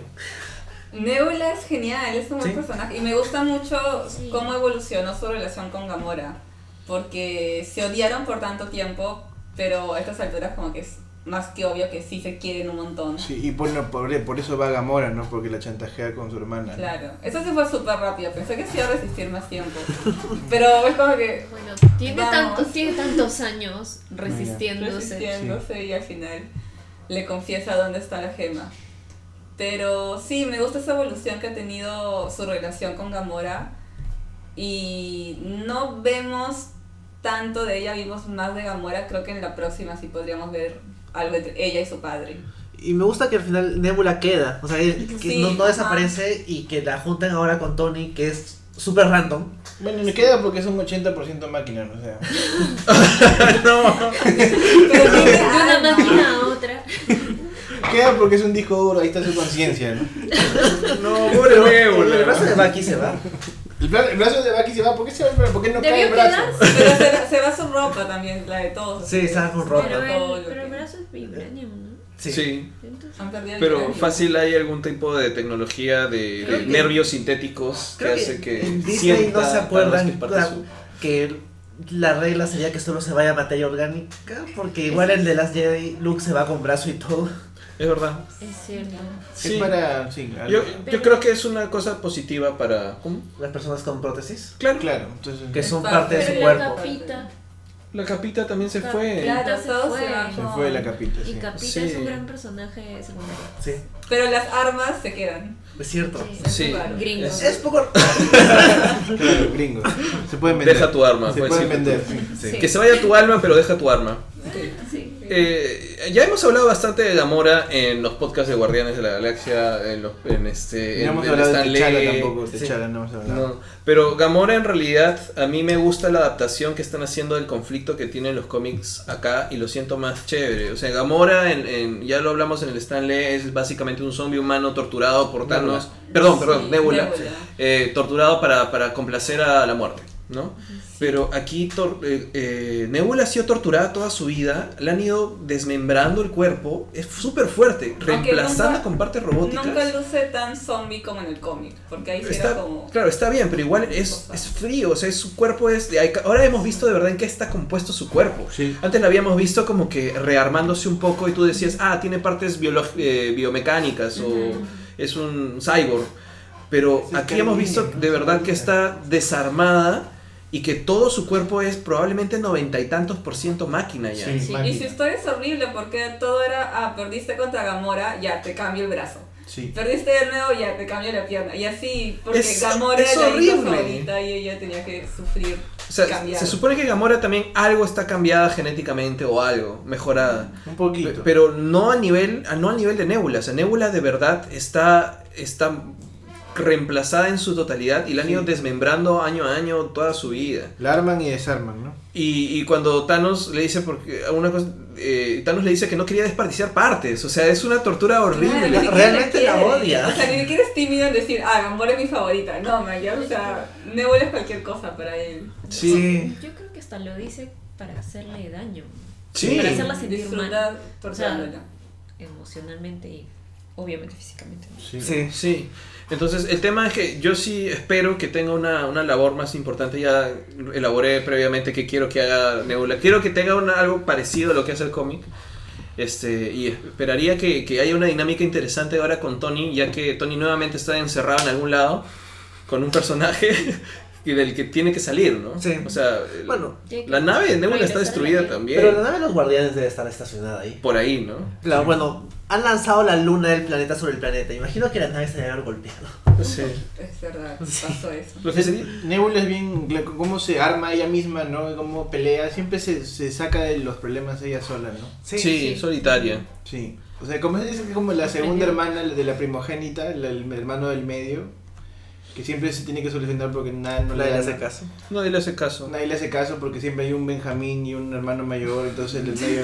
C: Nebula es genial, es un buen
E: Sí.
C: personaje y me gusta mucho
D: Sí.
C: cómo evolucionó su relación con Gamora, porque se odiaron por tanto tiempo, pero a estas alturas como que es más que obvio que sí se quieren un montón.
F: Sí, y por, no- por, por eso va Gamora, ¿no? Porque la chantajea con su hermana. ¿no?
C: Claro, eso se fue súper rápido, pensé que se iba a resistir más tiempo, pero es como que
D: Bueno, tiene,
C: Vamos.
D: tantos, tiene tantos años resistiéndose.
C: resistiéndose y al final le confiesa dónde está la gema. Pero sí, me gusta esa evolución que ha tenido su relación con Gamora y no vemos tanto de ella, vimos más de Gamora, creo que en la próxima sí podríamos ver algo entre ella y su padre.
E: Y me gusta que al final Nebula queda. O sea, que
C: Sí,
E: no, no
C: ajá.
E: desaparece y que la juntan ahora con Tony, que es súper random.
F: Bueno, me queda porque es un 80% máquina, ¿no? O sea,
B: no.
C: Pero tiene
D: De una
C: alma.
D: máquina a otra.
F: queda porque es un disco duro, ahí está su conciencia, ¿no?
B: No, pobre Nebula.
E: El brazo de Bucky se va.
F: El, bra- el brazo de Baki se va, ¿por qué se va el brazo? ¿Por qué no cae
D: Debió
F: el brazo?
D: quedarse.
C: Pero se, va- se va su ropa también, la de todos.
E: Sí, se va con ropa.
D: Pero
C: Todo
D: el,
C: lo
D: pero el
C: que-
D: brazo es vibranium, ¿no?
E: Sí.
B: sí.
D: Entonces,
C: Han perdido el
B: Pero
C: cráneo.
B: fácil hay algún tipo de tecnología de,
D: Creo
B: de
D: que-
B: nervios sintéticos que
E: Creo
B: hace que
E: en Disney
B: sienta
E: no se acuerdan
B: Thanos que parte
E: tan-
B: su-
E: que la regla sería que solo se vaya materia orgánica, porque igual el de las Jedi Luke se va con brazo y todo.
B: Es verdad.
D: es cierto.
B: Sí.
F: Es para. Sí, claro.
B: Yo, yo creo que es una cosa positiva para ¿cómo?
E: Las personas con prótesis,
B: Claro,
F: Claro, entonces.
E: que son
C: Es
E: parte de su
C: parte
D: Pero la
E: cuerpo.
D: capita.
B: la capita también se
D: Cap-
B: fue.
C: Claro,
D: Se
C: todos
D: fue.
C: se van
F: Se
C: con-
F: fue la capita,
D: Y
F: sí.
D: Capita
B: Sí.
D: es un gran personaje secundario.
E: Sí,
C: Pero las armas se quedan.
E: es cierto.
D: Sí.
B: Sí.
C: Claro.
D: Gringo.
B: Es-
E: Es poco.
F: Claro, gringo. Se pueden vender.
B: Deja tu arma.
F: Se
B: fue
F: pueden
B: decir.
F: vender, sí.
D: Sí.
B: Que se vaya tu alma, pero deja tu arma.
D: Sí.
B: Eh, ya hemos hablado bastante de Gamora en los podcasts de Guardianes de la Galaxia, en, los, en este, en-
F: No hemos
B: en
F: hablado de
B: Stan
F: T'Challa
B: Lee.
F: tampoco.
E: Sí.
F: T'Challa no hemos hablado.
B: No, pero Gamora en realidad a mí me gusta la adaptación que están haciendo del conflicto que tienen los cómics acá y lo siento más chévere. O sea, Gamora, en, en- ya lo hablamos en el Stanley, es básicamente un zombie humano torturado por Thanos. Perdón, perdón,
C: Sí,
B: Nebula.
C: Nebula.
B: eh, torturado para, para complacer a la muerte, ¿no? Pero aquí tor- eh, eh, Nebula ha sido torturada toda su vida, le han ido desmembrando el cuerpo, es súper fuerte, reemplazada
C: nunca-
B: con partes robóticas.
C: Nunca luce tan zombie como en el cómic, porque ahí sí era
B: Está-
C: como...
B: claro, está bien, pero igual es, es frío, o sea, su cuerpo es... hay ca- Ahora hemos visto de verdad en qué está compuesto su cuerpo.
F: Sí.
B: Antes la habíamos visto como que rearmándose un poco y tú decías, ah, tiene partes biolog- eh, biomecánicas o
D: Ujú.
B: es un cyborg. Pero
F: Es el
B: aquí hemos
F: Carmine,
B: visto
F: ¿no?
B: de verdad que está desarmada y que todo su cuerpo es probablemente noventa y tantos por ciento máquina ya.
F: Sí.
C: Sí, y
F: Máquina.
C: su historia es horrible porque todo era, ah, perdiste contra Gamora, ya te cambio el brazo.
F: Sí.
C: Perdiste de nuevo, ya te cambio la pierna. Y así, porque
B: Es-
C: Gamora
B: es
C: era la hija
B: horrible.
C: favorita y ella tenía que sufrir.
B: O sea,
C: cambiar.
B: se supone que Gamora también algo está cambiada genéticamente o algo, mejorada.
F: Un poquito.
B: Pero no a nivel, a- no al nivel de Nebula. O sea, Nebula de verdad está, está reemplazada en su totalidad y la han ido
F: Sí.
B: desmembrando año a año toda su vida.
F: La arman y desarman, ¿no?
B: Y, y cuando Thanos le dice, porque una cosa, eh, Thanos le dice que no quería desperdiciar partes. O sea, es una tortura horrible.
C: Claro, ni siquiera
E: Realmente la
C: quiere.
E: odia.
C: O sea, ni siquiera es tímido en decir, ah, Gamora es mi favorita. No, man, ya, o sea, Nebula es cualquier cosa para él.
B: Sí.
D: Yo creo que hasta lo dice para hacerle daño
B: Sí.
D: Para hacerla sentir
C: Disfruta torturándola.
D: emocionalmente y obviamente físicamente. ¿no?
F: Sí.
B: Sí, sí. Entonces, el tema es que yo sí espero que tenga una, una labor más importante. Ya elaboré previamente que quiero que haga Nebula. Quiero que tenga una- algo parecido a lo que hace el cómic. Este, y esperaría que, que haya una dinámica interesante ahora con Tony, ya que Tony nuevamente está encerrado en algún lado con un personaje que- del que tiene que salir, ¿no?
E: Sí.
B: O sea, el-
E: Bueno,
D: Tiene que
B: la nave de Nebula está
D: regresar a la
B: destruida
D: vida.
B: también.
E: pero la nave de los guardianes debe estar estacionada ahí.
B: Por ahí, ¿no?
E: Claro, bueno, han lanzado la luna del planeta sobre el planeta. Imagino que la nave se debe haber golpeado.
B: Sí.
C: Es verdad, pasó eso.
B: Lo que sería-
F: Nebula es bien, la- cómo se arma ella misma, ¿no? Cómo pelea, siempre se, se saca de los problemas ella sola, ¿no?
B: Sí, solitaria.
F: Sí. O sea, como es, es como la segunda hermana de la primogénita, la- el hermano del medio, que siempre se tiene que solucionar porque nada, no le
E: Nadie le
F: dan-
E: hace caso.
B: Nadie le hace caso.
F: Nadie le hace caso porque siempre hay un Benjamín y un hermano mayor, entonces el del medio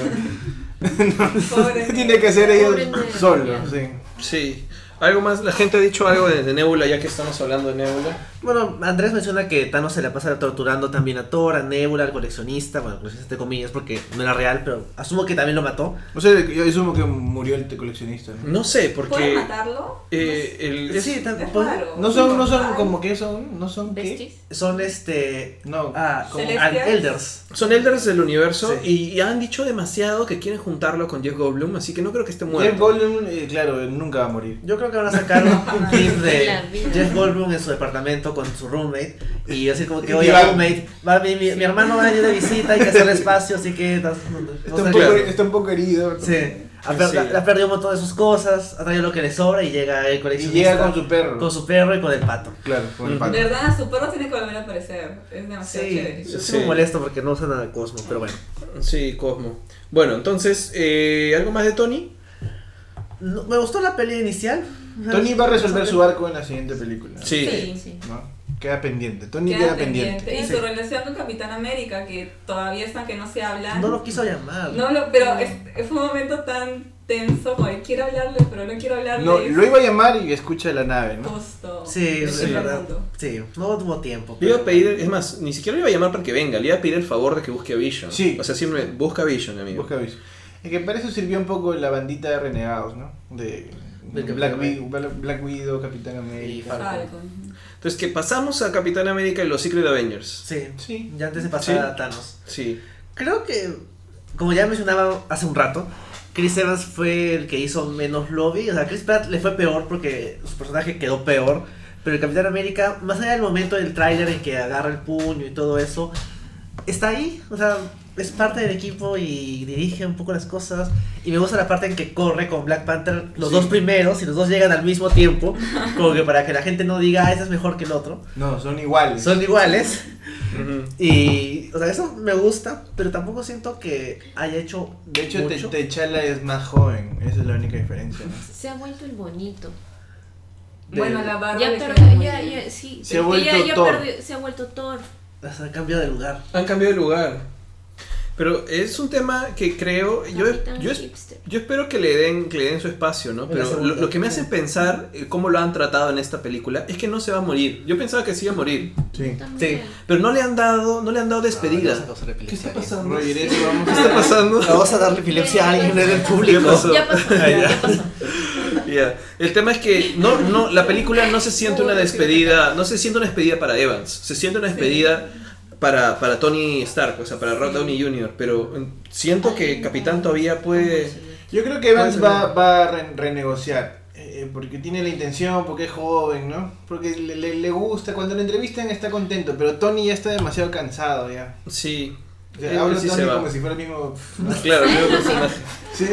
C: Pobre.
F: tiene que hacer
D: Pobre
F: ellos
D: Nebula.
F: solo, sí.
B: Sí. Algo más, la gente ha dicho algo de, de Nebula, ya que estamos hablando de Nebula.
E: Bueno, Andrés menciona que Thanos se la pasa torturando también a Thor, a Nebula, al coleccionista, bueno, coleccionista entre comillas, porque no era real, pero asumo que también lo mató.
F: O sea, yo asumo que murió el coleccionista. ¿no?
B: No sé,
C: ¿Puedes
B: porque.
C: matarlo?
B: eh, el, es-
E: Sí, tan-
C: Es
E: pues,
C: raro.
F: No son, no son
C: Ay,
F: como que son, no son qué.
D: Besties.
E: son este...
F: No,
E: Ah, como
C: Celestials.
E: an- elders.
B: son elders del universo
E: Sí.
B: y, y han dicho demasiado que quieren juntarlo con Jeff Goldblum, así que no creo que esté muerto.
F: Jeff Goldblum, eh, claro, nunca va a morir.
E: Yo creo que van a sacar un clip de
D: La vida.
E: Jeff Goldblum en su departamento con su roommate y así como que,
F: Y
E: oye,
F: va-
E: roommate, va- mi, mi- mi hermano va a venir de visita, hay que hacerle espacio, así que... estás- no- no-
F: Está un,
E: no-
F: poco,
B: claro.
F: está un poco herido.
E: Sí. Ha, per-
B: Sí.
E: ha- ha perdido un montón de sus cosas, ha traído lo que le sobra y llega el
F: Y
E: coleccionista.
F: llega con su perro.
E: con su perro y con el pato.
F: Claro, con el
B: Ujú.
F: pato.
C: ¿Verdad? Su perro tiene que volver a aparecer. Es demasiado
E: Ah, Sí,
C: chévere.
E: yo
B: Sí.
E: sí me molesto porque no usan al Cosmo, pero bueno.
B: Sí, Cosmo. Bueno, entonces, eh, ¿algo más de Tony?
E: No- me gustó la pelea inicial.
F: Tony va a resolver su arco en la siguiente película.
C: Sí.
D: Sí.
F: ¿no? Queda pendiente. Tony
C: Queda
F: queda,
C: pendiente.
F: pendiente.
C: Y
E: Sí.
C: su relación con Capitán América, que todavía están que no se hablan.
E: No lo quiso llamar.
C: No lo- pero es- fue un momento tan tenso, como de, quiero hablarle, pero no quiero hablarle.
F: No, lo iba a llamar y escucha la nave, ¿no?
C: Justo.
E: Sí, es
C: Me
B: sí.
E: verdad.
C: pregunto.
E: Sí, no tuvo tiempo.
B: Le iba a
E: pero-
B: pedir, es más, ni siquiera le iba a llamar para que venga, le iba a pedir el favor de que busque a Vision.
F: Sí.
B: O sea, siempre busca a Vision, amigo.
F: Busca aviso. Es que para eso sirvió un poco la bandita de renegados, ¿no? De,
E: Del Capitán
F: Black,
E: América.
F: Widow, Bla- Black Widow, Capitán América.
E: Falcon.
C: Falcon.
B: Entonces, que pasamos a Capitán América y los Secret Avengers.
E: Sí,
F: Sí.
E: ya antes de pasar
B: Sí.
E: a Thanos.
B: Sí.
E: Creo que, como ya mencionaba hace un rato, Chris Evans fue el que hizo menos lobby. O sea, Chris Pratt le fue peor porque su personaje quedó peor. Pero el Capitán América, más allá del momento del tráiler en que agarra el puño y todo eso, está ahí. O sea, es parte del equipo y dirige un poco las cosas. Y me gusta la parte en que corre con Black Panther los
F: Sí.
E: dos primeros y los dos llegan al mismo tiempo. Como que para que la gente no diga, "Ah, ese es mejor que el otro.
F: No, son iguales.
E: Son iguales.
B: Ujú.
E: Y, o sea, eso me gusta, pero tampoco siento que haya hecho.
F: De hecho, Te-
E: mucho.
F: T'Challa es más joven. Esa es la única diferencia, ¿no?
D: Se ha vuelto el bonito.
F: De-
C: Bueno, la barba.
D: Ya
C: le
D: perdió,
C: queda muy
D: ya,
C: bien.
D: ya, sí.
F: Se ha
D: porque ya-
F: vuelto
D: ya
F: Thor.
D: perdió- se ha vuelto Thor.
E: O sea, cambio de lugar.
B: Han cambiado de lugar. Pero es un tema que creo. Yo,
D: Capitán
B: yo,
D: Hipster.
B: yo espero que le, den, que le den su espacio, ¿no?
E: En la
B: Pero lo,
E: segunda.
B: lo que me hace pensar eh, cómo lo han tratado en esta película es que no se va a morir. Yo pensaba que sí iba a morir.
F: Sí.
D: También.
B: Pero no le han dado, no le han dado
E: Ah,
B: despedida.
E: vamos a causar epilepsia
B: ¿Qué está
E: a
B: pasando?
E: alguien.
F: Roger,
B: ¿Qué
F: eso vamos
B: está pasando?
E: Vamos a darle epilepsia a alguien en el
B: ¿Qué
E: público.
B: pasó?
D: Ya pasó, ya pasó.
B: Ya. El tema es que no, no, la película no se siente una despedida, no se siente una despedida para Evans, se siente una despedida para, para Tony Stark, o sea, para Rob Downey Jr., pero mm, siento que Capitán todavía puede...
F: Yo creo que Evans
B: Puede ser.
F: va, va a re- renegociar. Eh, eh, porque tiene la intención, porque es joven, ¿no? Porque le, le- le gusta, cuando lo entrevistan está contento, pero Tony ya está demasiado cansado ya.
B: Sí.
F: O sea,
B: Él
F: habla
B: sí se
F: Tony
B: va.
F: como si fuera el mismo...
B: Claro, el mismo personaje.
F: Sí,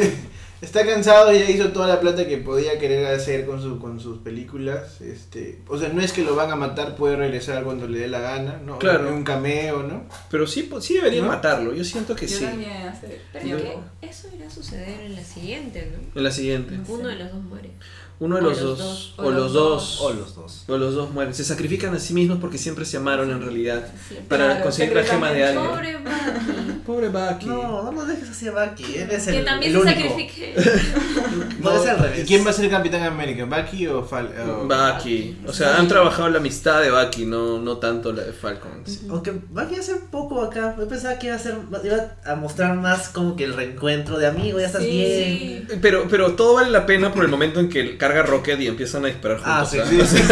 F: está cansado y ya hizo toda la plata que podía querer hacer con, su, con sus películas. Este, o sea, no es que lo van a matar, puede regresar cuando le dé la gana, ¿no?
B: Claro.
F: Un cameo, ¿no?
B: Pero sí, po- sí deberían
F: ¿No?
B: matarlo, yo siento que
C: Yo
B: sí.
C: también hace
D: Pero
C: tiempo.
D: que eso irá a suceder en la siguiente, ¿no?
B: En la siguiente.
D: Uno de los dos muere.
B: Uno de
D: O
B: los, dos,
D: los dos.
B: O, los dos.
E: O los dos.
B: O los dos mueren. Se sacrifican a sí mismos porque siempre se amaron en realidad.
D: Sí.
B: Para
C: Claro,
B: conseguir la gema de
C: secretamente.
B: alguien.
D: Pobre Bucky.
B: Pobre Bucky.
E: No, no lo dejes así a Bucky. Él es el,
D: que también
E: el
D: se
E: único.
D: sacrifique.
E: No, es al
F: ¿Y
E: revés.
F: quién va a ser Capitán América? ¿Bucky o Fal o-
B: Bucky. O sea, han trabajado la amistad de Bucky, no, no tanto la de Falcon. Sí.
E: Aunque Bucky hace poco acá. Yo pensaba que iba a, ser, iba a mostrar más como que el reencuentro de amigo, ya estás
C: Sí.
E: bien.
B: Pero, pero todo vale la pena por el momento en que carga Rocket y empiezan a disparar juntos.
E: Ah, sí,
B: ¿sabes?
E: sí, sí,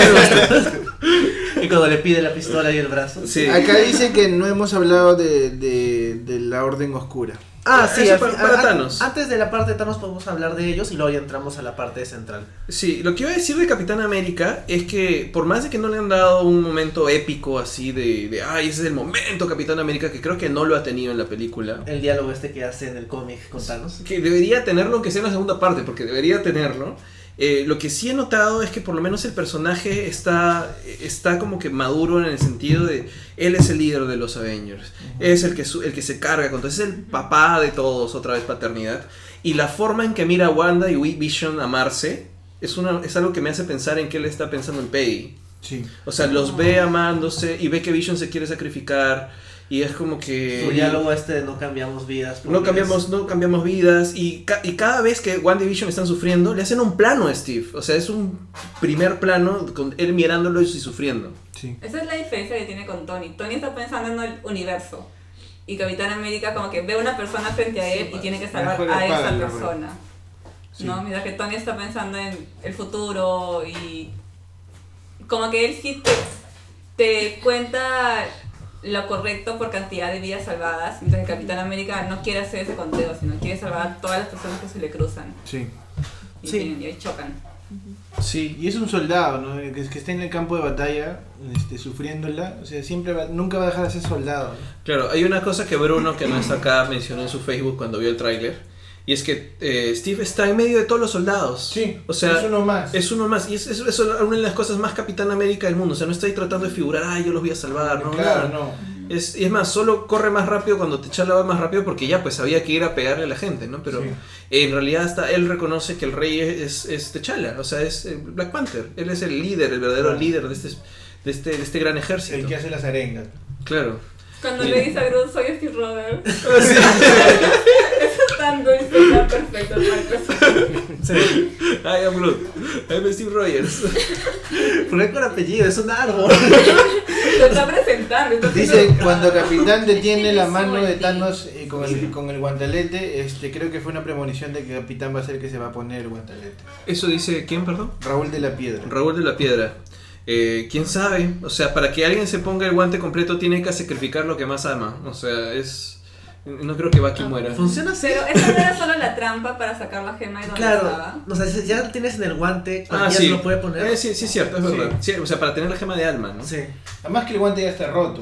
E: Y cuando le pide la pistola y el brazo.
B: Sí.
F: Acá dice que no hemos hablado de, de, de la Orden Oscura.
E: Ah, sí,
B: Eso
E: al
B: para-
E: fin-
B: para
E: a- a-
B: Thanos.
E: Antes de la parte de Thanos podemos hablar de ellos y luego ya entramos a la parte de central.
B: Sí, lo que iba a decir de Capitán América es que por más de que no le han dado un momento épico así de, de, ay, ese es el momento Capitán América, que creo que no lo ha tenido en la película,
E: El diálogo este que hace en el cómic con Thanos.
B: que debería tenerlo que sea en la segunda parte, porque debería tenerlo, eh, lo que sí he notado es que por lo menos el personaje está, está como que maduro en el sentido de, él es el líder de los Avengers, es el que, su- el que se carga con todo, es el papá de todos, otra vez paternidad, y la forma en que mira a Wanda y Wi- Vision amarse es, una, es algo que me hace pensar en que él está pensando en Peggy.
F: Sí.
B: O sea, los ve amándose y ve que Vision se quiere sacrificar y es como que...
E: Su diálogo este de no cambiamos vidas. por
B: Eh, No
E: vidas.
B: cambiamos, no cambiamos vidas y, ca- y cada vez que One Division están sufriendo, le hacen un plano a Steve. O sea, es un primer plano con él mirándolo y sufriendo.
F: Sí.
C: Esa es la diferencia que tiene con Tony. Tony está pensando en el universo. Y Capitán América como que ve a una persona frente a él y tiene que salvar
F: mejor
C: a esa
F: espada, la
C: persona.
F: Sí.
C: No, mira que Tony está pensando en el futuro y como que él sí te, te cuenta lo correcto por cantidad de vidas salvadas, mientras que Capitán América no quiere hacer ese conteo, sino quiere salvar a todas las personas que se le cruzan
F: Sí.
C: y,
B: Sí.
C: tienen- y ahí chocan.
F: Sí, y es un soldado, ¿no? Que, que está en el campo de batalla, este, sufriéndola. O sea, siempre va- nunca va a dejar de ser soldado. ¿no?
B: Claro, hay una cosa que Bruno, que no está acá, mencionó en su Facebook cuando vio el tráiler. Y es que eh, Steve está en medio de todos los soldados. O sea,
F: es uno más.
B: Es uno más, y es, es- es una de las cosas más Capitán América del mundo. O sea, no está ahí tratando de figurar, ah, yo los voy a salvar, no,
F: claro,
B: nada.
F: no.
B: Es, y es más, solo corre más rápido cuando te echa la bala más rápido porque ya, pues había que ir a pegarle a la gente, ¿no? Pero
F: Sí.
B: en realidad hasta él reconoce que el rey es, es, es T'Challa, o sea, es eh, Black Panther. Él es el líder, el verdadero
F: Claro.
B: líder de este, de este, de este gran ejército.
F: El que hace las arengas.
B: Claro.
C: Cuando
B: Sí. Ah,
C: le dice a Groot, soy Steve Robert. Eso es tan dulce, tan perfecto, tan perfecto.
B: Sí. I am Groot. I'm Steve Rogers.
E: ¿Por qué con apellido? Es un árbol.
C: Lo está presentando. está
F: Dice,
C: haciendo-
F: cuando Capitán detiene la mano de
D: Suerte.
F: Thanos eh, con, el, con el guantelete, este, creo que fue una premonición de que Capitán va a ser el que se va a poner el guantelete.
B: Eso dice, ¿quién, perdón?
F: Raúl de la Piedra.
B: Raúl de la Piedra. Eh, ¿Quién sabe? O sea, para que alguien se ponga el guante completo tiene que sacrificar lo que más ama. O sea, es... No creo que Bucky
D: Ah,
B: muera.
E: Funciona así.
C: Pero esa no era solo la trampa para sacar la gema de donde
E: Claro.
C: estaba.
E: O sea, si ya lo tienes en el guante.
B: Ah,
E: cualquiera
B: sí.
E: se lo puede poner.
B: Eh, sí, sí, es cierto, es
F: Sí.
B: verdad. Sí, o sea, para tener la gema de alma, ¿no?
E: Sí.
F: Además que el guante ya está roto.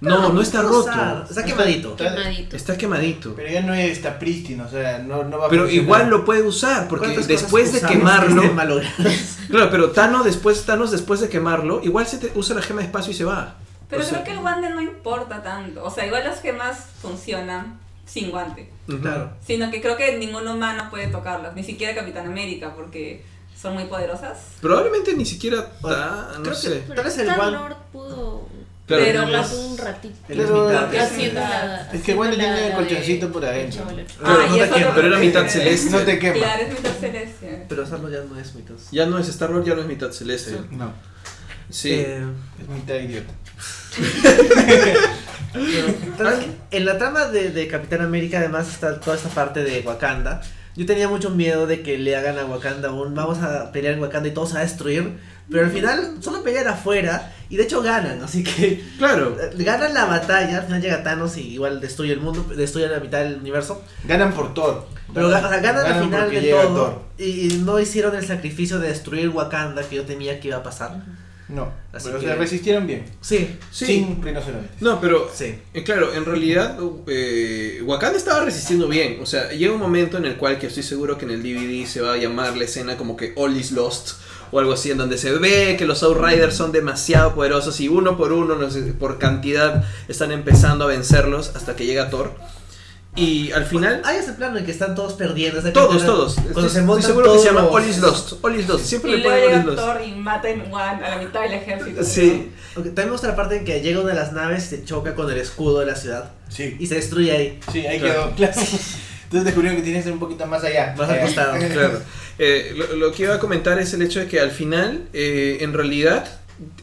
B: No, no está roto.
E: Usar. Está quemadito.
D: Quemadito.
B: Está quemadito.
F: Pero ya no está prístino, o sea, no, no va a
B: Pero
F: funcionar.
B: igual lo puede usar, porque
E: ¿Cuántas
B: después de
E: cosas usamos
B: quemarlo...
E: que estén malogradas?
B: Claro, pero Thanos después, Thanos después de quemarlo, igual se te usa la gema de espacio y se va.
C: Pero
B: O sea,
C: creo que el guante no importa tanto. O sea, igual las gemas funcionan sin guante.
B: ujú.
E: Claro.
C: Sino que creo que ningún humano puede tocarlas, ni siquiera Capitán América, porque son muy poderosas.
B: Probablemente ni siquiera...
E: Bueno,
B: ta- no
E: creo que-
B: sé.
E: Tal vez el
D: Star
E: guan-
D: Lord pudo.
B: Claro.
C: Pero
D: Pero
C: las-
D: un ratito.
E: Él es
F: Pero-
E: mitad.
F: es-
D: Haciendo la-
F: es que el guante
D: haciendo
F: tiene
D: la- la
F: colchoncito
D: de-
F: por adentro.
D: de chaval.
E: Claro,
C: Ah,
E: no
C: y
E: te
C: eso
E: quema,
C: lo-
B: pero era mitad celeste.
F: Eh, No te quema.
C: Claro, es mitad celeste.
E: Pero usarlo ya no es mitad.
B: Ya no es Star-Lord, ya no es mitad celeste.
F: No,
B: Sí.
E: Eh,
F: es mitad idiota.
E: Entonces, en la trama de, de Capitán América además está toda esta parte de Wakanda. Yo tenía mucho miedo de que le hagan a Wakanda un vamos a pelear en Wakanda y todos a destruir. Pero al final solo pelean afuera y Y de hecho ganan, así que
B: Claro.
E: eh, ganan la batalla. Al final llega Thanos y igual destruye el mundo, destruye la mitad del universo.
F: Ganan por Thor.
E: Pero ga- o sea, ganan al final
F: porque
E: de
F: llega
E: todo.
F: Thor.
E: Y, y no hicieron el sacrificio de destruir Wakanda que yo temía que iba a pasar.
F: No,
E: Así
F: pero
E: que-
F: se resistieron bien.
E: Sí,
B: Sí.
F: Sin rinocerontes.
B: No, pero
E: sí.
B: Eh, Claro, en realidad eh, Wakanda estaba resistiendo bien. O sea, llega un momento en el cual que estoy seguro que en el DVD se va a llamar la escena como que All is Lost o algo así, en donde se ve que los Outriders son demasiado poderosos y uno por uno, no sé, por cantidad, están empezando a vencerlos hasta que llega Thor. Y al final,
E: Hay ese plano en que están todos perdiendo. ese
B: todos,
E: plano-
B: todos.
E: Cuando
B: Estoy,
E: se
B: estoy
E: montan
B: seguro que se llama
E: todos-
B: All is Lost. All is Lost. Siempre
C: Y
B: le
C: luego
B: ponen All is
C: llega
B: Lost.
C: Thor y mata en Wan a la mitad del ejército.
B: Sí.
E: Ok, también me gusta la parte en que llega una de las naves, se choca con el escudo de la ciudad
F: Sí.
E: y se destruye ahí.
F: Sí, ahí
B: Claro.
F: quedó. Claro. Entonces descubrieron que tienes que ir un poquito más allá.
E: Más al
F: Eh,
E: costado.
B: Ah, Claro. Eh, lo, lo que iba a comentar es el hecho de que al final, eh, en realidad,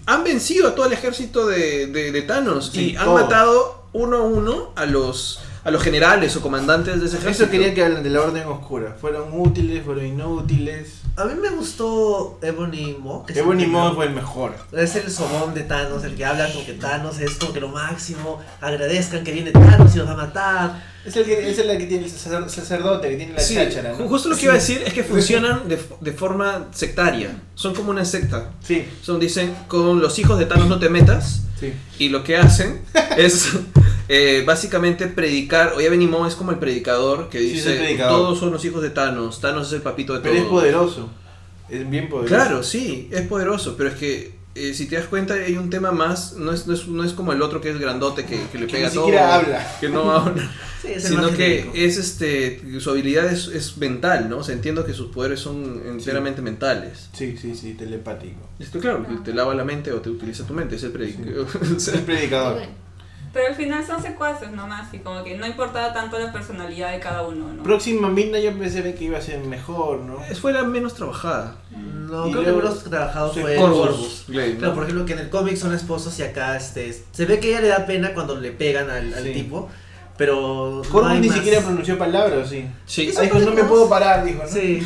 B: han vencido a todo el ejército de, de- de Thanos
F: Sí,
B: y han
F: todos.
B: matado uno a uno a los, a los generales o comandantes de ese ejército.
F: Eh, Eso quería que hablen de la Orden Oscura. Fueron útiles, fueron inútiles.
E: A mí me gustó Ebony Maw. que es el
F: Ebony Maw
E: primero.
F: fue el mejor.
E: Es el somón de Thanos, el que habla con que Thanos es como que lo máximo. Agradezcan que viene Thanos y los va a matar.
F: Es el que, es el que tiene el sacer- sacerdote, que tiene la
B: Sí,
F: cháchara,
B: ju-
F: ¿no?
B: justo lo que iba a decir es que funcionan de, de forma sectaria. Son como una secta.
F: Sí,
B: Son, dicen, con los hijos de Thanos no te metas.
F: sí.
B: Y lo que hacen es eh, básicamente predicar. Oye, Benimón es como el predicador que
F: Sí, es el
B: dice:
F: predicador.
B: Todos son los hijos de Thanos. Thanos es el papito de
F: Pero es
B: todos.
F: poderoso. Es bien poderoso.
B: Claro, sí, es poderoso, pero es que eh, si te das cuenta hay un tema más, no es, no es, no es como el otro que es grandote que, que le
F: Que
B: pega
F: ni
B: todo.
F: siquiera habla.
B: Que no habla,
E: Sí, es el
B: sino
E: más
B: que
F: eh,
E: genérico.
B: es este, su habilidad es, es mental, ¿no? O sea, entiendo que sus poderes son enteramente mentales.
F: Sí, sí, sí, telepático.
B: Esto claro, porque te lava la mente o te utiliza tu mente, es el predicador.
F: Es el predicador.
D: Bueno,
C: Pero al final son secuaces nomás y como que no importaba tanto la personalidad de cada uno, ¿no?
F: Próxima Midnight yo pensé que iba a ser mejor, ¿no?
B: Fue la menos trabajada.
E: No,
F: Y
E: creo
F: luego-
E: que los trabajados
F: Sí,
E: fue
B: Corvus
E: Corvus.
B: Glaive, ¿no?
E: Claro, por ejemplo, que en el cómic son esposos y acá este, se ve que a ella le da pena cuando le pegan al, al
F: Sí.
E: tipo, pero. no
F: Corvus
E: hay
F: ni
E: más.
F: siquiera pronunció palabras, sí.
B: Sí,
E: Eso
F: Ah, dijo,
E: fue
F: no me
E: Corvus.
F: puedo parar, dijo, ¿no?
E: Sí.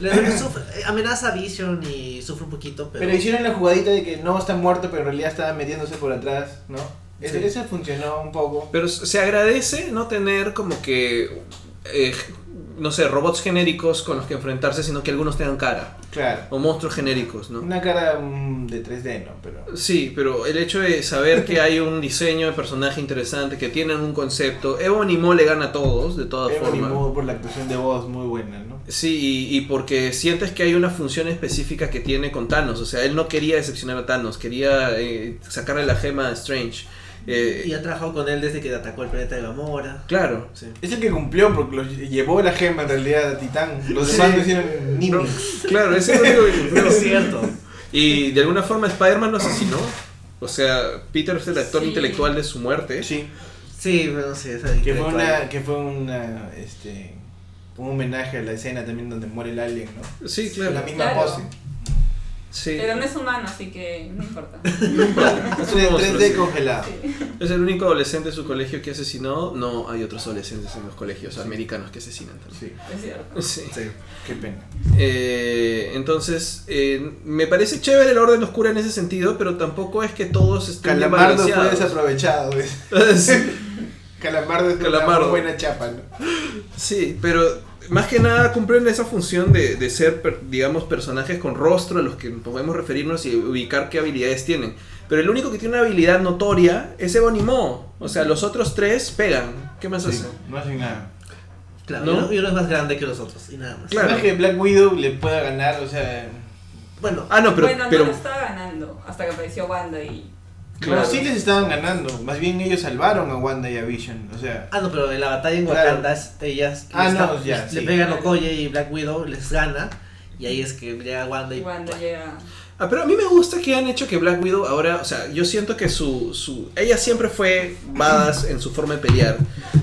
E: Le sufre- eh, amenaza a Vision y sufre un poquito, pero.
F: Pero hicieron la jugadita de que no está muerto, pero en realidad estaba metiéndose por atrás, ¿no? Eso,
E: Sí.
F: eso funcionó un poco.
B: Pero se agradece no tener como que, eh, no sé, robots genéricos con los que enfrentarse, sino que algunos tengan cara.
F: Claro.
B: O monstruos genéricos, ¿no?
F: Una cara mm, de 3D, ¿no? Pero.
B: Sí, pero el hecho de saber que hay un diseño de personaje interesante, que tienen un concepto, Ebony Maw le gana a todos, de todas
F: Ebony
B: formas.
F: Maw por la actuación de voz muy buena, ¿no?
B: Sí, y, y porque sientes que hay una función específica que tiene con Thanos, o sea, él no quería decepcionar a Thanos, quería eh, sacarle la gema a Strange. Eh,
E: Y ha trabajado con él desde que atacó el planeta de Gamora.
B: Claro.
E: Sí.
F: Es el que cumplió, porque los lle- llevó la gema en realidad a Titán. Los demás no hicieron ni
B: No, claro, ese es lo único que-
E: No es cierto.
B: Y de alguna forma Spider-Man lo asesinó. O sea, Peter es el actor
D: Sí.
B: intelectual de su muerte.
F: Sí,
E: Sí, pero sí, es
F: que fue
E: intelectual.
F: una, que fue una, este, un homenaje a la escena también donde muere el alien, ¿no?
B: Sí,
F: Con la
B: claro.
F: misma
C: Claro.
F: pose.
B: Sí.
C: Pero no es humano, así que no importa.
B: Es
F: Es
B: un monstruo,
F: 3D
B: sí.
F: congelado.
B: ¿Es el único adolescente de su colegio que asesinó? No, hay otros adolescentes en los colegios americanos que asesinan también.
F: Sí,
C: Es cierto.
B: Sí.
E: Sí.
F: qué pena.
B: Eh, entonces, eh, me parece chévere el orden oscura en ese sentido, pero tampoco es que todos estén bien
F: Calamardo fue
B: balanceados.
F: desaprovechado. ¿ves?
B: sí,
F: Calamardo es una
B: Calamardo.
F: muy buena chapa, ¿no?
B: sí, pero más que nada cumplen esa función de, de ser, per- digamos, personajes con rostro a los que podemos referirnos y ubicar qué habilidades tienen. Pero el único que tiene una habilidad notoria es Ebony Maw. O sea, los otros tres pegan. ¿Qué más hacen?
F: no hacen nada.
E: Claro,
B: ¿No?
E: y uno- y uno es más grande que los otros, y nada más.
B: Claro.
F: No es que Black Widow le pueda ganar, o sea.
E: Bueno,
B: Ah, no, pero...
C: bueno, no
B: pero
C: lo estaba ganando hasta que apareció Wanda y...
B: Claro.
F: Claro. Sí les estaban ganando. Más bien ellos salvaron a Wanda y a Vision. O sea.
E: ah, no, pero en la batalla en
F: Claro.
E: Wakanda, es- ellas
F: Ah,
E: les
F: no,
E: ca-
F: ya,
E: les-
F: sí.
E: le pegan Okoye y Black Widow les gana, y ahí es que llega Wanda y.
C: Wanda llega...
B: Ah, pero a mí me gusta que han hecho que Black Widow ahora, o sea, yo siento que su, su ella siempre fue badass en su forma de pelear,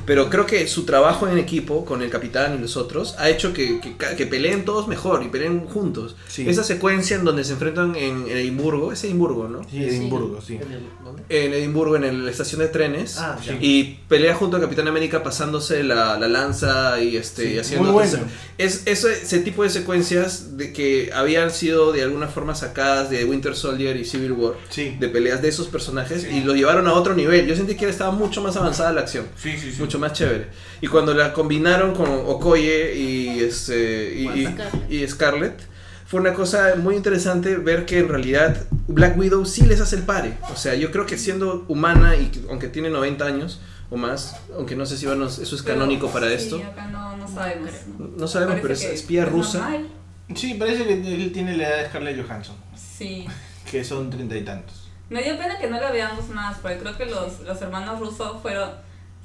B: Pero creo que su trabajo en equipo con el capitán y los otros ha hecho que, que ca- que peleen todos mejor y peleen juntos.
F: Sí.
B: Esa secuencia en donde se enfrentan en Edimburgo, es Edimburgo, ¿no?
F: Sí, Edimburgo, sí.
E: ¿En pues, el- dónde?
B: En Edimburgo, en el- la estación de trenes.
E: Ah,
F: Sí.
E: ya.
B: Y pelea junto al Capitán América pasándose la, la lanza y este
F: Sí,
B: y haciendo
F: muy
B: otras-
F: bueno.
B: es, eso- ese tipo de secuencias de que habían sido de alguna forma sacadas de Winter Soldier y Civil War
F: Sí.
B: de peleas de esos personajes
F: Sí.
B: y lo llevaron a otro nivel. Yo sentí que estaba mucho más avanzada la acción,
F: Sí, sí, sí.
B: mucho más chévere. Y cuando la combinaron con Okoye y, este, y, y-
D: Scarlett.
B: y Scarlett, fue una cosa muy interesante ver que en realidad Black Widow sí les hace el pare. O sea, yo creo que siendo humana y que- aunque tiene 90 años o más, aunque no sé si van a- eso es canónico para
C: Sí,
B: esto.
C: acá no, no sabemos.
B: No sabemos,
C: Parece
B: pero es
C: que
B: espía
C: es
B: rusa.
C: normal.
F: Sí, parece que él tiene la edad de Scarlett Johansson,
C: Sí.
F: que son treinta y tantos.
C: Me dio pena que no la veamos más, porque creo que los, los hermanos rusos fueron,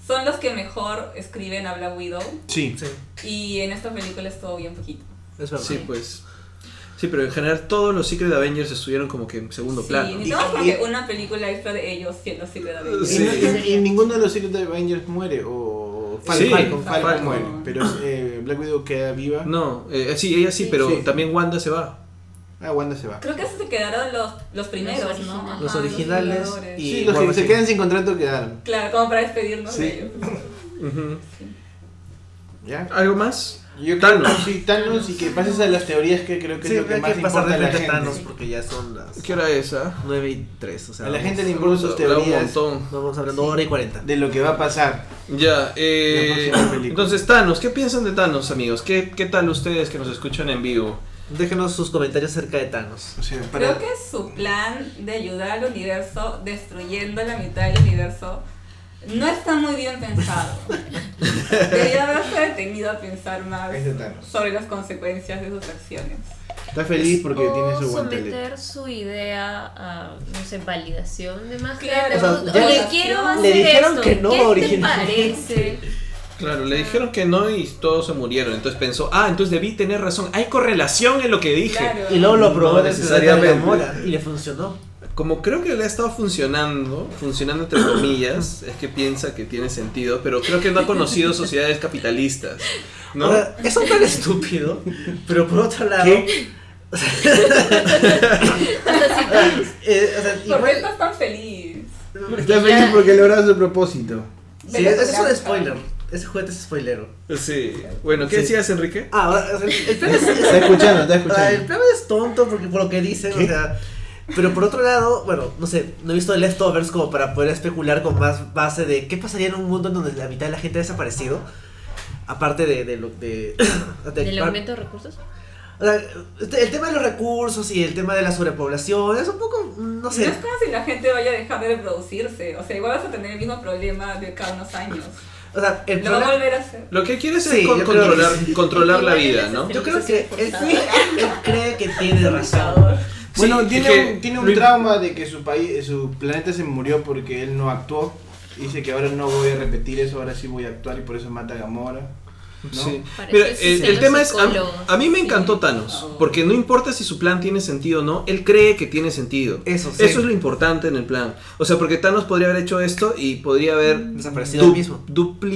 C: son los que mejor escriben a Black Widow.
F: Sí.
E: Sí,
C: Y en esta película estuvo bien poquito.
E: es verdad.
B: Sí, pues. Sí, pero en general todos los Secret Avengers estuvieron como que en segundo
C: sí,
B: plano.
C: necesitamos
F: Y-
C: como
F: y-
C: que una película extra de ellos siendo Secret Avengers.
F: Y,
B: Sí.
F: no- y- y ninguno de los Secret Avengers muere, o Falcon,
B: Sí,
F: Falcon,
B: Falcon.
F: Falcon muere, pero eh, Black Widow queda viva.
B: No, eh, sí, ella sí, pero
F: Sí.
B: también Wanda se va.
F: Ah, Wanda se va.
C: Creo que esos se quedaron los, los primeros,
D: Los
C: ¿no?
D: originales.
C: Ajá,
E: Los originales
C: fundadores.
E: y-
F: sí, los que
E: Wanda
F: se
E: sí.
F: quedan sin contrato quedaron.
C: Claro, como para despedirnos
F: Sí.
C: de ellos.
B: Ujú.
F: ¿Ya?
B: ¿Algo más?
F: Yo creo
B: Thanos.
F: que sí, Thanos, y que pases a las teorías que creo que
E: Sí,
F: es lo que
E: hay
F: más
E: que pasar
F: importa a
E: de
F: la
E: frente
F: gente.
E: a Thanos porque ya son las
B: ¿Qué hora es? ah?
E: 9 y 3. O sea,
F: A la gente le importan
E: vamos,
F: sus
B: Hemos hablado un
F: teorías
B: montón.
E: vamos hablando hora y 40.
F: de lo que va a pasar.
B: Ya, eh,
F: La próxima película.
B: entonces Thanos, ¿qué piensan de Thanos, amigos? ¿Qué, ¿Qué tal ustedes que nos escuchan en vivo?
E: Déjenos sus comentarios acerca de Thanos.
F: O sea, para-
C: Creo que su plan de ayudar al universo destruyendo la mitad del universo no está muy bien pensado. Debería haberse detenido a pensar más
F: Es de Thanos.
C: sobre las consecuencias de sus acciones.
F: Está feliz porque
D: o
F: tiene su guantelete.
D: someter su idea a, no sé, validación de más
C: Claro.
D: gente.
C: O sea, ya
D: Oye,
C: le-
D: quiero
C: le
D: hacer
G: dijeron
D: esto.
G: que no
D: ¿Qué
G: originalmente.
D: te parece?
B: Claro,
D: Ah.
B: le dijeron que no y todos se murieron, entonces pensó, ah, entonces debí tener razón, hay correlación en lo que dije.
C: Claro.
E: Y luego lo probó
B: No
E: en el planeta de
B: necesariamente.
E: Gamora y le funcionó.
B: Como creo que le ha estado funcionando, funcionando entre comillas, es que piensa que tiene sentido, pero creo que no ha conocido sociedades capitalistas, ¿no?
E: Ahora, es un plan estúpido, pero por otro lado. Eh, o sea,
C: ¿Por qué
E: igual-
C: estás tan feliz?
F: Está feliz porque logra su propósito.
E: Sí, eso es un spoiler. Ese juguete es spoilero.
B: Sí, bueno, ¿qué
E: Sí.
B: decías, Enrique?
E: Ah, ahora, o sea, el plan es.
F: Está escuchando, está
E: o sea, el
F: escuchando.
E: plan es tonto porque por lo que dicen,
F: ¿Qué?
E: o sea. Pero por otro lado, bueno, no sé, no he visto Leftovers como para poder especular con más base de qué pasaría en un mundo en donde la mitad de la gente ha desaparecido. Aparte de, de lo de, de-
D: ¿Del aumento de recursos?
E: o sea, este- el tema de los recursos y el tema de la sobrepoblación es un poco, no
C: No
E: sé.
C: es como si la gente vaya a dejar de reproducirse. O sea, igual vas a tener el mismo problema de cada unos años.
E: O sea, el
C: Lo va a
E: problema-
C: volver a hacer.
B: Lo que quieres es
E: Sí,
B: con-
E: yo creo que
B: controlar,
E: sí.
B: controlar la
D: Igual
B: vida,
D: es
B: ¿no?
E: yo creo que él, él cree que tiene razón.
C: Complicador.
F: Bueno,
B: Sí,
F: tiene,
B: que-
F: un, tiene un
B: Luis-
F: trauma de que su país, su planeta se murió porque él no actuó. Dice que ahora no voy a repetir eso, ahora sí voy a actuar y por eso mata a Gamora. ¿no?
B: Sí.
D: Parece
B: Mira,
D: que
B: el,
D: sí,
B: el
D: los
B: tema es, a, mí-
D: psicólogos.
B: a mí me
D: Sí.
B: encantó Thanos, porque no importa si su plan tiene sentido o no, él cree que tiene sentido.
E: Eso, sí.
B: Eso es lo importante en el plan. O sea, porque Thanos podría haber hecho esto y podría haber
E: Desaparecido
B: du-
E: él Mm. mismo.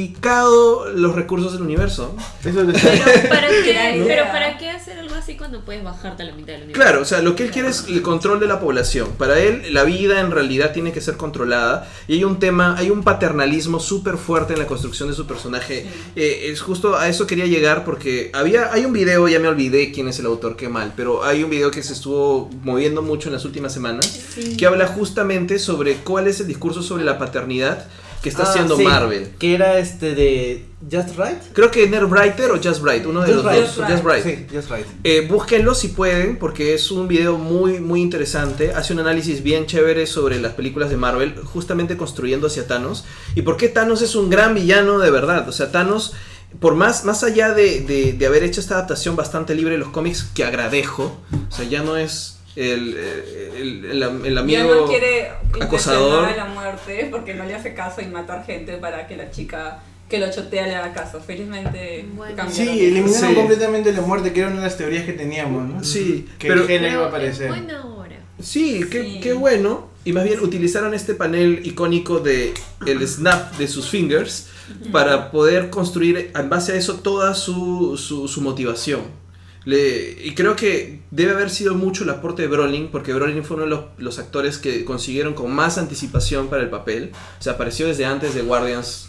B: duplicado los recursos del universo.
F: Eso es de-
D: Pero ¿para, qué,
C: Gran
D: pero
C: idea.
D: ¿para qué hacer algo así cuando puedes bajarte a la mitad del universo?
B: Claro, o sea, lo que él quiere es el control de la población. Para él, la vida en realidad tiene que ser controlada. Y hay un tema, hay un paternalismo súper fuerte en la construcción de su personaje. Eh, es justo a eso quería llegar porque había, hay un video, ya me olvidé quién es el autor, qué mal, pero hay un video que se estuvo moviendo mucho en las últimas semanas
C: Sí.
B: que habla justamente sobre cuál es el discurso sobre la paternidad que está
E: Ah,
B: haciendo
E: sí,
B: Marvel.
E: Que era este de Just Right.
B: Creo que Nerd Brighter o Just Bright, uno de
E: Just
B: los
E: Right.
B: dos.
C: Just Right.
B: Just Bright.
E: Sí, Just Right.
B: Eh, búsquenlo si pueden, porque es un video muy, muy interesante. Hace un análisis bien chévere sobre las películas de Marvel, justamente construyendo hacia Thanos. Y por qué Thanos es un gran villano de verdad. O sea, Thanos, por más, más allá de, de- de haber hecho esta adaptación bastante libre de los cómics, que agradezco, o sea, ya no es el, el- el- el- el
C: Ya
B: amigo.
C: no quiere
B: acosador.
C: acosador a la muerte porque no le hace caso y matar gente para que la chica que lo chotea le haga caso. Felizmente
D: Bueno.
C: cambiaron
F: Sí,
C: eso.
F: eliminaron
B: Sí.
F: completamente la muerte, que era una de las teorías que teníamos, ¿no?
B: Sí,
F: que
B: pero-
F: el género iba a
D: es
F: aparecer.
D: buena hora.
B: Sí, qué,
C: Sí.
B: qué bueno. Y más bien utilizaron este panel icónico de el snap de sus fingers para poder construir en base a eso toda su, su, su motivación. Le- y creo que debe haber sido mucho el aporte de Brolin, porque Brolin fue uno de los, los actores que consiguieron con más anticipación para el papel. O sea, apareció desde antes de Guardians,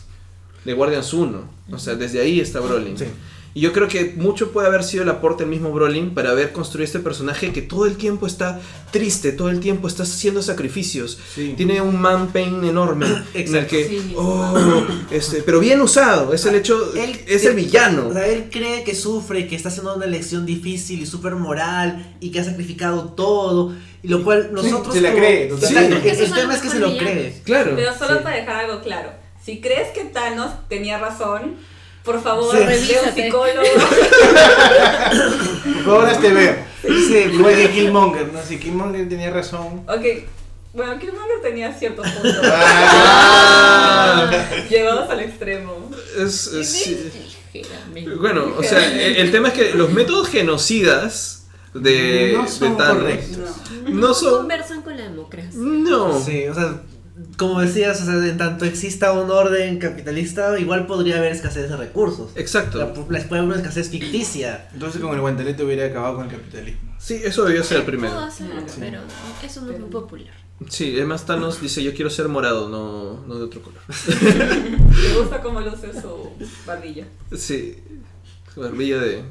B: de Guardians 1. O sea, desde ahí está Brolin. Y yo creo que mucho puede haber sido el aporte del mismo Brolin para haber construido este personaje que todo el tiempo está triste, todo el tiempo está haciendo sacrificios. Tiene un man pain enorme en el
E: Exacto.
B: que,
C: Sí.
B: oh, este, pero bien usado, es el hecho,
E: Él-
B: es el villano.
E: O sea, él cree que sufre, que está haciendo una elección difícil y súper moral y que ha sacrificado todo, y lo cual nosotros...
F: se la
E: como-
F: cree, totalmente.
E: Exacto, el-
D: Eso
E: el
D: son
E: tema
D: los
E: es que se lo
D: villanos.
E: cree.
B: Claro.
C: Pero solo para dejar algo claro, si crees que Thanos tenía razón, por favor,
E: Sí.
C: ve a un
D: Revísate.
C: psicólogo.
F: Por favor, este veo.
E: Sí,
F: Igual que Killmonger, no sé, Killmonger tenía razón.
C: ok, bueno, Killmonger tenía ciertos puntos
F: Ah.
C: llevados al extremo.
B: Es- es- sí.
D: Ligeramente.
B: Bueno, o sea, el, el tema es que los métodos genocidas de,
F: No son
B: de Thanos
F: correctos.
C: No.
B: no son... Mm,
D: conversan con la democracia.
B: No.
E: Sí, o sea, como decías, o sea, en tanto exista un orden capitalista, igual podría haber escasez de recursos. La,
B: Exacto.
E: la- puede haber una escasez ficticia.
F: Entonces con el guantelete hubiera acabado con el capitalismo.
B: Sí, eso debió ser el primero.
D: Puedo hacerlo,
F: Sí.
D: pero eso no es muy popular.
B: Sí, además Thanos dice yo quiero ser morado, no, no de otro color.
C: Me gusta cómo luce su barbilla.
B: Sí, su barbilla de...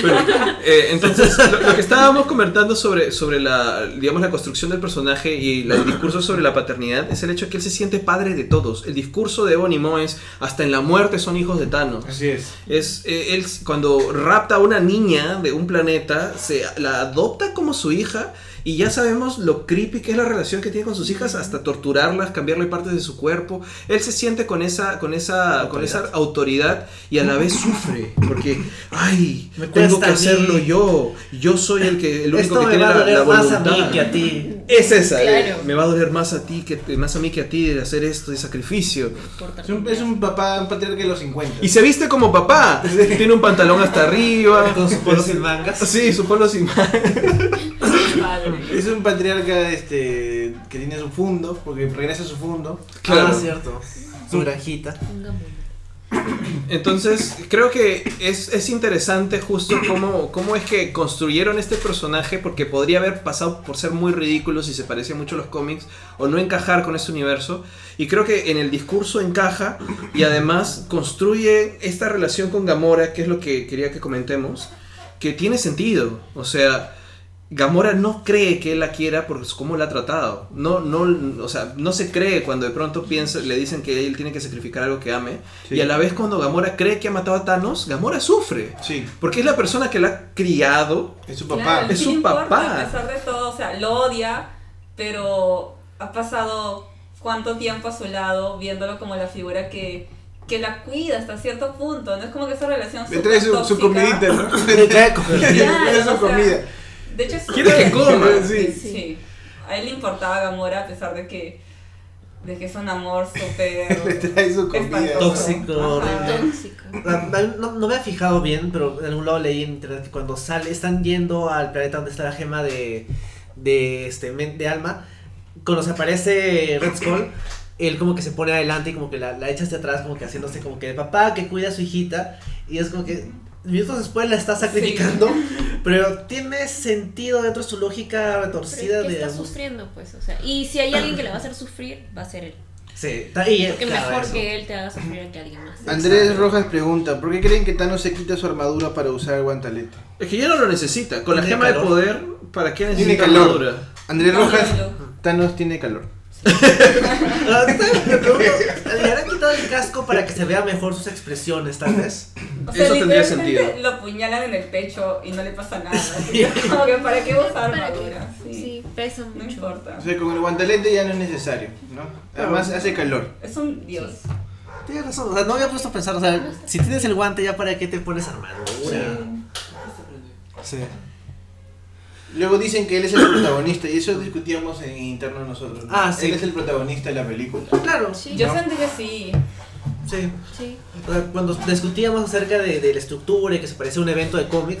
B: Bueno, eh, entonces, lo, lo que estábamos comentando sobre, sobre la, digamos, la construcción del personaje y la- el discurso sobre la paternidad es el hecho de que él se siente padre de todos. El discurso de Ebony Moe es, hasta en la muerte son hijos de Thanos.
F: Así es.
B: Es, eh, él cuando rapta a una niña de un planeta, se la adopta como su hija y ya sabemos lo creepy que es la relación que tiene con sus hijas, hasta torturarlas, cambiarle partes de su cuerpo. Él se siente con esa, con esa, con esa autoridad y a la vez sufre porque, ay,
E: Me
B: tengo
E: cuesta
B: que
E: a mí.
B: hacerlo yo. Yo soy el que el único
E: Esto
B: que
E: me
B: tiene
E: va a
B: la,
E: doler
B: la
E: más
B: voluntad.
E: a mí que a ti.
B: Es esa. eh,
D: Claro.
B: Me va a doler más a ti que más a mí que a ti de hacer esto de sacrificio.
D: Importa
F: Es un, es un papá, un patriarca de los 50.
B: Y se viste como papá. Tiene un pantalón hasta arriba.
E: Con su polo sin mangas.
B: Sí, su pueblo sin
C: Padre.
F: Es un patriarca este, que tiene su fondo, porque regresa a su fondo.
B: Claro.
E: Ah, cierto. Su granjita.
D: un gamón.
B: Entonces, creo que es, es interesante justo cómo, cómo es que construyeron este personaje, porque podría haber pasado por ser muy ridículo si se parecía mucho a los cómics, o no encajar con este universo. Y creo que en el discurso encaja y además construye esta relación con Gamora, que es lo que quería que comentemos, que tiene sentido. O sea, Gamora no cree que él la quiera por cómo la ha tratado. No, no, o sea, no se cree cuando de pronto piensa, le dicen que él tiene que sacrificar algo que ame.
F: Sí.
B: Y a la vez cuando Gamora cree que ha matado a Thanos, Gamora sufre.
F: Sí,
B: Porque es la persona que la ha criado.
F: es su
C: Claro,
F: papá.
B: Es
C: sí
B: su
C: le importa,
B: papá.
C: A pesar de todo, o sea, lo odia, pero ha pasado cuánto tiempo a su lado viéndolo como la figura que, que la cuida hasta cierto punto. No es como que esa relación
F: Le trae su,
C: súper
F: su
C: tóxica-
F: comidita, ¿no?
E: Me trae con-
F: Le trae
C: o
F: su
C: sea,
F: comida.
C: De hecho, es
B: Quiere que coma.
F: Sí.
C: Sí. A él le importaba Gamora a pesar de que, de que es un amor súper...
F: Le trae su comida.
C: espantoso.
E: Tóxico,
C: Ajá.
E: horrible.
D: Tóxico.
E: Ah, No, no me he fijado bien, pero en algún lado leí en internet que cuando sale, están yendo al planeta donde está la gema de, de, este, men- de alma, cuando se aparece Red Skull, él como que se pone adelante y como que la, la echa hacia atrás, como que haciéndose como que de papá que cuida a su hijita, y es como que minutos después la está sacrificando, pero tiene sentido dentro de su lógica
D: Pero
E: retorcida
D: es que
E: de...
D: está sufriendo, pues, o sea, y si hay alguien que la va a hacer sufrir, va a ser él.
E: Sí, está- y-
D: Porque
E: claro,
D: mejor
E: eso.
D: que él te haga sufrir que alguien más.
F: Andrés Rojas pregunta, ¿por qué creen que Thanos se quita su armadura para usar el guantelete?
B: Es que ya no lo necesita. Con la
E: Tiene
B: gema de
E: calor.
B: poder, ¿para qué necesita
F: calor.
B: armadura?
F: Andrés
C: Tóxico.
F: Rojas, Thanos tiene calor.
E: Ah, ¿sabes? Me pregunto, ¿Le habrán quitado el casco para que se vea mejor sus expresiones, tal vez?
C: O sea,
B: Eso tendría
C: literalmente
B: sentido.
C: Lo apuñalan en el pecho y no le pasa nada. Así que, como que, ¿para qué usar
D: Para que-
C: armadura? Sí.
D: Sí, pesa
C: No
D: mucho.
C: importa.
F: O sea, con el guantelete ya no es necesario, ¿no? Además hace calor.
C: Es un dios.
E: Tienes razón, o sea, no había puesto a pensar, o sea, si tienes el guante ya para qué te pones armadura.
F: Sí. Luego dicen que él es el protagonista y eso discutíamos en interno nosotros. ¿no?
E: Ah, sí.
F: Él es el protagonista de la película.
E: Claro, sí.
D: Sí,
C: Yo
F: No.
C: sentí que sí.
D: sí.
E: O sea, cuando discutíamos acerca de, de la estructura y que se parecía a un evento de cómics,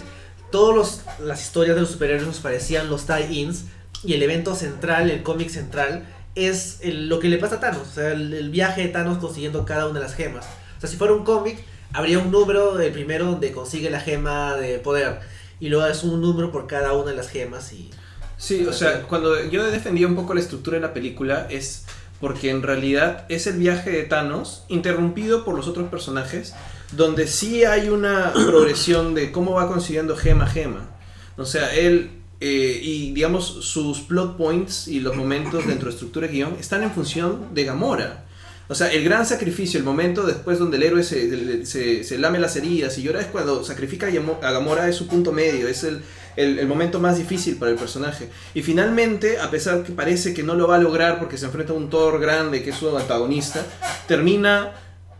E: todas las historias de los superhéroes nos parecían los tie-ins y el evento central, el cómic central, es el- lo que le pasa a Thanos. O sea, el, el viaje de Thanos consiguiendo cada una de las gemas. O sea, si fuera un cómic, habría un número, el primero donde consigue la gema de poder. Y luego es un número por cada una de las gemas y...
B: Sí, o sea, cuando yo defendía un poco la estructura de la película es porque en realidad es el viaje de Thanos interrumpido por los otros personajes, donde sí hay una progresión de cómo va consiguiendo gema a gema. O sea, él eh, y digamos sus plot points y los momentos dentro de estructura de guión están en función de Gamora. O sea, el gran sacrificio, el momento después donde el héroe se, se- se lame las heridas y llora es cuando sacrifica a Yamo- a Gamora, es su punto medio, es el, el, el momento más difícil para el personaje. Y finalmente, a pesar que parece que no lo va a lograr porque se enfrenta a un Thor grande que es su antagonista, termina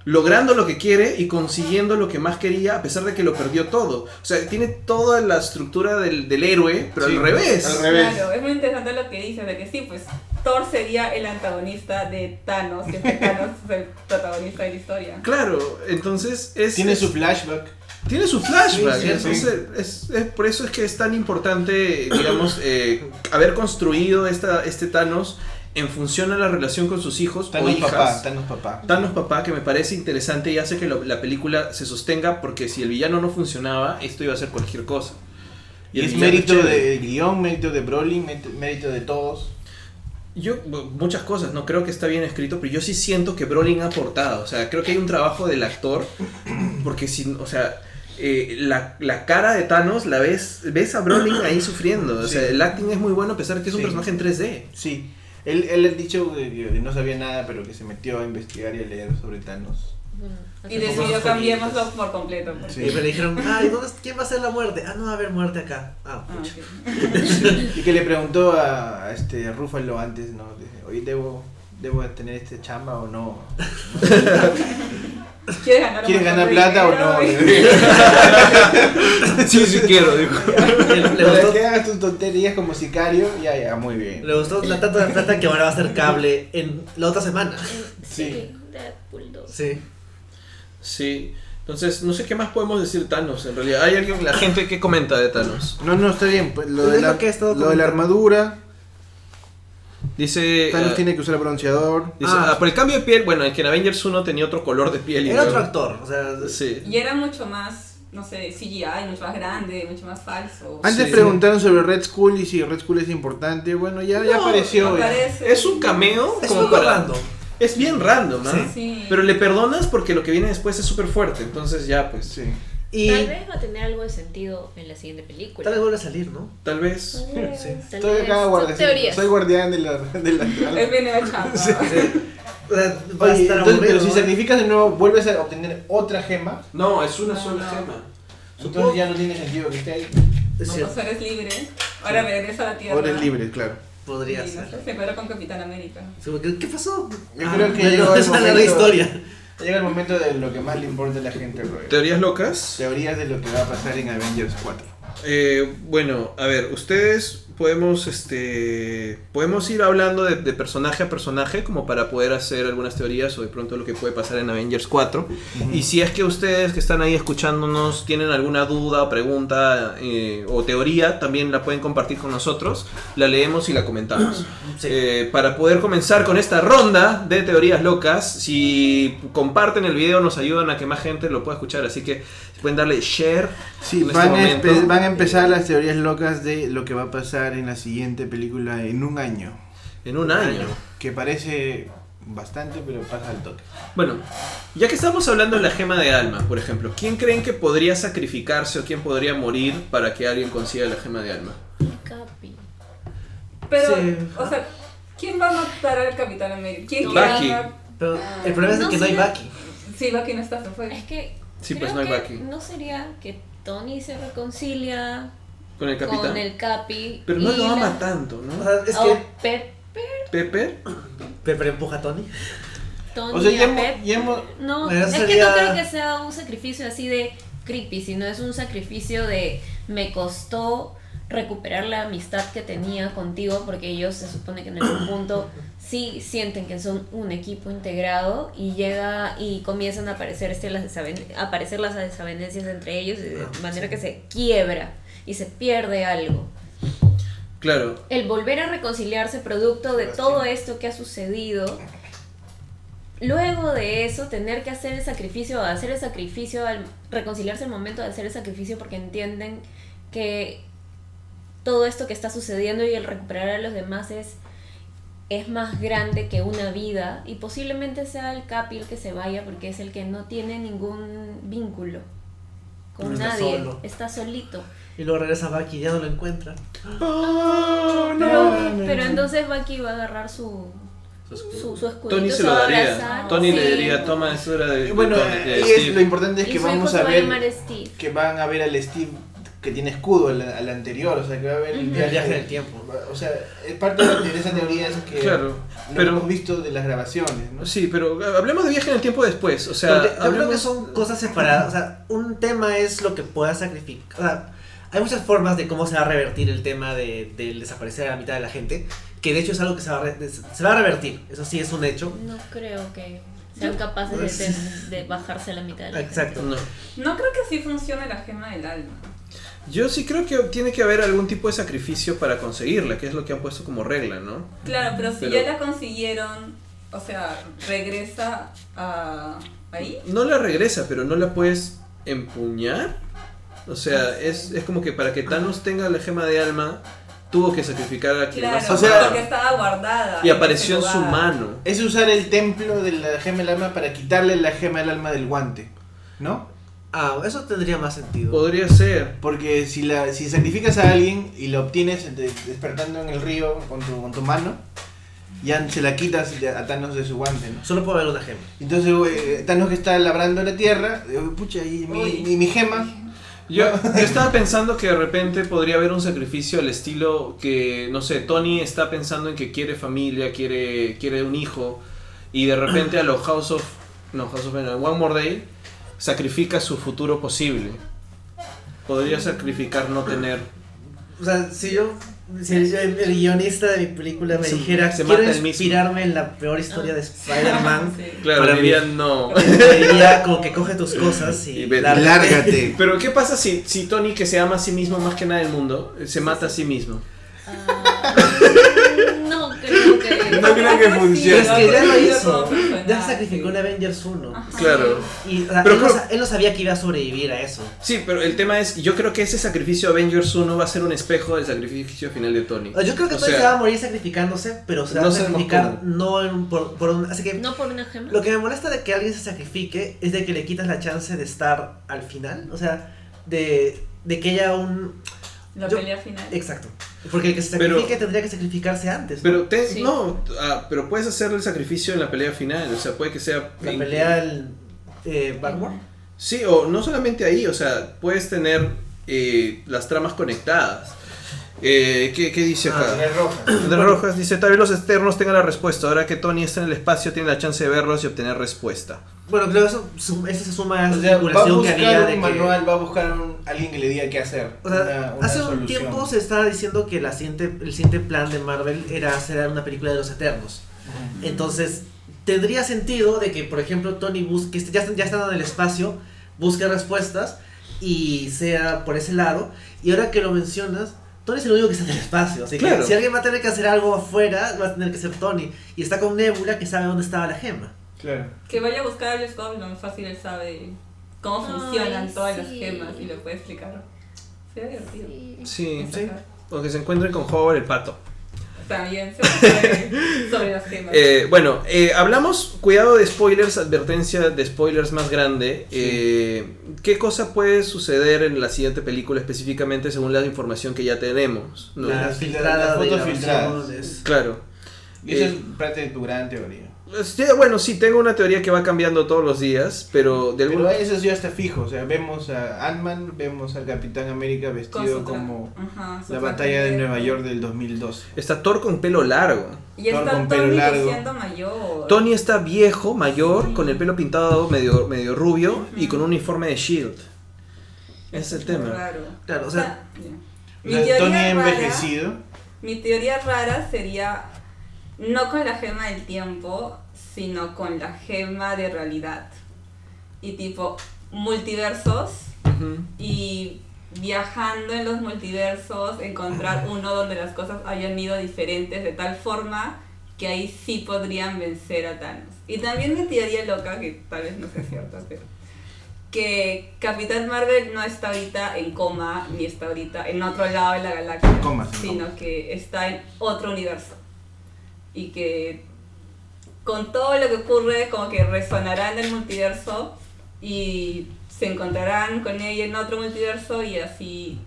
B: logrando lo que quiere y consiguiendo lo que más quería a pesar de que lo perdió todo. O sea, tiene toda la estructura del, del héroe, pero
F: Sí,
B: al revés.
F: al revés.
C: Claro, es muy interesante lo que dices, de que sí, pues Thor sería el antagonista de Thanos, que Thanos es el protagonista de la historia.
B: Claro, entonces es...
F: Tiene
B: es-
F: su flashback.
B: Tiene su flashback,
F: Sí, sí,
B: entonces Es, es- por eso es que es tan importante, digamos, eh, haber construido esta, este Thanos en función a la relación con sus hijos o
F: Thanos
B: hijas.
F: papá, Thanos papá.
B: Thanos papá, que me parece interesante y hace que lo- la película se sostenga porque si el villano no funcionaba, esto iba a ser cualquier cosa.
F: Y
B: el
F: es
B: villano
F: mérito
B: chévere.
F: de guión, mérito de Broly, mérito- mérito de todos.
B: Yo, bu- muchas cosas, no creo que está bien escrito, pero yo sí siento que Brolin ha aportado. O sea, creo que hay un trabajo del actor, porque si, o sea, eh, la, la cara de Thanos la ves, ves a Brolin ahí sufriendo. O
F: Sí.
B: sea, el acting es muy bueno a pesar que es un
F: Sí.
B: personaje en 3D.
F: Sí, él, él ha dicho que, que no sabía nada, pero que se metió a investigar y a leer sobre Thanos.
D: Bueno,
C: Y
D: hace poco-
C: decidió cambiémoslo por completo. pues.
F: Sí.
E: Y me le dijeron, ay, ¿dónde, ¿quién va a ser la muerte? Ah, no va a haber muerte acá. Ah,
C: Ah,
E: pucha.
C: ok.
F: Y que le preguntó a, a este a Ruffalo antes, ¿no? De, Oye, ¿debo, ¿debo tener este chamba o no?
C: ¿Quieres ganar, un
F: ¿Quieres
C: montón
F: ganar
C: de
F: plata o no?
C: dinero?
B: Sí, sí quiero, dijo.
E: Le- le
F: Le
E: gustó-
F: que hagas tus tonterías como sicario, ya, ya, muy bien.
E: Le gustó la tanta de plata que ahora va a ser cable en la otra semana.
F: Sí.
D: mm, Deadpool 2.
E: Sí.
B: Sí, entonces no sé qué más podemos decir Thanos en realidad. Hay alguien, la gente que comenta de Thanos.
F: No, no, está bien. pues, lo
E: Es
F: de
E: lo
F: la,
E: que he estado
F: lo de la
E: comentando.
F: armadura,
B: Dice.
F: Thanos
B: ah,
F: tiene que usar bronceador.
B: dice,
E: Ah.
B: ah, por el cambio de piel, bueno, es que en Avengers 1 tenía otro color de piel y
E: Era otro
B: luego-
E: actor, o sea,
B: Sí.
C: Y era mucho más, no sé, CGI, mucho más grande, mucho más falso.
F: Antes
B: Sí.
F: preguntaron sobre Red Skull y si Red Skull es importante. Bueno, ya, ya
B: No,
F: apareció. ya.
C: aparece.
B: Es un cameo
E: es
B: como
E: un poco
B: para-
E: random.
B: Es bien random, ¿no?
E: Sí.
C: Sí.
B: Pero le perdonas porque lo que viene después es súper fuerte. Entonces ya, pues,
F: Sí.
E: Y
D: Tal vez va a tener algo de sentido en la siguiente película.
E: tal vez vuelva a salir, ¿no?
B: tal vez...
D: Sí. Tal
F: Estoy
D: vez.
F: acá
D: Son
F: guardián.
D: teorías.
F: Soy guardián de la. De la
C: Él viene de chamba.
E: O sea, va a
F: Oye,
E: estar
F: entonces, pero
E: aburrido,
F: si
E: ¿no?
F: sacrificas de nuevo, vuelves a obtener otra gema.
B: No, es una sola
C: no.
B: gema.
F: Entonces ya no tiene sentido que esté ahí.
E: Es
C: No,
E: cierto,
C: pues eres libre. Ahora me regreso a la tierra.
F: Ahora es libre, claro.
C: Y,
E: podría
C: no
E: ser.
C: sé, se encuentra con Capitán América.
E: Sí, porque, ¿Qué pasó?
F: Yo creo que
E: no,
F: llegó
E: no,
F: el
E: es una larga
F: momento-
E: historia.
F: Llega el momento de lo que más le importa a la gente, Robert.
B: ¿Teorías locas?
F: Teorías de lo que va a pasar en Avengers 4.
B: Eh, bueno, a ver, ustedes podemos, este... Podemos ir hablando de, de personaje a personaje como para poder hacer algunas teorías o de pronto lo que puede pasar en Avengers 4. Y si es que ustedes que están ahí escuchándonos tienen alguna duda o pregunta eh, o teoría, también la pueden compartir con nosotros. La leemos y la comentamos.
E: Sí.
B: Eh, para poder comenzar con esta ronda de teorías locas, si comparten el video nos ayudan a que más gente lo pueda escuchar, así que si pueden darle share.
F: Sí,
B: En este
F: van, a
B: momento- eh,
F: empe- van a empezar las teorías locas de lo que va a pasar en la siguiente película en un año.
B: En un año.
F: Que parece bastante, pero pasa al toque.
B: Bueno, ya que estamos hablando de la gema de alma, por ejemplo, ¿quién creen que podría sacrificarse o quién podría morir para que alguien consiga la gema de alma?
D: Capi.
C: Pero,
E: Sí.
C: o sea, ¿quién va a matar al Capitán América? ¿Quién quién
B: Bucky.
C: va a-
E: Pero el problema es
D: No
E: que no hay
D: sé.
E: Bucky.
C: Sí, Bucky no está, se fue.
D: Es que.
B: Sí,
D: creo
B: pues no hay
D: que
B: Bucky.
D: No sería que Tony se reconcilia
B: Con el capitán.
D: con el Capi.
B: Pero no
D: y
B: lo
D: la-
B: ama tanto,
E: O
B: ¿no?
E: sea, es
D: o
E: que
D: Pep,
B: Pepper.
E: Pepper empuja a Tony.
D: Tony
F: O sea, ya
D: a Pep.
F: hemos- ya hemos,
D: No,
E: Pero
D: es
E: eso
D: que no
E: sería-
D: creo que sea un sacrificio así de creepy, sino es un sacrificio de me costó recuperar la amistad que tenía contigo porque ellos se supone que en algún punto sí sienten que son un equipo integrado y llega y comienzan a aparecer, este, las desaven- a aparecer las desavenencias entre ellos de
E: Ah,
D: manera
E: sí.
D: que se quiebra y se pierde algo.
B: Claro.
D: el volver a reconciliarse producto de todo esto que ha sucedido. Luego de eso, tener que hacer el sacrificio, hacer el sacrificio, al reconciliarse el momento de hacer el sacrificio porque entienden que todo esto que está sucediendo y el recuperar a los demás es, es más grande que una vida y posiblemente sea el Capi el que se vaya porque es el que no tiene ningún vínculo con
E: Está
D: nadie,
E: solo.
D: está solito.
E: Y luego regresa Bucky y ya no lo encuentra.
D: Pero, pero entonces Bucky va a agarrar su, su, su escudito.
B: Tony se
D: va
B: lo
D: a
B: daría.
D: abrazar,
B: Tony le
D: sí.
B: diría, toma, es hora de.
F: Y eh, bueno,
B: de- de
F: ahí es,
B: Steve".
F: lo importante es
D: Y
F: que
D: su hijo
F: vamos
D: se
F: a
D: va a
F: ver
D: llamar Steve.
F: que van a ver al Steve que tiene escudo al, al anterior, o sea, que va a ver el
D: Ujú.
F: viaje,
E: El viaje del tiempo.
F: O sea, es parte de de esa teoría es que
B: Claro.
F: lo
B: pero-
F: hemos visto de las grabaciones, ¿no?
B: Sí, pero eh, hablemos de viaje en el tiempo después. O sea,
E: Porque yo creo que
B: hablemos-
E: son cosas separadas. O sea, un tema es lo que puedas sacrificar. O sea, hay muchas formas de cómo se va a revertir el tema de, del desaparecer a la mitad de la gente. Que de hecho es algo que se va, a re- se va a revertir. Eso sí es un hecho.
D: No creo que sean capaces de, ten- de bajarse a la mitad de la gente.
E: Exacto.
B: No.
C: No creo que así funcione la gema del alma.
B: Yo sí creo que tiene que haber algún tipo de sacrificio para conseguirla, que es lo que han puesto como regla, ¿no?
C: Claro, pero si
B: Pero-
C: ya la consiguieron, o sea, regresa a ahí.
B: No la regresa, pero no la puedes empuñar. O sea, es, es como que para que Thanos tenga la gema de alma, tuvo que sacrificar a quien
C: Claro,
B: más
F: o sea-
B: amaba.
C: porque estaba guardada.
B: y apareció en
C: ese
B: su
C: lugar.
B: mano.
F: Es usar el templo de la gema del alma para quitarle la gema del alma del guante, ¿no?
E: Ah, eso tendría más sentido.
B: Podría ser.
F: Porque si la si sacrificas a alguien y la obtienes de- despertando en el río con tu, con tu mano, ya se la quitas de- a Thanos de su guante, ¿no?
E: Solo puedo haber un ejemplo.
F: Entonces, güey, Thanos que está labrando la tierra, eh, pucha, y mi,
C: Uy.
F: y mi gema.
B: Yo, yo estaba pensando que de repente podría haber un sacrificio al estilo que, no sé, Tony está pensando en que quiere familia, quiere, quiere un hijo, y de repente a los House of. No, House of. no, One More Day sacrifica su futuro posible. Podría sacrificar no tener.
E: O sea, si yo. Si el, el- el guionista de mi película me
B: Se-
E: dijera,
B: se
E: quiero
B: mata el mismo".
E: inspirarme en la peor historia de Spider-Man,
C: Sí.
B: Claro,
E: Para
B: diría no.
E: me diría como que coge tus cosas y,
B: Y vete.
E: lárgate.
B: Pero ¿qué pasa si, si Tony, que se ama a sí mismo más que nada del mundo, se mata a sí mismo?
D: Ah, no creo que.
F: No creo que
E: Pero
F: funcione.
E: es que ya lo
C: Sí,
E: hizo.
C: como personaje.
E: Ya sacrificó en Avengers 1.
C: Ajá.
B: Claro.
E: Y o sea,
B: Pero
E: él, no,
B: creo-
E: sa- él no sabía que iba a sobrevivir a eso.
B: Sí, pero el tema es, yo creo que ese sacrificio Avengers 1 va a ser un espejo del sacrificio final de Tony.
E: O sea, Yo creo que
B: O
E: Tony
B: sea,
E: se va a morir sacrificándose, pero se va
B: no
E: a
B: sabemos
E: sacrificar
B: cómo.
E: no en- por, por un. Así que
D: No por una gema.
E: lo que me molesta de que alguien se sacrifique es de que le quitas la chance de estar al final. O sea, de, de que haya un.
C: La
E: Yo-
C: pelea final.
E: Exacto. Porque el que se
B: Pero-
E: sacrifique tendría que sacrificarse antes. ¿no?
B: Pero te-
D: Sí.
B: no, ah, pero puedes hacer el sacrificio en la pelea final, o sea, puede que sea
E: la pelea del. Eh, Barmore.
B: Sí, o no solamente ahí, o sea, puedes tener eh, las tramas conectadas. Eh, ¿qué, qué dice acá?
F: Es roja.
B: De Rojas dice, tal vez los externos tengan la respuesta. Ahora que Tony está en el espacio, tiene la chance de verlos y obtener respuesta.
E: Bueno, creo que eso, sum- eso se suma a
F: O
E: esa
F: sea, va a
E: especulación que había
F: buscar
E: de
F: un
E: que-
F: manual, va a buscar un- alguien que le diga qué hacer.
E: O sea,
F: una- una
E: hace un
F: solución.
E: tiempo se estaba diciendo que la siguiente, el siguiente plan de Marvel era hacer una película de los Eternos.
F: Ujú.
E: Entonces, tendría sentido de que, por ejemplo, Tony busque, ya, están- ya están en el espacio, busque respuestas y sea por ese lado. Y ahora que lo mencionas, Tony es el único que está en el espacio. Así que
B: Claro.
E: si alguien va a tener que hacer algo afuera, va a tener que ser Tony. Y está con Nebula que sabe dónble estaba la gema.
F: Claro.
C: Que vaya a buscar a Jeff Goldblum, fácil él sabe cómo
D: Ay,
C: funcionan todas las
D: sí.
C: gemas y lo puede explicar. Sería divertido.
D: Sí.
B: Sí,
C: Sí.
B: O que se encuentren con Howard el pato.
C: También se puede sobre las gemas.
B: Eh, bueno, eh, hablamos, cuidado de spoilers, advertencia de spoilers más grande. Eh, ¿Qué cosa puede suceder en la siguiente película específicamente según la información que ya tenemos? ¿no?
F: Claro.
E: La
F: Las
E: filtrada de
F: fotos
E: las
F: filtradas.
E: versiones.
B: Claro.
F: Y eso
B: Eh,
F: es parte de tu gran teoría.
B: Sí, bueno, sí, tengo una teoría que va cambiando todos los días, pero de
F: Pero
B: alguna
F: eso sí ya está fijo. O sea, vemos a Ant-Man, vemos al Capitán América
C: Con
F: vestido
C: su tra-
F: como
C: Ajá, su
F: la
C: traje
F: batalla de
C: negro.
F: Nueva York del 2012.
B: Está Thor con pelo largo.
C: Y está
F: Thor
C: Tony
F: con pelo largo.
C: diciendo mayor.
B: Tony está viejo, mayor,
C: Sí.
B: con el pelo pintado medio, medio rubio y con un uniforme de Shield. Ese es el tema.
C: Claro.
E: Claro, o sea,
C: Ah,
F: O
C: ya. Mi
F: sea,
C: teoría
F: Tony
C: rara-
F: envejecido.
C: Mi teoría rara sería no con la gema del tiempo, sino con la gema de realidad. Y tipo, multiversos
B: Ujú.
C: y viajando en los multiversos, encontrar uno donde las cosas hayan ido diferentes de tal forma que ahí sí podrían vencer a Thanos. Y también me tiraría loca, que tal vez no sea cierta, pero que Capitán Marvel no está ahorita en coma, ni está ahorita en otro lado de la galaxia,
F: Coma, sí,
C: sino que está en otro universo. Y que con todo lo que ocurre, como que resonará en el multiverso y se encontrarán con ella en otro multiverso y así.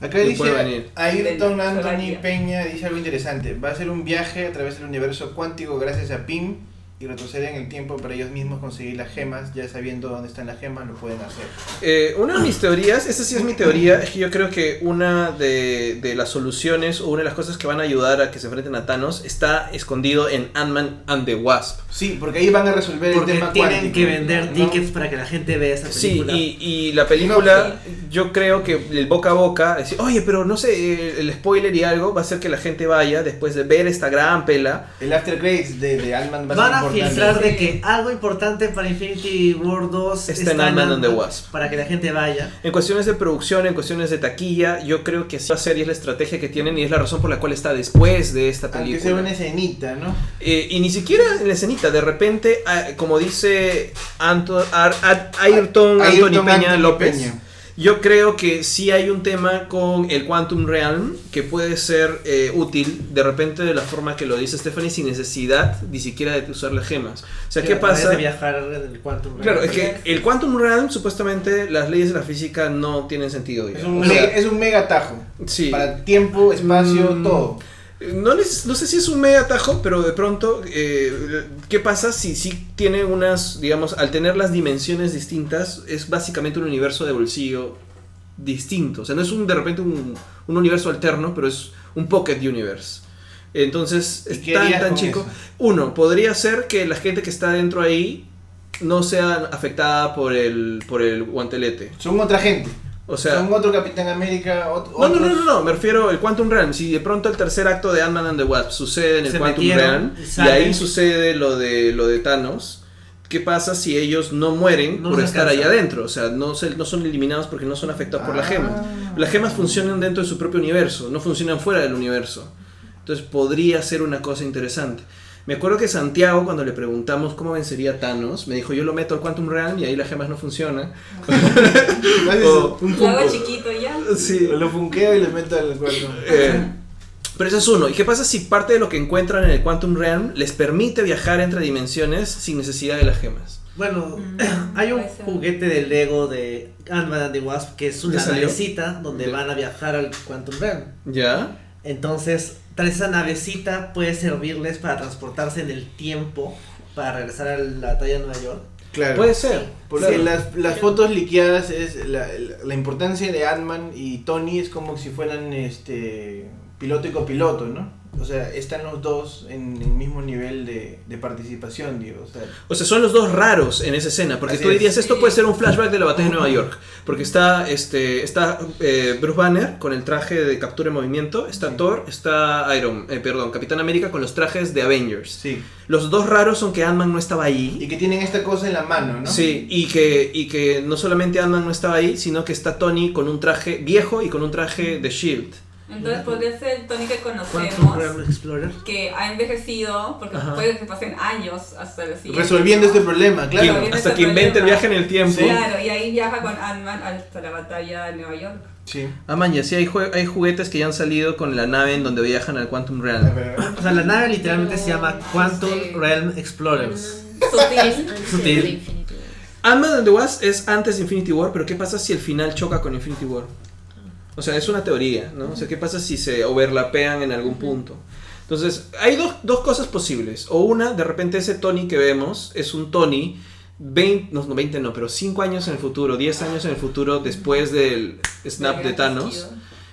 F: Acá
B: No
F: dice
B: puede venir.
F: Ayrton
C: Del-
F: Anthony
C: Solaria.
F: Peña dice algo interesante. Va a ser un viaje a través del universo cuántico gracias a Pym y retroceder en el tiempo para ellos mismos conseguir las gemas. Ya sabiendo dónde están las gemas, lo pueden hacer.
B: Eh, una de mis teorías, esta sí es mi teoría, es que yo creo que una de, de las soluciones o una de las cosas que van a ayudar a que se enfrenten a Thanos está escondido en Ant-Man and the Wasp.
F: Sí, porque ahí van a resolver el
E: Porque
F: tema
E: tienen
F: cuántico.
E: que vender
F: ¿no?
E: tickets para que la gente vea esa
B: Sí,
E: película.
B: y, y la película, yo creo que el boca a boca, decir, oye, pero no sé, el spoiler y algo va a hacer que la gente vaya después de ver esta gran pela.
F: El After Grace de, de Ant-Man va
E: Van a
F: ser importante.
E: filtrar de
C: Sí.
E: que algo importante para Infinity War 2
B: Está en Ant-Man and the
E: Ant-Man,
B: Wasp.
E: Para que la gente vaya.
B: En cuestiones de producción, en cuestiones de taquilla, yo creo que sí va a ser y es la estrategia que tienen y es la razón por la cual está después de esta película.
F: Aunque sea una escenita, ¿no?
B: Eh, y ni siquiera en la escenita, de repente, ah, como dice Anto- Ar- Ar- Ayrton,
F: Ayrton
B: Anthony Peña
F: Anthony
B: López,
F: Peña.
B: yo creo que sí hay un tema con el Quantum Realm que puede ser eh, útil, de repente, de la forma que lo dice Stephanie, sin necesidad ni siquiera de usar las gemas. O sea, ¿qué
E: Que vayas
B: pasa?
E: a viajar en el Quantum
B: Claro,
E: Realm.
B: es que el Quantum Realm, supuestamente, las leyes de la física no tienen sentido. ya.
F: Es un,
B: O
F: me-
B: sea,
F: es un mega atajo.
B: sí.
F: Para tiempo, espacio,
B: Mm.
F: todo.
B: No, les- no sé si es un mega atajo, pero de pronto, eh, ¿qué pasa si si tiene unas, digamos, al tener las dimensiones distintas, es básicamente un universo de bolsillo distinto? O sea, no es un de repente un, un universo alterno, pero es un pocket universe. Entonces,
F: ¿Y
B: es
F: qué
B: tan,
F: harías
B: tan
F: con
B: chico.
F: eso?
B: Uno, podría ser que la gente que está dentro ahí no sea afectada por el, por el guantelete.
F: Son otra gente.
B: O sea,
F: Son otro Capitán América. ot-
B: no, no,
F: otros-
B: no, no, no, me refiero al Quantum Realm. Si de pronto el tercer acto de Ant-Man and the Wasp sucede en el
E: Se
B: Quantum
E: metieron,
B: Realm y
E: salen.
B: ahí sucede lo de lo de Thanos, ¿qué pasa si ellos no mueren
E: No
B: por
E: los
B: estar ahí
E: alcanzan.
B: adentro? O sea, no, se- no son eliminados porque no son afectados por las
F: Ah.
B: gemas. Las gemas funcionan dentro de su propio universo, no funcionan fuera del universo. Entonces podría ser una cosa interesante. Me acuerdo que Santiago, cuando le preguntamos cómo vencería Thanos, me dijo, yo lo meto al Quantum Realm y ahí las gemas no funcionan.
F: Haces
B: O-
F: un
C: Lo
F: punto.
C: hago chiquito y ya.
B: Sí.
F: Lo funqueo y lo meto al cuerpo.
B: Eh, pero ese es uno. ¿Y qué pasa si parte de lo que encuentran en el Quantum Realm les permite viajar entre dimensiones sin necesidad de las gemas?
E: Bueno,
C: Mm,
E: hay un
C: puede ser.
E: juguete de Lego de Ant-Man and the Wasp que es una
B: ¿Ya salió?
E: navecita donde
B: Ya.
E: van a viajar al Quantum Realm.
B: ¿Ya?
E: Entonces, tal esa navecita puede servirles para transportarse en el tiempo para regresar a la batalla de Nueva York.
F: Claro.
B: Puede ser.
F: Porque
B: claro.
F: las, las fotos liqueadas es la, la- la importancia de Ant-Man y Tony es como si fueran este piloto y copiloto, ¿no? O sea, están los dos en el mismo nivel de, de participación, digo. O sea,
B: O sea, son los dos raros en esa escena. Porque
F: Así
B: tú dirías,
F: es.
B: esto puede ser un flashback de la batalla de Nueva York. Porque está, este, está eh, Bruce Banner con el traje de captura en movimiento. Está
F: Sí.
B: Thor, está Iron, eh, perdón, Capitán América con los trajes de Avengers.
F: sí.
B: Los dos raros son que Ant-Man no estaba ahí.
F: Y que tienen esta cosa en la mano, ¿no?
B: Sí, y que, y que no solamente Ant-Man no estaba ahí, sino que está Tony con un traje viejo y con un traje de Shield.
C: Entonces podría ser el Tony que
E: Quantum
C: conocemos,
E: Realm Explorer.
C: que ha envejecido, porque
B: Ajá.
C: puede que pasen años hasta el siguiente.
F: Resolviendo este problema,
B: Que-
F: claro.
C: bien
B: hasta
C: ese
B: que invente el
C: problema.
B: viaje en el tiempo.
C: Claro, y ahí viaja con Ant-Man hasta la batalla de Nueva York.
F: Sí.
B: Ah, man, y así hay, jue- hay juguetes que ya han salido con la nave en donde viajan al Quantum Realm.
E: O sea, la nave literalmente se llama
C: Este,
E: Quantum
D: Sí.
E: Realm Explorers.
C: Sutil.
E: Sutil.
B: Ant-Man and the Wasp es antes de Infinity War, pero ¿qué pasa si el final choca con Infinity War? O sea, es una teoría, ¿no? O sea, ¿qué pasa si se overlapean en algún punto? Entonces, hay dos, dos cosas posibles. O una, de repente ese Tony que vemos es un Tony 20, no, no, 20 no, pero 5 años en el futuro, 10 años en el futuro después del snap de Thanos.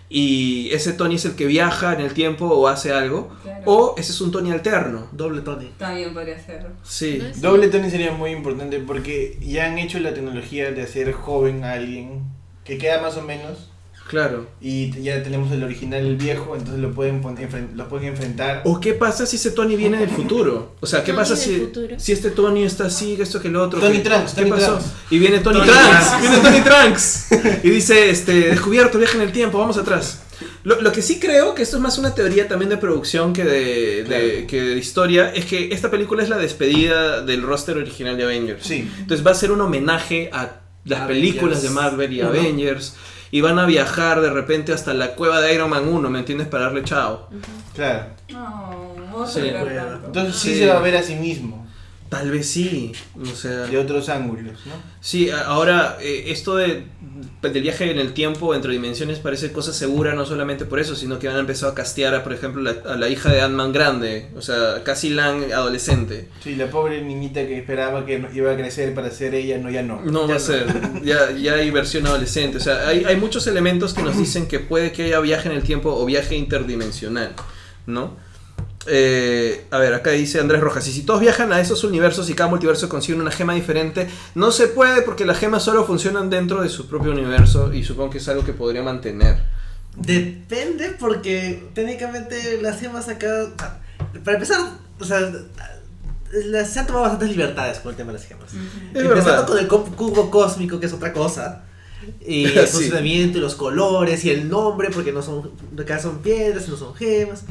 B: Y ese Tony es el que viaja en el tiempo o hace algo.
C: Claro.
B: O ese es un Tony alterno.
C: mm.
E: Doble Tony.
C: También podría ser.
B: Sí.
D: No es-
F: Doble Tony sería muy importante porque ya han hecho la tecnología de hacer joven a alguien que queda más o menos
B: Claro.
F: Y t- ya tenemos el original, el viejo, entonces lo pueden, pon- enfren- lo pueden enfrentar.
B: ¿O qué pasa si ese Tony viene del futuro? O sea, ¿qué
D: Tony
B: pasa
D: del
B: si,
D: futuro.
B: si este Tony está así, que esto, que lo otro?
F: Tony
B: ¿Qué-
F: Trunks,
B: ¿Qué
F: Tony
B: pasó?
F: Trunks.
B: Y viene Tony,
G: Tony
B: Trunks,
G: Trunks.
B: viene Tony Trunks. Y dice, este, descubierto, viaje en el tiempo, vamos atrás. Lo, lo que sí creo que esto es más una teoría también de producción que de, de-
F: Claro.
B: que de historia, es que esta película es la despedida del roster original de Avengers.
F: Sí.
B: Entonces va a ser un homenaje a las
E: Avengers
B: películas de Marvel y
E: uno.
B: Avengers. Y van a viajar de repente hasta la cueva de Iron Man 1, ¿me entiendes? Para darle chao.
F: Claro.
C: No, no vas a
B: Sí,
C: llorar
E: bueno.
C: tanto.
F: Entonces sí,
B: Sí.
F: se va a ver a sí mismo,
B: Tal vez sí. O sea.
F: de otros ángulos, ¿no?
B: Sí, a- ahora eh, esto de, del viaje en el tiempo entre dimensiones parece cosa segura, no solamente por eso, sino que han empezado a castear a, por ejemplo, la- a la hija de Ant-Man grande, o sea, Cassie Lang adolescente.
F: Sí, la pobre niñita que esperaba que iba a crecer para ser ella, no, ya no.
B: No va
F: Ya
B: a ser, ya, ya hay versión adolescente, o sea, hay, hay muchos elementos que nos dicen que puede que haya viaje en el tiempo o viaje interdimensional, ¿no? Eh, a ver, acá dice Andrés Rojas, y si todos viajan a esos universos y cada multiverso consigue una gema diferente, no se puede porque las gemas solo funcionan dentro de su propio universo y supongo que es algo que podría mantener.
E: Depende porque técnicamente las gemas acá... o sea, Para empezar, o sea, las- se han tomado bastantes libertades con el tema de las gemas.
B: Mm. Es
E: Empezando
B: verdad.
E: con el co- cubo cósmico, que es otra cosa. Y
B: Sí.
E: el funcionamiento y los colores y el nombre, porque no son, acá son piedras, no son gemas.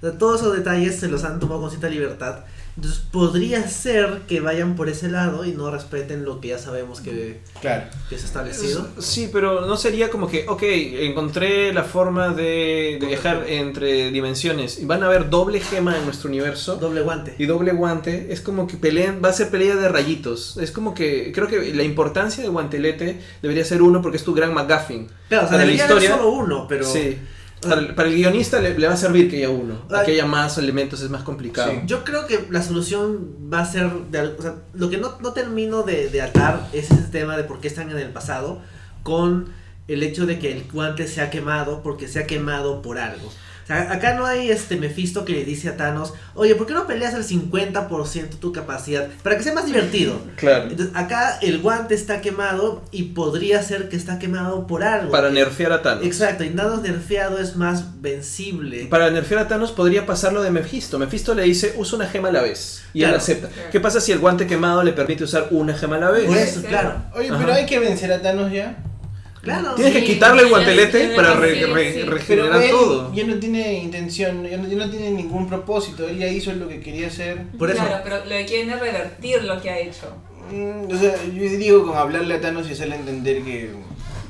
E: O sea, todos esos detalles se los han tomado con cierta libertad. Entonces podría ser que vayan por ese lado y no respeten lo que ya sabemos que,
F: Claro.
E: que es establecido.
B: Sí, pero no sería como que, ok, encontré la forma de, de viajar entre dimensiones y van a haber doble gema en nuestro universo.
E: Doble guante.
B: y doble guante es como que peleen, va a ser pelea de rayitos. Es como que creo que la importancia del guantelete debería ser uno porque es tu gran McGuffin.
E: Claro, o
B: Para la
E: sea, debería haber
B: historia-
E: solo uno, pero
B: sí. Para el, para el guionista le, le va a servir que haya uno. A
E: Ay.
B: que haya más elementos es más complicado.
F: Sí.
E: yo creo que la solución va a ser. de al- o sea, lo que no, no termino de, de atar es ese tema de por qué están en el pasado con el hecho de que el guante se ha quemado porque se ha quemado por algo. O sea, acá no hay este Mephisto que le dice a Thanos, oye, ¿por qué no peleas al 50% tu capacidad? Para que sea más divertido.
B: Claro.
E: Entonces, acá el guante está quemado y podría ser que está quemado por algo.
B: Para nerfear a Thanos.
E: Exacto, y Thanos nerfeado es más vencible.
B: Para nerfear a Thanos podría pasar lo de Mephisto. Mephisto le dice usa una gema a la vez. Y él
E: Claro.
B: acepta.
C: Claro.
B: ¿Qué pasa si el guante quemado le permite usar una gema a la vez?
E: Por
C: Puede
E: eso,
C: ser.
E: claro.
F: Oye,
B: Ajá.
F: pero hay que vencer a Thanos ya.
E: Claro.
B: Tienes que
D: Sí,
B: quitarle el
D: ya-
B: guantelete
D: ya-
B: para
D: sí,
B: re- re-
D: sí.
F: Pero
B: regenerar
F: él
B: todo.
F: ya no tiene intención, ya no, ya no tiene ningún propósito. Él ya hizo lo que quería hacer.
E: Por eso.
C: Claro, pero lo que quieren es revertir lo que ha hecho.
F: Mm, o sea, yo digo con hablarle a Thanos y hacerle entender que,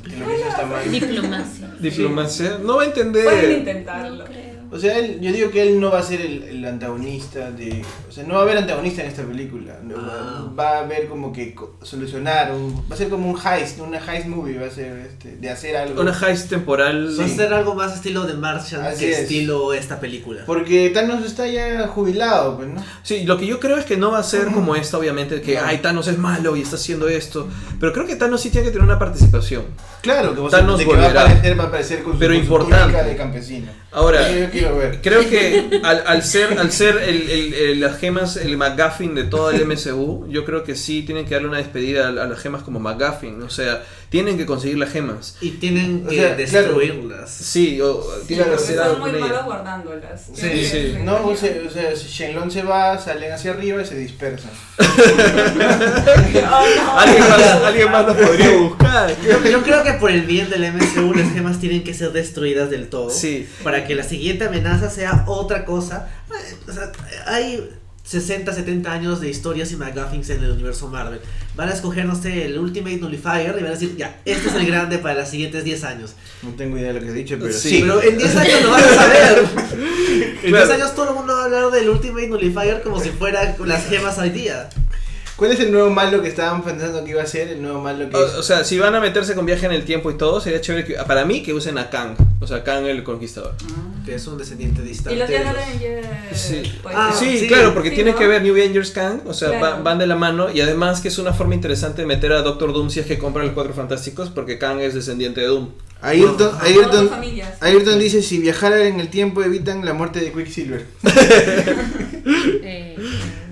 F: que lo que hizo está mal.
D: Diplomacia.
B: Diplomacia. No va a entender.
C: Pueden
D: No
C: intentarlo.
D: creo.
F: O sea, él- yo digo que él no va a ser el, el antagonista de... O sea, no va a haber antagonista en esta película. No,
E: Ah.
F: va, va a haber como que co- solucionar, un- va a ser como un heist, una heist movie, va a ser este, de hacer algo.
B: Una heist temporal.
F: Sí.
E: Va a ser algo más estilo de Martian
F: Así
E: que
F: es.
E: estilo esta película.
F: Porque Thanos está ya jubilado, pues, ¿no?
B: Sí, lo que yo creo es que no va a ser como esta, obviamente, que
F: No.
B: ay, Thanos es malo y está haciendo esto. Pero creo que Thanos sí tiene que tener una participación.
F: Claro, que, vos
B: Thanos
F: de que va a
B: volverá.
F: aparecer, va a aparecer con su,
B: Pero
F: con su
B: importante.
F: túnica de campesino.
B: Ahora,
F: Eso yo quiero ver.
B: creo que al, al ser, al ser el- el- el- las gemas, el McGuffin de todo el MCU, yo creo que sí tienen que darle una despedida a, a las gemas como McGuffin. O sea, tienen que conseguir las gemas.
E: Y tienen
F: O
E: que
F: sea, claro.
E: destruirlas.
B: Sí, o tienen que
F: claro,
B: hacer
F: será
C: son
B: algo
C: muy
B: con
C: malos
B: ella.
C: guardándolas.
B: Sí, sí.
F: No, o sea, o sea, Shenlong se va, salen hacia arriba y se dispersan.
C: Oh, no.
B: Alguien más, alguien más las podría buscar.
E: Yo, yo creo que por el bien del MCU las gemas tienen que ser destruidas del todo.
B: Sí.
E: Para que la siguiente amenaza sea otra cosa. Eh, o sea, hay 60, 70 años de historias y McGuffins en el universo Marvel. Van a escoger, no sé, el Ultimate Nullifier y van a decir, ya, este es el grande para los siguientes 10 años.
F: No tengo idea de lo que has dicho, pero
B: Sí,
F: sí.
E: Pero en 10 años lo vas a saber. En
B: Claro.
E: 10 años todo el mundo va a hablar del Ultimate Nullifier como si fuera las gemas hoy día.
F: ¿Cuál es el nuevo malo que estaban pensando que iba a ser? El nuevo malo que
B: O, o
F: es...
B: sea, si van a meterse con viaje en el tiempo y todo, sería chévere que, para mí que usen a Kang, o sea, Kang el conquistador.
E: Que es un descendiente
C: Y
E: distante.
C: los
E: de
C: Young
E: los-
C: Avengers.
B: Sí.
C: pues,
E: Ah,
B: sí,
E: sí.
B: claro, porque
C: Sí,
B: tiene
C: ¿no?
B: que ver New Avengers Kang, o sea,
C: Claro.
B: va- van de la mano y además que es una forma interesante de meter a Doctor Doom si es que compran los Cuatro Fantásticos, porque Kang es descendiente de Doom.
F: Ayrton,
C: Son dos
F: Ayrton,
C: familias.
F: Ayrton dice, si viajaran en el tiempo evitan la muerte de Quicksilver.
D: Eh,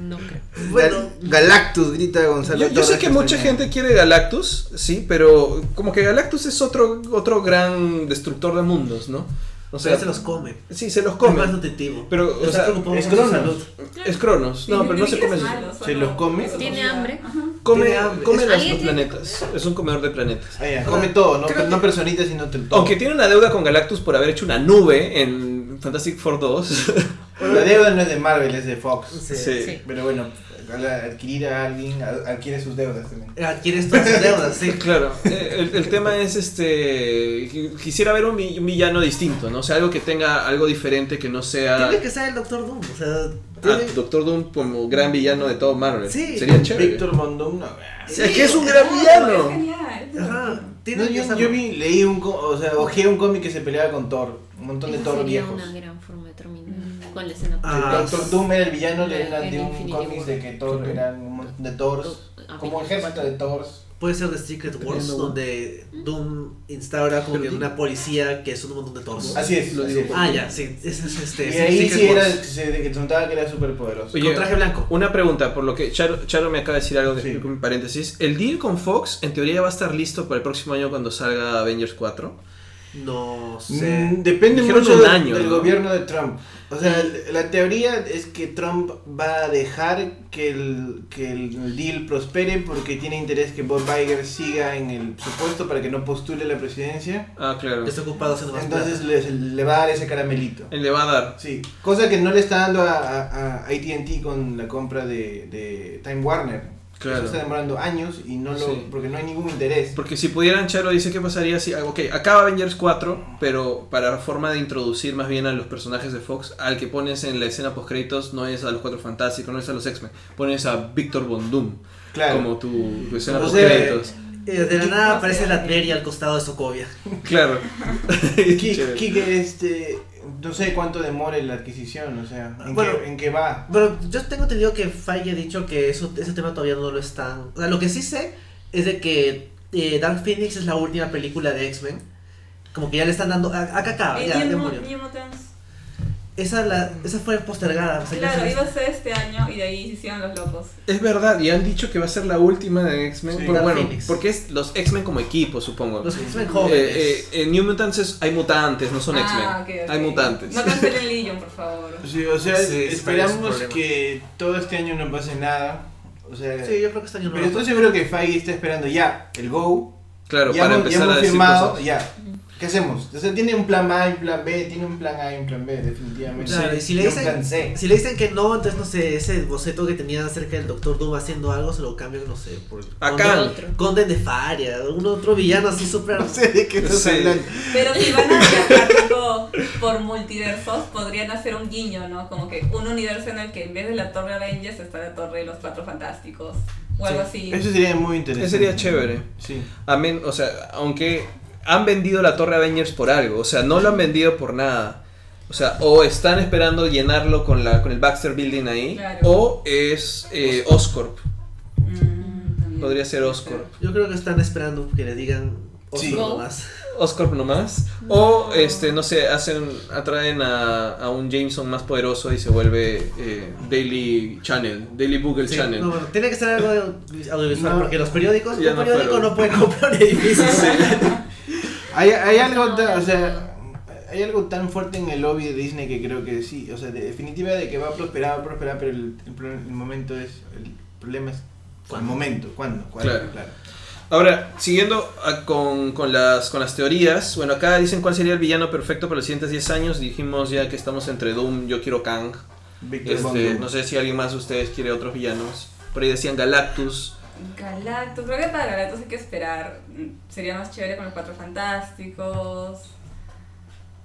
D: no creo.
E: Bueno.
H: Galactus, grita Gonzalo.
B: Yo, yo sé
H: Torres
B: que mucha
H: Castañeda.
B: gente quiere Galactus, sí, pero como que Galactus es otro, otro gran destructor de mundos, ¿no? O
E: O sea, se los come.
B: Sí, se los
E: Es
B: come.
E: más nutritivo.
B: Pero, o
E: Está
B: sea,
E: preocupado
F: es
E: por su
F: Cronos.
E: salud.
B: Es Cronos. No, pero no se come.
C: malo,
F: ¿Se
C: solo- Ah,
F: los come?
C: solo-
D: Tiene hambre.
C: Ajá.
B: Come,
E: Tiene hambre.
B: come
D: Es-
B: las-
D: alguien
B: los
D: tiene que
B: planetas. Es un comedor de planetas.
F: Ah, ya, come todo, no,
B: Creo
F: no personitas, sino t- todo.
B: Aunque tiene una deuda con Galactus por haber hecho una nube en Fantastic Four 2.
F: La deuda no es de Marvel, es de Fox.
E: Sí.
D: Sí.
F: Pero bueno, al adquirir a alguien, ad- adquiere sus deudas también.
E: Adquieres todas sus deudas, sí.
B: Claro, eh, el, el tema es este. qui- Quisiera ver un, vi- un villano distinto, ¿no? O sea, algo que tenga algo diferente que no
F: Ah.
B: sea.
E: Tiene que ser el Doctor Doom. O sea,
B: a
E: tiene-
B: Doctor Doom como gran villano de todo Marvel.
E: Sí.
B: Sería chévere.
F: Víctor Mondum, no.
B: O sea, que es un gran
C: No, Es
B: villano.
C: genial.
E: Ajá, tiene
F: No,
E: que
F: yo,
E: ser-
F: yo vi, leí un, co- o sea, ojeé un cómic que se peleaba con Thor, un montón de
D: Esa
F: Thor
D: sería
F: viejos.
D: una gran forma de terminar con la escena.
E: Ah,
D: post-
F: Doctor Doom era el villano de, una-
D: En
F: de un
D: Infinity
F: cómic
D: War.
F: de que Thor eran un montón de Thors,
D: Ah,
F: como el
D: Infinity
F: ejército de Thors.
E: Puede ser de Secret Wars,
B: Teniendo-
E: donde Doom instaura como que una policía que son un montón de torsos.
F: Así es,
B: Lo
F: así
B: digo
F: es.
E: Ah, ya, sí. Ese es
F: Y
E: este.
F: ahí
E: Secret
F: sí era,
E: Wars.
F: se de que se notaba que era súper poderoso.
B: Oye,
E: Con traje blanco.
B: Una pregunta, por lo que Charo, Charo me acaba de decir algo de
F: Sí.
B: con un paréntesis. El deal con Fox en teoría ya va a estar listo para el próximo año cuando salga Avengers 4.
E: No sé.
F: Mm, Depende
B: Dijeron
F: mucho
B: un
F: de-
B: año,
F: del
B: ¿no?
F: gobierno de Trump. O sea, el- la teoría es que Trump va a dejar que el, que el deal prospere porque tiene interés que Bob Iger siga en el supuesto para que no postule la presidencia.
B: Ah, claro.
E: Está ocupado haciendo más
F: Entonces
E: plata.
F: les- le va a dar ese caramelito.
B: Él le va a dar.
F: Sí, cosa que no le está dando a, a- a ATT con la compra de, de Time Warner.
B: Claro.
F: Eso está demorando años y no lo,
B: Sí.
F: porque no hay ningún interés.
B: Porque si pudieran, Charo dice qué pasaría si. ah, Ok, acaba Avengers 4, pero para forma de introducir más bien a los personajes de Fox, al que pones en la escena post créditos no es a los Cuatro Fantásticos, no es a los X-Men, pones a Victor Von Doom
F: Claro.
B: como tu, tu escena
F: O
B: post
F: sea,
B: créditos.
E: Eh, de la nada aparece la Adveria al costado de Sokovia.
B: Claro.
F: Ki-
B: Chévere.
F: Kike, este, no sé cuánto demore la adquisición, o sea, en,
E: Bueno.
F: qué, en qué va.
E: Bueno, yo tengo entendido que Faye ha dicho que eso, ese tema todavía no lo están. O sea, lo que sí sé es de que eh, Dark Phoenix es la última película de X-Men. Como que ya le están dando. a- Acá acaba,
C: Eh,
E: ya,
C: New
E: ya
C: Mu-
E: murió.
C: New Mutants.
E: Esa, la, esa fue postergada. o sea, ya
C: Claro,
E: se-
C: iba a ser este año y de ahí se hicieron los locos.
B: Es verdad, y han dicho que va a ser la última de X-Men.
F: Sí.
B: pero
E: Dark
B: bueno,
E: Phoenix.
B: porque es los X-Men como equipo, supongo.
E: Los X-Men
B: Eh,
E: jóvenes.
B: eh, en New Mutants es- hay mutantes, no son X-Men.
C: Ah, ok, ok.
B: Hay mutantes.
C: No cancelen Legion, por favor.
F: Sí, o sea,
E: Sí, está bien, es un
F: esperamos
E: problema.
F: que todo este año no pase nada. O sea,
E: Sí, yo creo que este año no.
F: pero
E: lo-
F: estoy seguro que Feige está esperando ya el go.
B: Claro,
F: ya
B: para
F: hemos, ya
B: empezar
F: hemos
B: a decir
F: firmado,
B: cosas.
F: ya. ¿Qué hacemos? O sea, tiene un plan A y un plan B, tiene un plan A y un plan B, definitivamente.
E: Claro, y si le
F: Y un
E: dicen-
F: plan C.
E: Si le dicen que no, entonces no sé, ese boceto que tenían acerca del Doctor Doom haciendo algo se lo cambian, no sé, por
B: A
E: Conde-
B: Khan.
D: Otro.
E: Conde de Faria, un otro villano así súper.
F: No sé de qué estás
B: Sí.
F: hablando.
C: Pero si van a viajar tipo, por multiversos, podrían hacer un guiño, ¿no? Como que un universo en el que en vez de la Torre Avengers está la Torre de los Cuatro Fantásticos. O algo así.
F: Eso sería muy interesante.
B: Eso sería chévere.
F: Sí.
B: Amén, o sea, aunque han vendido la Torre Avengers por algo, o sea, no lo han vendido por nada. O sea, o están esperando llenarlo con la con el Baxter Building ahí,
C: Claro.
B: o es eh, Oscorp.
C: Mm, también.
B: Podría ser Oscorp.
E: Yo creo que están esperando que le digan
F: Sí.
E: otro nomás.
B: Oscorp nomás. O, este, no sé, hacen, atraen a, a un Jameson más poderoso y se vuelve eh, Daily Channel, Daily Google
E: Sí,
B: Channel.
E: no, bueno, tiene que ser algo de audiovisual,
F: No.
E: porque los periódicos,
B: Ya
E: un
B: no
E: periódico
B: fueron.
E: no puede comprar un edificio.
F: Hay, hay algo, ta- o sea, hay algo tan fuerte en el lobby de Disney que creo que sí, o sea, de definitiva de que va a prosperar, va a prosperar, pero el, el pro- el momento es, el problema es el momento, ¿cuándo? ¿Cuál?
B: Claro. Ahora, siguiendo a- con, con las, con las teorías, bueno, acá dicen cuál sería el villano perfecto para los siguientes 10 años. Dijimos ya que estamos entre Doom, yo quiero Kang.
F: Víctor Von
B: Este,
F: Doom.
B: no sé si alguien más de ustedes quiere otros villanos. Por ahí decían Galactus.
C: Galactus, creo que para Galactus hay que esperar. Mm, Sería más chévere con los Cuatro Fantásticos.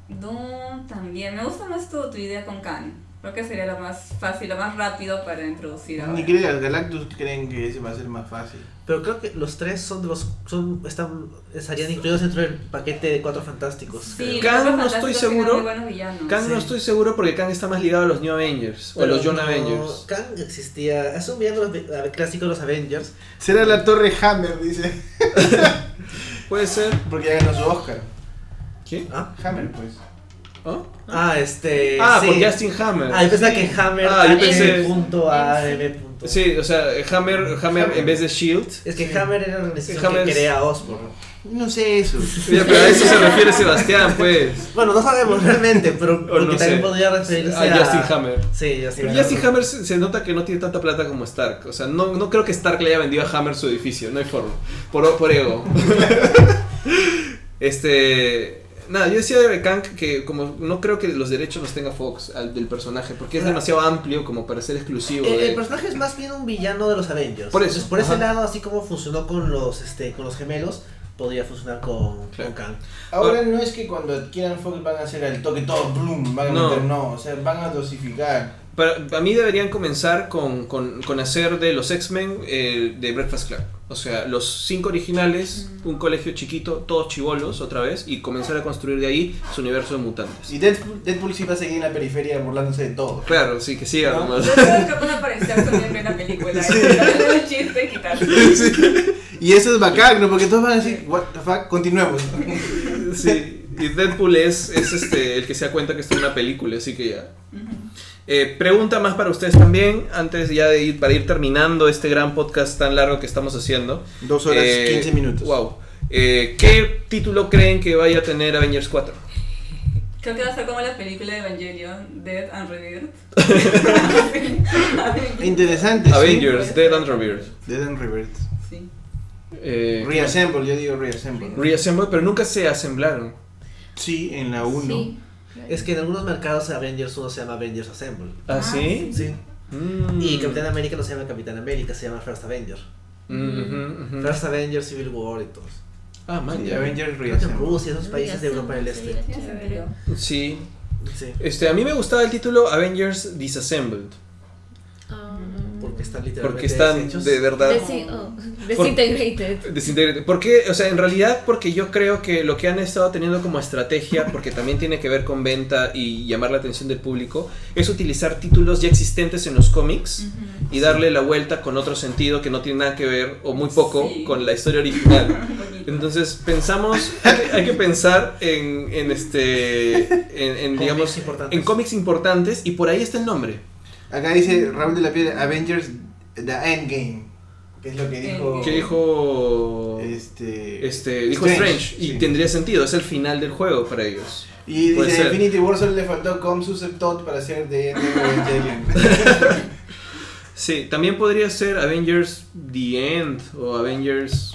C: Doom también. Me gusta más tu, tu idea con Khan. Creo que sería lo más fácil, lo más rápido para introducir ahora.
F: Ni creas, Galactus creen que ese va a ser más fácil.
E: Pero creo que los tres son de los son están estarían incluidos dentro del paquete de cuatro fantásticos.
C: Sí,
B: Khan
C: los Cuatro
B: no estoy
C: Fantásticos
B: seguro.
C: eran muy buenos villanos.
B: Kang no
E: Sí.
B: estoy seguro porque Kang está más ligado a los New Avengers o a los Young
E: John
B: Avengers.
E: Kang existía, es un villano de los- de- clásico de los Avengers.
F: Será la Torre Hammer, dice.
B: Puede ser.
F: Porque ya ganó su Oscar.
B: ¿Qué?
E: Ah,
F: Hammer, pues.
B: ¿Ah?
E: Ah, este.
B: Ah,
E: sí.
B: por Justin Hammer.
E: Ah, yo pensaba que Hammer.
B: Ah, yo pensé-
E: M.A.M.
B: Sí, o sea, eh, Hammer, Hammer en vez de Shield.
E: Es que Hammer era la organización
B: Hammer
E: que
B: es-
E: crea Osborn.
F: No sé eso.
B: Mira, pero a eso se refiere Sebastián, pues.
E: Bueno, no sabemos realmente, pero porque
B: no
E: también
B: sé.
E: podría referirse
B: A
E: a.
B: Justin Hammer.
E: Sí, Justin
B: Pero
E: Hammer.
B: Justin Hammer se, se nota que no tiene tanta plata como Stark. O sea, no, no creo que Stark le haya vendido a Hammer su edificio, no hay forma. Por, por ego. este. Nada, yo decía de Bekank que como no creo que los derechos los tenga Fox al, del personaje, porque es
E: Claro.
B: demasiado amplio como para ser exclusivo.
E: El,
B: de-
E: Eh, el personaje es más bien un villano de los Avengers.
B: eh. Por eso,
E: Entonces, por ese
B: ajá.
E: lado, así como funcionó con los, este, con los gemelos, podría funcionar con,
B: Claro.
E: con Kang.
F: Ahora no es que cuando adquieran Fox van a hacer al toque todo bloom, van a
B: No.
F: meter no, o sea, van a dosificar.
B: Para, para mí deberían comenzar con, con- con hacer de los X-Men eh, de Breakfast Club. O sea, los cinco originales, un colegio chiquito, todos chivolos otra vez, y comenzar a construir de ahí su universo de mutantes.
F: Y Deadpool, Deadpool sí va a seguir en la periferia burlándose de todo.
B: Claro, sí, que siga
F: ¿No?
B: nomás.
C: Yo creo que van a aparecer sonriendo en la película. ¿eh? Es un chiste quitarse.
F: Y eso es bacán, ¿no? Porque todos van a decir, what the fuck, continuemos.
B: Sí, y Deadpool es, es, este, el que se da cuenta que está en una película, así que ya. Eh, pregunta más para ustedes también, antes ya de ir, para ir terminando este gran podcast tan largo que estamos haciendo.
F: Dos horas,
B: Eh,
F: 15 minutos.
B: Wow. Eh, ¿Qué título creen que vaya a tener Avengers 4?
C: Creo que va a ser como la película de Evangelion, Dead and Rebirth.
F: Interesante. sí.
B: Avengers, Dead and Rebirth.
F: Dead and Rebirth.
C: Sí.
B: Eh,
F: Reassemble, yo digo reassemble. ¿no?
B: Reassemble, pero nunca se asemblaron.
F: Sí, en la 1.
D: Sí.
E: Es que en algunos mercados Avengers 1 se llama Avengers Assemble.
B: ¿Ah,
C: Ah,
B: sí?
E: Sí.
B: Mm.
E: Y Capitán América no se llama Capitán América, se llama First Avenger.
B: Mm, ujú, ujú.
E: First Avenger, Civil War y todo eso.
B: Ah, man, ya.
F: Avengers
E: Creo que en
F: reassemble.
E: Rusia, esos países de Europa del Este.
B: Sí.
E: Sí.
B: Este, a mí me gustaba el título Avengers Disassembled.
D: Ah,
E: Porque están literalmente
B: Porque están
E: deshechos.
B: de verdad
D: desi- oh, Desintegrated.
B: desintegrados. Porque, o sea, en realidad, porque yo creo que lo que han estado teniendo como estrategia, porque también tiene que ver con venta y llamar la atención del público, es utilizar títulos ya existentes en los cómics
C: Ujú.
B: y darle la vuelta con otro sentido que no tiene nada que ver, o muy poco,
C: Sí.
B: con la historia original.
C: Bonito.
B: Entonces pensamos, hay que, hay que pensar en, en este, en, en,
E: Cómics
B: digamos,
E: importantes.
B: en cómics importantes y por ahí está el nombre.
F: Acá dice Raúl de la Piedra, Avengers The Endgame. Que es lo que dijo.
B: Que dijo,
F: Este.
B: este, dijo Strange y
F: sí.
B: tendría sentido, es el final del juego para ellos.
F: Y
B: Puede
F: dice
B: ser.
F: Infinity War solo le faltó Com Todd para hacer de Evangelion.
B: Sí, también podría ser Avengers The End o Avengers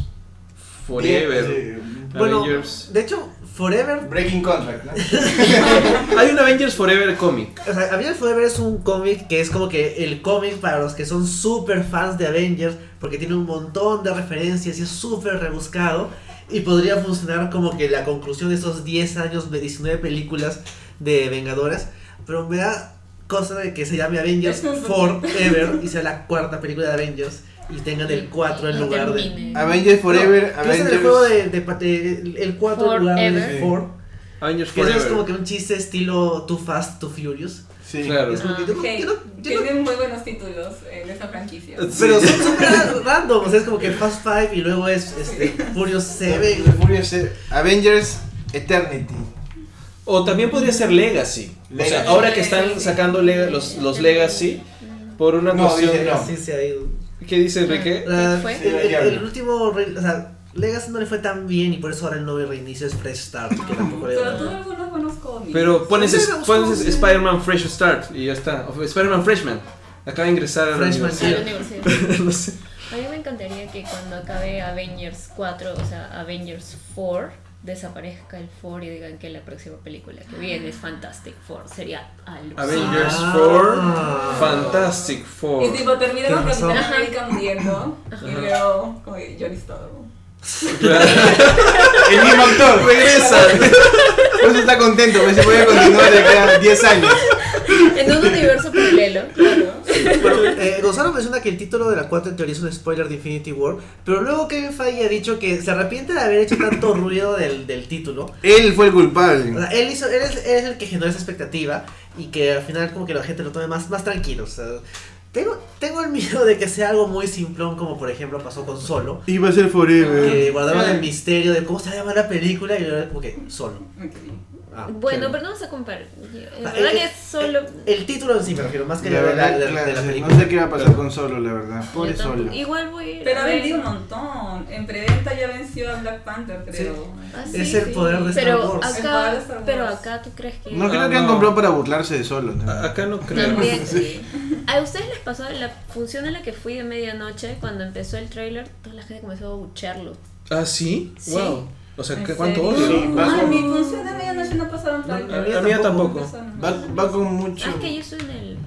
B: Forever.
F: Sí.
E: Bueno,
B: Avengers.
E: de hecho, Forever
F: Breaking Contract, ¿no?
B: Hay un Avengers Forever cómic.
E: O sea, Avengers Forever es un cómic que es como que el cómic para los que son súper fans de Avengers, porque tiene un montón de referencias y es súper rebuscado. Y podría funcionar como que la conclusión de esos 10 años, de 19 películas de Vengadores. Pero me da cosa de que se llame Avengers Forever y sea la cuarta película de Avengers y tengan el 4 en
D: Y
E: lugar de.
D: termine.
F: Avengers Forever,
E: No, que usen
F: Avengers.
E: el juego de, de, de- el 4 en lugar de
D: Forever.
E: 4.
B: Avengers
E: Que eso es como
B: Forever.
E: que un chiste estilo Too Fast, Too Furious.
F: Sí.
B: Claro.
E: Es como que yo no-
C: Ah, Ok,
E: yo no- yo no-
C: Tienen muy buenos títulos en esa franquicia.
E: Pero son súper random, o sea, es como que Fast Five y luego es este, Furious
F: Seven,
E: 7.
F: Furious Seven, Avengers Eternity.
B: O también podría ser Legacy. O sea,
F: Legacy.
B: ahora que están sacando lega- los, los Legacy, por una
F: No,
B: cuestión...
F: dice no.
E: Sí, sí, ahí.
B: ¿Qué dice Enrique?
E: Ah,
D: ¿Qué fue?
E: El, el- el último, re- o sea, Legacy no le fue tan bien y por eso ahora el nuevo reinicio es Fresh Start, que tampoco le
C: Pero tuve
E: va
C: algunos buenos cómics.
B: Pero pones,
E: Sí, me
B: pones
E: gustó, sí.
B: Spider-Man Fresh Start y ya está. O Spider-man Freshman. Acaba de ingresar a la
E: Freshman,
D: A
B: universidad.
D: la universidad.
B: no sé.
D: A mí me encantaría que cuando acabe Avengers 4, o sea, Avengers 4, desaparezca el 4 y digan que la próxima película que viene es Fantastic Four. Sería algo.
B: Avengers
E: Ah.
B: 4, Fantastic Four.
C: Y tipo, terminaron
E: Tienes
C: Capitán
D: razón.
C: América muriendo. Y luego, como que Johnny Storm.
F: El mismo actor.
B: Regresa.
F: Por eso está contento, porque se puede continuar de acá a 10 años.
D: En un universo paralelo, claro.
E: Bueno, eh, Gonzalo menciona que el título de la 4 en teoría es un spoiler de Infinity War, pero luego Kevin Feige ha dicho que se arrepiente de haber hecho tanto ruido del, del título
F: Él fue el
E: O
F: culpable.
E: sea, él, hizo, él, es, él es el que generó esa expectativa y que al final como que la gente lo tome más, más tranquilo. o sea, tengo, tengo el miedo de que sea algo muy simplón como por ejemplo pasó con Solo.
F: Iba a ser Forever. eh.
E: Que guardaron el misterio de cómo se llama la película y luego era como que solo.
C: Ok.
E: Ah,
D: bueno,
B: claro.
D: pero no vas a comparar. En
E: Ah,
D: verdad
E: eh,
D: que es solo.
E: El título en sí me refiero, más que
F: La
E: la, la-
F: verdad,
E: la-
F: claro,
E: de la
F: sí,
E: película.
F: no sé qué va a pasar con Solo, la verdad. Pobre
D: yo tampoco-
F: Solo.
D: Igual voy a ir.
C: Pero
D: a
C: ha
D: ver.
C: vendido un montón. En preventa ya venció a Black Panther, creo.
D: Ah,
E: Es el poder de Star
D: pero
E: Wars.
C: El
D: Acá,
C: poder de Star Wars.
D: Pero acá tú crees que.
F: Ah, No creo que
B: no.
F: han comprado para burlarse de Solo. ¿no?
B: A- Acá no creo.
D: También. ¿A ustedes les pasó en la función a la que fui de medianoche, cuando empezó el tráiler, toda la gente comenzó a bucharlo?
B: ¿Ah, sí?
D: Sí.
B: Wow. O sea,
C: ¿En
B: ¿qué- ¿cuánto odio?
C: serio?
F: Sí, va
C: Ay,
F: con-
C: mi función de medianoche no pasaron
B: No,
C: trailers.
B: la mía tampoco.
C: Pasaron.
F: Va, va con mucho.
D: Ah, es que yo estoy en el,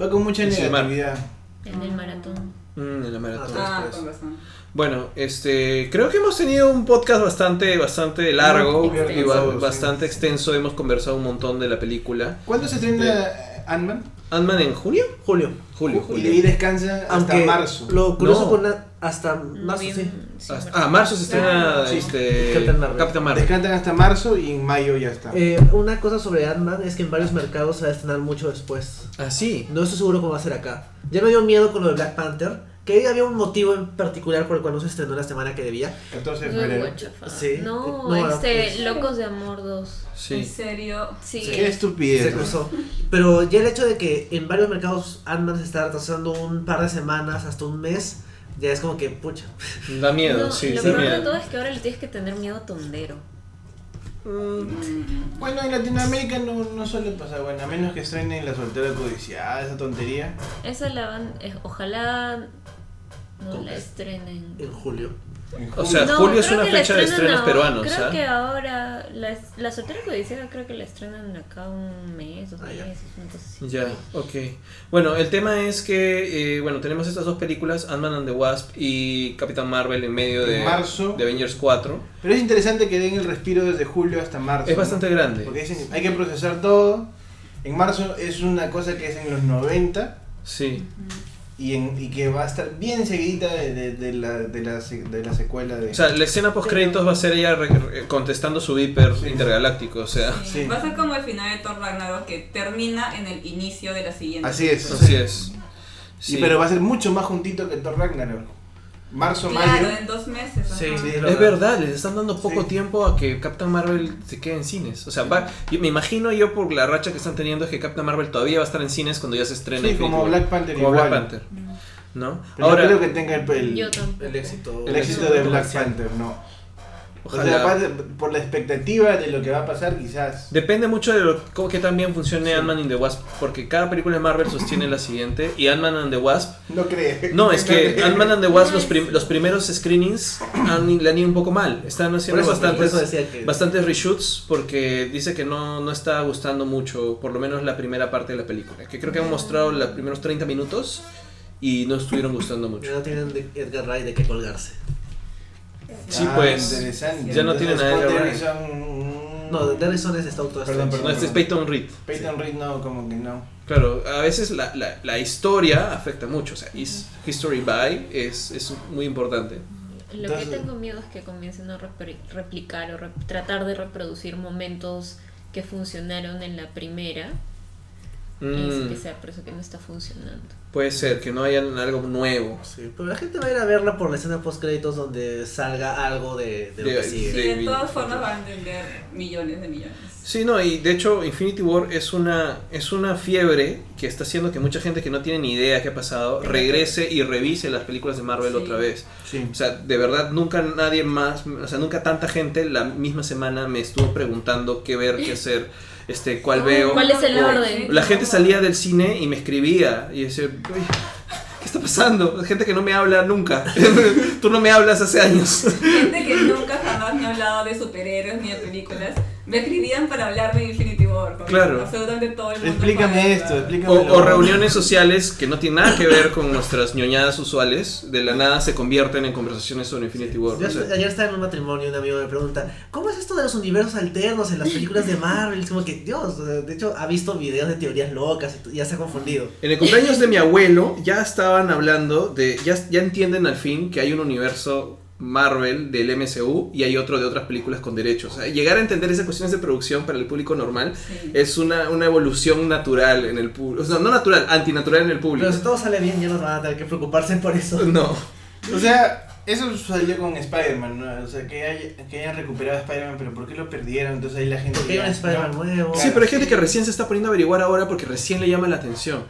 F: Va con mucha
B: En su mar.
F: negatividad.
D: en el maratón.
B: Mm, en la maratón.
C: Ah, con razón.
B: Bueno, este, creo que hemos tenido un podcast bastante, bastante largo
D: Extenso.
B: y ba-
F: Sí.
B: bastante extenso. Hemos conversado un montón de la película.
F: ¿Cuándo se estrena eh, Ant-Man?
B: ¿Ant-Man en junio?
E: Julio.
B: Julio,
F: Y de ahí
B: julio.
F: descansa hasta
E: Aunque
F: marzo.
E: Lo curioso
B: No.
E: con la- hasta marzo, sí.
D: Noviembre, sí,
B: Ah, Hasta-
D: maratón.
B: ah, marzo se estrena
F: Sí.
B: este,
E: Captain Marvel.
B: Captain Marvel.
F: Descansan hasta marzo y en mayo ya está.
E: Eh, una cosa sobre Ant-Man es que en varios mercados se va a estrenar mucho después.
B: Ah, sí.
E: No estoy seguro cómo va a ser acá. Ya me dio miedo con lo de Black Panther, que ahí había un motivo en particular por el cual no se estrenó la semana que debía.
F: 14 de
D: Muy
F: febrero.
D: guachafa.
E: Sí.
D: No,
E: No,
D: este,
E: es-
D: Locos de Amor 2.
C: En
B: pues. Sí.
C: serio.
D: Sí.
F: Qué
E: Se
F: estupidez. ¿no?
E: cruzó. Pero ya el hecho de que en varios mercados Ant-Man se está retrasando un par de semanas, hasta un mes, ya es como que, pucha.
B: Da miedo,
D: No,
B: sí, da
D: lo peor de todo
B: miedo.
D: es que ahora le tienes que tener miedo a Tondero.
B: Mm,
F: Bueno, en Latinoamérica no, no suele pasar, bueno, a menos que estrenen la soltera codiciada, esa tontería.
D: Esa la van. eh, ojalá no
E: ¿Cómo?
D: la estrenen.
B: Eh,
E: En julio.
F: En
B: O
F: julio.
B: sea,
D: No,
B: julio es
D: creo
B: una
D: que la
B: fecha de
D: estrenan
B: estrenos
D: ahora-
B: peruanos,
D: Creo
B: ¿ah?
D: que ahora la, la soltera codiciada creo que la estrenan acá un mes, dos
E: Ah, ya.
D: meses, una cosa así.
B: Ya, ok. Bueno, el tema es que, eh, bueno, tenemos estas dos películas, Ant-Man and the Wasp y Capitán Marvel en medio de,
F: En marzo.
B: de Avengers 4.
F: Pero es interesante que den el respiro desde julio hasta marzo.
B: Es bastante
F: ¿no?
B: grande.
F: Porque dicen, hay que procesar todo. En marzo es una cosa que es en los 90
B: Sí.
F: y, en, y que va a estar bien seguidita de, de- de la, de, la, se- de la secuela de...
B: O sea, la escena post créditos va a ser ella re- re- contestando su viper
F: Sí.
B: intergaláctico, o sea.
F: Sí.
C: Va a ser como el final de Thor Ragnarok que termina en el inicio de la siguiente.
F: Así es.
B: Así es.
F: Sí,
B: Sí.
F: pero va a ser mucho más juntito que Thor Ragnarok. Marzo,
C: Claro,
F: mayo.
C: en dos meses. ajá.
E: Sí, sí.
B: Es verdad, les están dando poco
F: Sí.
B: tiempo a que Captain Marvel se quede en cines. O sea, va, yo me imagino yo por la racha que están teniendo es que Captain Marvel todavía va a estar en cines cuando ya se estrene.
F: Sí,
B: Infinity
F: como
B: War.
F: Black Panther
B: Como
F: igual.
B: Black Panther. ¿No?
F: Pero
B: Ahora,
F: no creo que tenga el, el-
D: Yo tampoco.
E: El éxito.
F: el éxito de Black Panther, no.
B: ojalá-
F: O sea, aparte, por la expectativa de lo que va a pasar, quizás.
B: Depende mucho de lo, cómo que también funcione Ant-Man and the Wasp, porque cada película de Marvel sostiene la siguiente y Ant-Man and the Wasp
F: No
E: Eh,
F: cree.
B: No, es que
F: cree.
B: Ant-Man and the Wasp, los, prim- los primeros screenings han, le han ido un poco mal. Están
E: Por
B: haciendo
E: eso, por
B: bastantes,
E: eso decía que.
B: bastantes reshoots porque dice que no, no está gustando mucho, por lo menos la primera parte de la película. Que creo que han mostrado los primeros 30 minutos y no estuvieron gustando mucho.
E: No tienen de Edgar Wright de qué colgarse.
B: Sí,
F: Ah,
B: pues.
F: Interesante.
B: ya no tienen a Edgar Wright.
F: Harrison-
E: No, Derrison es está auto
F: Perdón,
B: No, este es Peyton Reed.
F: mm, Peyton Reed, no, como que no.
B: Claro, a veces la, la- la historia afecta mucho. O sea, is- History by es, es muy importante.
D: Lo
F: Entonces-
D: que tengo miedo es que comiencen a repre- replicar o rep- tratar de reproducir momentos que funcionaron en la primera. Y es
B: Mm,
D: Este, que sea por eso que no está funcionando.
B: puede ser que no hayan algo nuevo.
E: Sí, pero la gente va a ir a verla por la escena post créditos donde salga algo de, de lo
B: De-
E: que sigue.
C: Sí,
B: David.
C: de todas formas van a vender millones de millones.
B: Sí, no, y de hecho Infinity War es una, es una fiebre que está haciendo que mucha gente que no tiene ni idea qué ha pasado regrese y revise las películas de Marvel
C: Sí.
B: otra vez.
F: Sí.
B: O sea, de verdad, nunca nadie más, o sea, nunca tanta gente la misma semana me estuvo preguntando qué ver, qué hacer, este, cuál
C: Ay,
B: veo.
D: ¿Cuál es el
B: O-
D: orden?
B: La gente salía del cine y me escribía y decía, "Uy, ¿qué está pasando? Gente que no me habla nunca. Tú no me hablas hace años.
C: Gente que nunca jamás me ha hablado de superhéroes ni de películas, me escribían para hablarme de Infinity War. como
B: Claro.
C: Absolutamente todo el mundo. para-
F: Explícame esto, explícame.
B: O, o reuniones sociales que no tienen nada que ver con nuestras ñoñadas usuales, de la nada se convierten en conversaciones sobre Infinity War.
E: Yo
B: o sea.
E: est- ayer estaba en un matrimonio y un amigo me pregunta, ¿cómo es esto de los universos alternos en las películas de Marvel? Es como que, Dios, eh, de hecho ha visto videos de teorías locas y t- ya se ha confundido.
B: En el cumpleaños de mi abuelo ya estaban hablando de, ya, ya entienden al fin que hay un universo Marvel del MCU y hay otro de otras películas con derechos. O sea, llegar a entender esas cuestiones de producción para el público normal
C: Sí.
B: es una, una evolución natural en el público, o sea, no natural, antinatural en el
E: Pero
B: público.
E: si todo sale bien ya nos van a tener que preocuparse por eso.
B: No.
F: O sea, Eso salió con Spider-Man, ¿no? O sea, que, haya- que hayan recuperado a Spider-man, pero ¿por qué lo perdieron? Entonces ahí la gente.
E: Porque hay
F: ya,
E: un Spider-Man
F: ¿no?
E: nuevo.
B: Sí, pero hay gente que recién se está poniendo a averiguar ahora porque recién le llama la atención.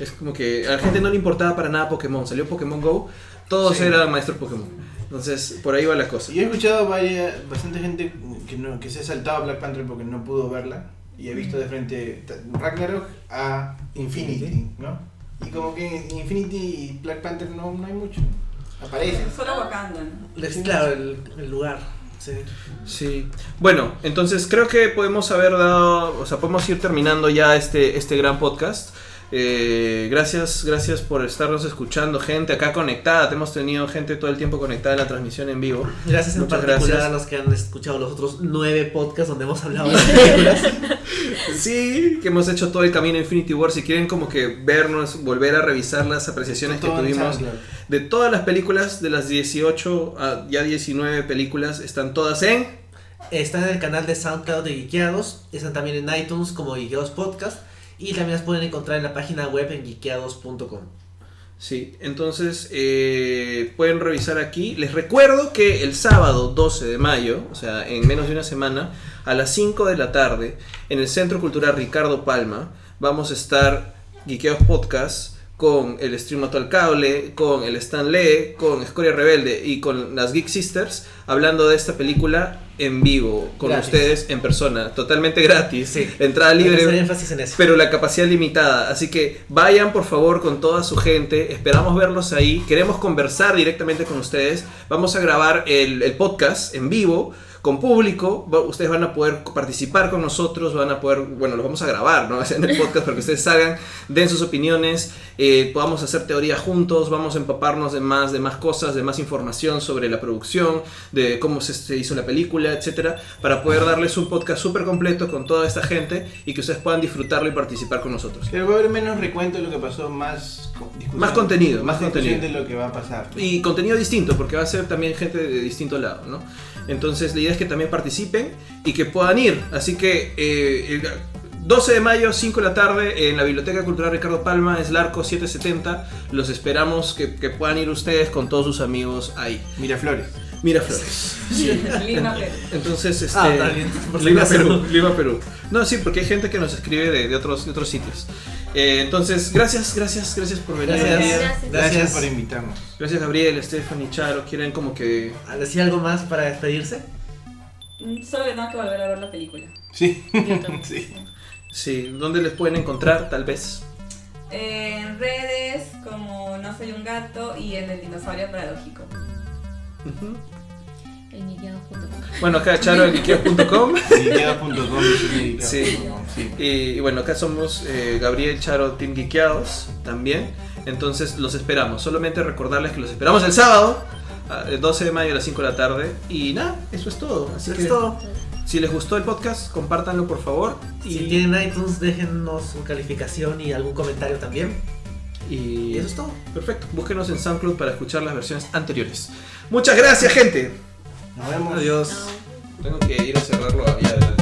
B: Es como que a la gente no le importaba para nada Pokémon. Salió Pokémon Go, todos
F: Sí.
B: eran maestros Pokémon. Entonces, por ahí va la cosa.
F: Yo he escuchado varias, bastante gente que, no, que se ha saltado a Black Panther porque no pudo verla y he
B: Mm.
F: visto de frente ta- Ragnarok a Infinity, ¿no? Y como que en Infinity y Black Panther no, no hay mucho. Aparecen.
C: Solo Wakanda, ¿no?
E: Es Claro, el, el lugar. Sí.
B: Sí. Bueno, entonces creo que podemos haber dado, o sea, podemos ir terminando ya este, este gran podcast. Eh, gracias, gracias por estarnos escuchando, gente acá conectada. Hemos tenido gente todo el tiempo conectada en la transmisión en vivo.
E: Gracias en
B: Muchas
E: particular
B: gracias.
E: a los que han escuchado los otros nueve podcasts donde hemos hablado de películas.
B: Sí, que hemos hecho todo el camino a Infinity War. Si quieren como que vernos, volver a revisar las apreciaciones que
F: Todo en
B: tuvimos
F: SoundCloud.
B: de todas las películas, de las 18 a ya 19 películas, están todas en...
E: Están en el canal de SoundCloud de Geekeados, están también en iTunes como Geekeados Podcast y también las pueden encontrar en la página web en geekeados.com.
B: Sí, entonces eh, pueden revisar aquí. Les recuerdo que el sábado 12 de mayo, o sea, en menos de una semana, a las 5 de la tarde, en el Centro Cultural Ricardo Palma, vamos a estar Geekeos Podcast con el Stream Mato al Cable, con el Stan Lee, con Escoria Rebelde y con las Geek Sisters, hablando de esta película en vivo, con
E: Gratis.
B: ustedes en persona, totalmente gratis,
E: Sí.
B: entrada
E: Hay que hacer
B: libre
E: énfasis en eso.
B: pero la capacidad limitada. Así que vayan por favor con toda su gente. Esperamos verlos ahí. Queremos conversar directamente con ustedes. Vamos a grabar el, el podcast en vivo con público. Va- Ustedes van a poder participar con nosotros. Van a poder, bueno, los vamos a grabar ¿no? en el podcast para que ustedes salgan, den sus opiniones. eh, podamos hacer teoría juntos. Vamos a empaparnos de más, de más cosas, de más información sobre la producción, de cómo se, se hizo la película, etcétera, para poder darles un podcast súper completo con toda esta gente y que ustedes puedan disfrutarlo y participar con nosotros.
F: Pero va a haber menos recuento de lo que pasó, más co- discusión.
B: Más contenido, más
F: discusión
B: contenido.
F: de lo que va a pasar.
B: Y contenido distinto, porque va a ser también gente de distinto lado, ¿no? Entonces la idea es que también participen y que puedan ir. Así que eh, el 12 de mayo, 5 de la tarde, en la Biblioteca Cultural Ricardo Palma, es Larco 770. Los esperamos que, que puedan ir ustedes con todos sus amigos ahí.
F: Miraflores.
B: Mira Flores.
C: Lima, Perú.
B: Entonces, este,
E: Ah, está bien, por si
B: Lima,
E: acaso.
B: Perú, Lima, Perú. No, sí, porque hay gente que nos escribe de, de otros, de otros sitios. Eh, entonces, gracias, gracias, gracias por venir.
E: Gracias.
D: Gracias.
F: Gracias
E: Gracias.
F: por invitarnos.
B: Gracias, Gabriel, Stephanie, Charo. ¿Quieren como que
E: ¿A ¿Decir algo más para despedirse?
C: Mm, Solo que tengo que volver a ver la película.
F: Sí.
D: Yo también.
F: sí.
B: Sí, ¿dónde les pueden encontrar tal vez?
C: Eh, En redes como No Soy un Gato y en El Dinosaurio Paradójico.
B: Ujú.
D: En geekeados.com.
B: Bueno, acá charo en geekeos.com.
F: Dedicado.com,
B: Sí.
F: sí.
B: y, y bueno, acá somos eh, Gabriel, Charo, Team Geekeados también. Entonces los esperamos. Solamente recordarles que los esperamos el sábado, a- el 12 de mayo a las 5 de la tarde. Y nada, eso es todo. Así
E: Eso
B: que
E: es todo.
B: si les gustó el podcast, compártanlo por favor. Y,
E: Si tienen iTunes, déjennos una calificación y algún comentario también.
B: y
E: Y eso es todo.
B: Perfecto. Búsquenos en SoundCloud para escuchar las versiones anteriores. Muchas gracias, gente.
F: Nos vemos.
E: Adiós.
D: No.
B: Tengo que ir a cerrarlo. Ya, ya, ya.